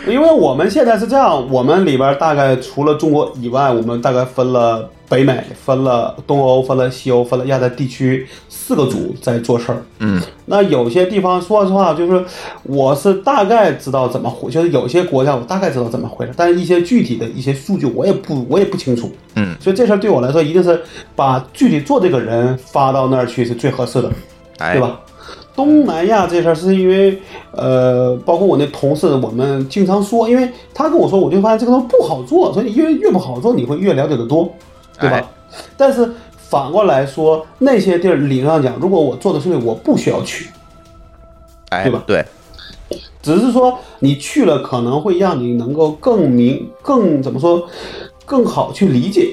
Speaker 2: 因为我们现在是这样，我们里边大概除了中国以外，我们大概分了北美、分了东欧、分了西欧、分了亚太地区四个组在做事儿。
Speaker 1: 嗯，
Speaker 2: 那有些地方说实话，就是我是大概知道怎么回，就是有些国家我大概知道怎么回事，但是一些具体的一些数据我也不我也不清楚。
Speaker 1: 嗯，
Speaker 2: 所以这事儿对我来说，一定是把具体做这个人发到那儿去是最合适的。
Speaker 1: 哎，
Speaker 2: 对？吧？东南亚这事儿是因为，呃，包括我那同事，我们经常说，因为他跟我说，我就发现这个东西不好做，所以越越不好做，你会越了解的多，对吧？
Speaker 1: 哎
Speaker 2: 但是反过来说，那些地儿理论上讲，如果我做的事情我不需要去，
Speaker 1: 哎，
Speaker 2: 对吧
Speaker 1: 对，
Speaker 2: 只是说你去了可能会让你能够更明、更怎么说、更好去理解。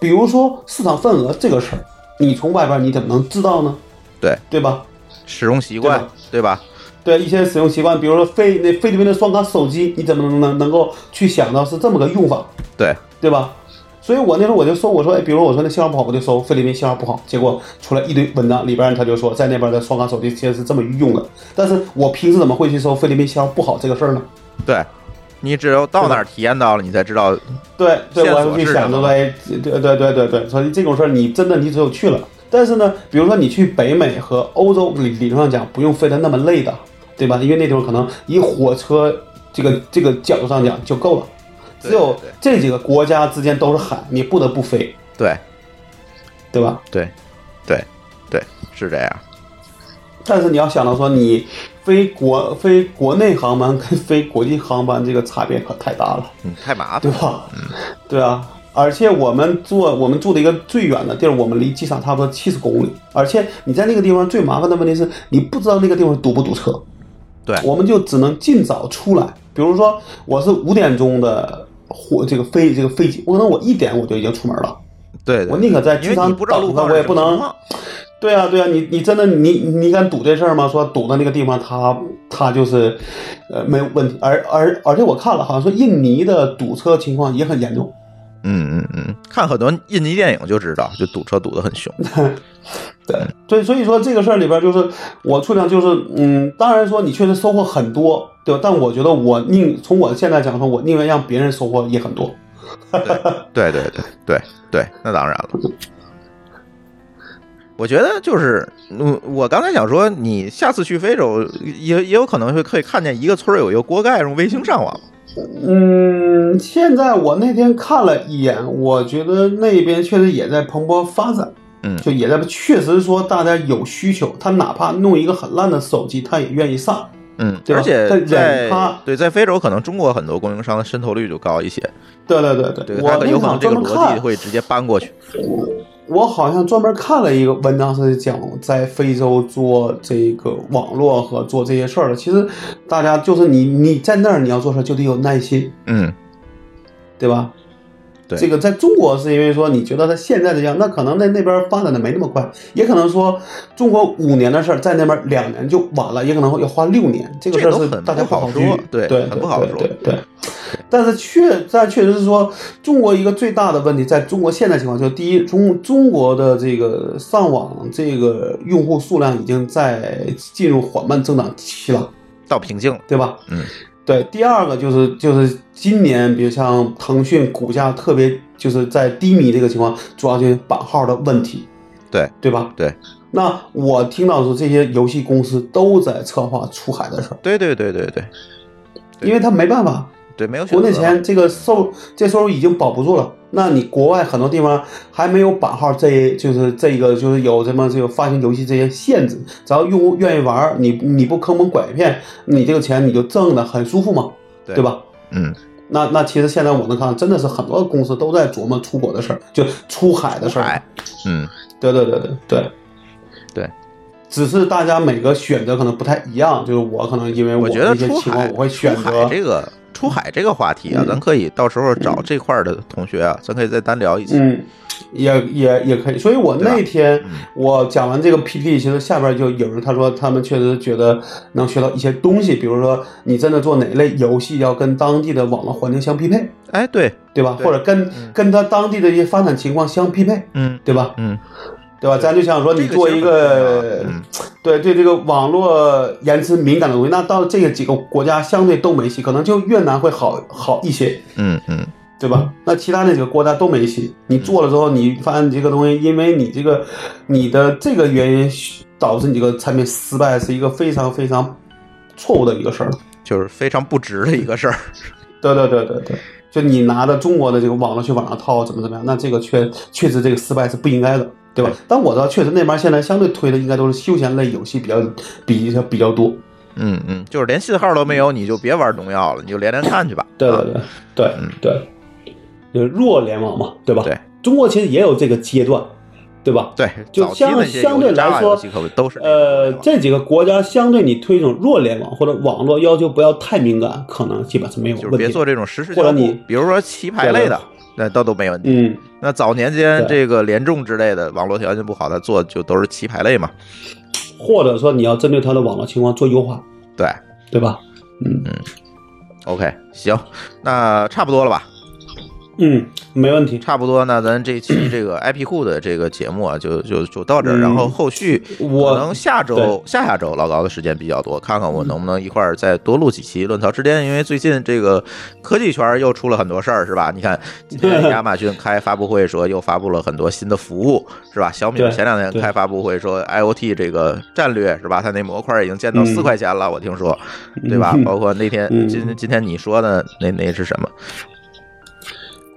Speaker 2: 比如说市场份额这个事儿，你从外边你怎么能知道呢？
Speaker 1: 对，
Speaker 2: 对吧？
Speaker 1: 使用习惯，对吧？
Speaker 2: 对一些使用习惯，比如说菲那菲律宾的双卡手机，你怎么能能能够去想到是这么个用法，
Speaker 1: 对，
Speaker 2: 对吧？所以我那时候我就说，我说，哎，比如我说那信号不好，我就搜菲律宾信号不好，结果出来一堆文章，里边他就说在那边的双卡手机其实是这么用的，但是我平时怎么会去搜菲律宾信号不好这个事儿呢？
Speaker 1: 对，你只有到那儿体验到了，你才知道。
Speaker 2: 对对，
Speaker 1: 线
Speaker 2: 我
Speaker 1: 索
Speaker 2: 就是想
Speaker 1: 什
Speaker 2: 着
Speaker 1: 么
Speaker 2: 说，哎，对对对对对，所以这种事儿你真的你只有去了。但是呢，比如说你去北美和欧洲，理理论上讲不用飞得那么累的，对吧？因为那地方可能以火车这个这个角度上讲就够了。
Speaker 1: 对
Speaker 2: 只有
Speaker 1: 对
Speaker 2: 这几个国家之间都是海，你不得不飞，
Speaker 1: 对，
Speaker 2: 对吧？
Speaker 1: 对，对，对，是这样。
Speaker 2: 但是你要想到说，你飞国飞国内航班跟飞国际航班这个差别可太大了。
Speaker 1: 嗯，太麻
Speaker 2: 对
Speaker 1: 烦。
Speaker 2: 吧？对啊，而且我们坐我们住的一个最远的地儿，我们离机场差不多七十公里。而且你在那个地方最麻烦的问题是你不知道那个地方堵不堵车，
Speaker 1: 对，
Speaker 2: 我们就只能尽早出来。比如说我是五点钟的火这个飞这个飞机，我可能我一点我就已经出门了，
Speaker 1: 对，对
Speaker 2: 我宁可在
Speaker 1: 因
Speaker 2: 机
Speaker 1: 为
Speaker 2: 场
Speaker 1: 你不知道路
Speaker 2: 等着，
Speaker 1: 况
Speaker 2: 我
Speaker 1: 是
Speaker 2: 也
Speaker 1: 什
Speaker 2: 不
Speaker 1: 么情
Speaker 2: 能
Speaker 1: 况。
Speaker 2: 对啊，对啊，你你真的你你敢赌这事儿吗？说赌到那个地方他，他就是，呃，没有问题。而而而且我看了，好像说印尼的堵车情况也很严重。
Speaker 1: 嗯嗯嗯，看很多印尼电影就知道，就堵车堵得很凶。
Speaker 2: 对，所以所以说这个事儿里边，就是我处量就是，嗯，当然说你确实收获很多，对吧？但我觉得我宁从我现在讲说，我宁愿让别人收获也很多。
Speaker 1: 对对对对对，那当然了。我觉得就是，嗯我刚才想说，你下次去非洲，也也有可能会可以看见一个村儿有一个锅盖用卫星上网。
Speaker 2: 嗯，现在我那天看了一眼，我觉得那边确实也在蓬勃发展，
Speaker 1: 嗯
Speaker 2: 就也在确实说大家有需求，他哪怕弄一个很烂的手机，他也愿意上。
Speaker 1: 嗯，
Speaker 2: 对吧
Speaker 1: 而且
Speaker 2: 但
Speaker 1: 在
Speaker 2: 忍他
Speaker 1: 对在非洲，可能中国很多供应商的渗透率就高一些，
Speaker 2: 对对对对，
Speaker 1: 对，
Speaker 2: 我
Speaker 1: 它有
Speaker 2: 那
Speaker 1: 可能
Speaker 2: 场
Speaker 1: 这
Speaker 2: 专
Speaker 1: 个
Speaker 2: 门
Speaker 1: 逻
Speaker 2: 看
Speaker 1: 辑，会直接搬过去。
Speaker 2: 我好像专门看了一个文章，是讲在非洲做这个网络和做这些事儿的。其实大家就是你你在那儿你要做事儿就得有耐心，
Speaker 1: 嗯，
Speaker 2: 对吧？
Speaker 1: 对
Speaker 2: 这个在中国是因为说你觉得它现在这样，那可能在那边发展的没那么快，也可能说中国五年的事儿在那边两年就完了，也可能会要花六年，这个
Speaker 1: 这
Speaker 2: 事儿
Speaker 1: 都
Speaker 2: 是
Speaker 1: 很
Speaker 2: 大家
Speaker 1: 不好
Speaker 2: 好
Speaker 1: 说
Speaker 2: 去
Speaker 1: 对
Speaker 2: 对对，
Speaker 1: 很不好
Speaker 2: 对
Speaker 1: 说
Speaker 2: 对对。但是确但确实是说，中国一个最大的问题，在中国现在情况就是，第一，中中国的这个上网这个用户数量已经在进入缓慢增长期了，
Speaker 1: 到瓶颈了。
Speaker 2: 对吧？
Speaker 1: 嗯，
Speaker 2: 对，第二个就是就是今年，比如像腾讯股价特别就是在低迷这个情况，主要就是版号的问题，
Speaker 1: 对
Speaker 2: 对吧？
Speaker 1: 对。
Speaker 2: 那我听到说这些游戏公司都在策划出海的事儿，
Speaker 1: 对对对对对对
Speaker 2: 因为他没办法，
Speaker 1: 对，没有选
Speaker 2: 国
Speaker 1: 择
Speaker 2: 内
Speaker 1: 了。
Speaker 2: 钱这个收这收入已经保不住了。那你国外很多地方还没有版号这，就是这个就是有什么这个发行游戏这些限制，只要用户愿意玩儿，你你不坑蒙拐骗，你这个钱你就挣的很舒服嘛，
Speaker 1: 对
Speaker 2: 对吧？
Speaker 1: 嗯，
Speaker 2: 那那其实现在我能看，到，真的是很多公司都在琢磨出国的事儿，就出海的事
Speaker 1: 海
Speaker 2: 儿。
Speaker 1: 嗯，
Speaker 2: 对对对对对
Speaker 1: 对。
Speaker 2: 只是大家每个选择可能不太一样，就是我可能因为
Speaker 1: 我
Speaker 2: 的
Speaker 1: 觉得
Speaker 2: 一些
Speaker 1: 出
Speaker 2: 情况，
Speaker 1: 海
Speaker 2: 我会选
Speaker 1: 出海
Speaker 2: 择
Speaker 1: 这个出海这个话题啊，咱可以到时候找这块儿的同学啊，咱可以再单聊一期。
Speaker 2: 嗯，也也也可以。所以我那天
Speaker 1: 嗯
Speaker 2: 我讲完这个 PPT，其实下边就有人他说他们确实觉得能学到一些东西，比如说你真的做哪类游戏要跟当地的网络环境相匹配，
Speaker 1: 哎，对，
Speaker 2: 对吧？
Speaker 1: 对
Speaker 2: 或者跟跟他当地的一些发展情况相匹配，
Speaker 1: 嗯
Speaker 2: 对吧？
Speaker 1: 嗯，
Speaker 2: 对吧？咱就想说你
Speaker 1: 这
Speaker 2: 做
Speaker 1: 其
Speaker 2: 一
Speaker 1: 实很重要
Speaker 2: 个
Speaker 1: 啊嗯
Speaker 2: 对对这个网络延迟敏感的东西，那到这个几个国家相对都没戏，可能就越南会好好一些，
Speaker 1: 嗯嗯，
Speaker 2: 对吧？那其他那几个国家都没戏。你做了之后，你发现你这个东西，因为你这个你的这个原因导致你这个产品失败，是一个非常非常错误的一个事儿。
Speaker 1: 就是非常不值的一个事儿。
Speaker 2: 对对对对对，就你拿着中国的这个网络去往上套，怎么怎么样？那这个确确实这个失败是不应该的，对吧？但我知道，确实那边现在相对推的应该都是休闲类游戏比较比比较多。
Speaker 1: 嗯嗯，就是连信号都没有，你就别玩农药了，你就连连看去吧。
Speaker 2: 对
Speaker 1: 啊
Speaker 2: 对对对对，就是弱联网嘛，对吧？
Speaker 1: 对，
Speaker 2: 中国其实也有这个阶段，对吧？
Speaker 1: 对，
Speaker 2: 就
Speaker 1: 早期
Speaker 2: 相
Speaker 1: 那些
Speaker 2: 相对
Speaker 1: 游戏
Speaker 2: 来
Speaker 1: 渣
Speaker 2: 说
Speaker 1: 游戏可不都是那
Speaker 2: 呃，
Speaker 1: 种
Speaker 2: 这几个国家相对你推崇弱联网或者网络要求不要太敏感，可能基本是没有问
Speaker 1: 就
Speaker 2: 题。
Speaker 1: 是别做这种实时
Speaker 2: 或
Speaker 1: 交
Speaker 2: 者
Speaker 1: 互
Speaker 2: 你，
Speaker 1: 比如说棋牌类的，那倒都没问题。
Speaker 2: 嗯，
Speaker 1: 那早年间
Speaker 2: 对
Speaker 1: 这个联众之类的，网络条件不好，他做就都是棋牌类嘛。
Speaker 2: 或者说你要针对它的网络情况做优化，
Speaker 1: 对
Speaker 2: 对吧？嗯
Speaker 1: ，OK，行，那差不多了吧？
Speaker 2: 嗯，没问题。
Speaker 1: 差不多，那咱这期这个 IP 库的这个节目啊，就就就到这儿。
Speaker 2: 嗯
Speaker 1: 然后后续
Speaker 2: 我嗯
Speaker 1: 可能下周、下下周老高的时间比较多，看看我能不能一块儿再多录几期《论槽之巅》，因为最近这个科技圈又出了很多事儿，是吧？你看今天亚马逊开发布会说又发布了很多新的服务，是吧？小米
Speaker 2: 对
Speaker 1: 前两天
Speaker 2: 对
Speaker 1: 开发布会说 IOT 这个战略是吧？它那模块已经见到
Speaker 2: 嗯
Speaker 1: 四块钱了，我听说，对吧？
Speaker 2: 嗯
Speaker 1: 包括那天
Speaker 2: 嗯
Speaker 1: 今今天你说的那那是什么？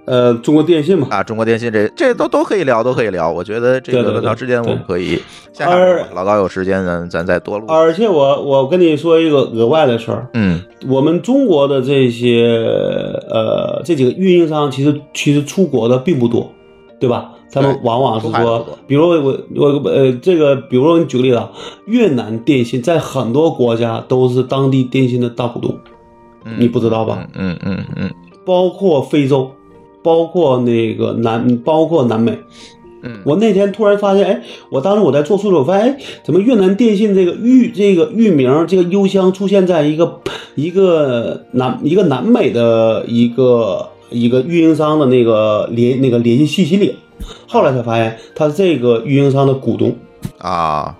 Speaker 2: 呃，中国电信嘛，
Speaker 1: 啊，中国电信这这都都可以聊，都可以聊。我觉得这
Speaker 2: 对
Speaker 1: 个
Speaker 2: 对对
Speaker 1: 论坛之间我们
Speaker 2: 对
Speaker 1: 可以下
Speaker 2: 而
Speaker 1: 回老高有时间咱咱再多录。
Speaker 2: 而且我我跟你说一个额外的事儿，
Speaker 1: 嗯
Speaker 2: 我们中国的这些呃这几个运营商，其实其实出国的并不多，对吧？他们
Speaker 1: 对
Speaker 2: 往往是
Speaker 1: 出海的不
Speaker 2: 说
Speaker 1: 多，
Speaker 2: 比如我我呃这个，比如说你举个例子啊，越南电信在很多国家都是当地电信的大股东，
Speaker 1: 嗯
Speaker 2: 你不知道吧？
Speaker 1: 嗯嗯嗯
Speaker 2: 包括非洲，包括那个南，包括南美。
Speaker 1: 嗯
Speaker 2: 我那天突然发现，哎，我当时我在做数据，我发现，哎，怎么越南电信这个域这个域名这个邮箱出现在一个一个南一个南美的一个一个运营商的那个联那个联系信息里？后来才发现，他是这个运营商的股东。
Speaker 1: 啊，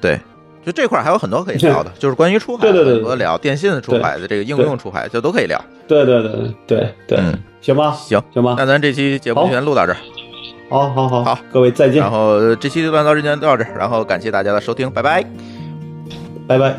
Speaker 1: 对。就这块儿还有很多可以聊的，就是关于出海
Speaker 2: 对对对
Speaker 1: 很多聊电信的出海的这个应用出海，这都可以聊。
Speaker 2: 对对对对对，
Speaker 1: 嗯
Speaker 2: 行吧，
Speaker 1: 行
Speaker 2: 行吧
Speaker 1: 那，咱这期节目
Speaker 2: 好
Speaker 1: 就先录到这儿，
Speaker 2: 好好好，
Speaker 1: 好
Speaker 2: 各位再见
Speaker 1: 然，后呃这期乱造之间到这儿，然后感谢大家的收听，拜拜。
Speaker 2: 拜拜。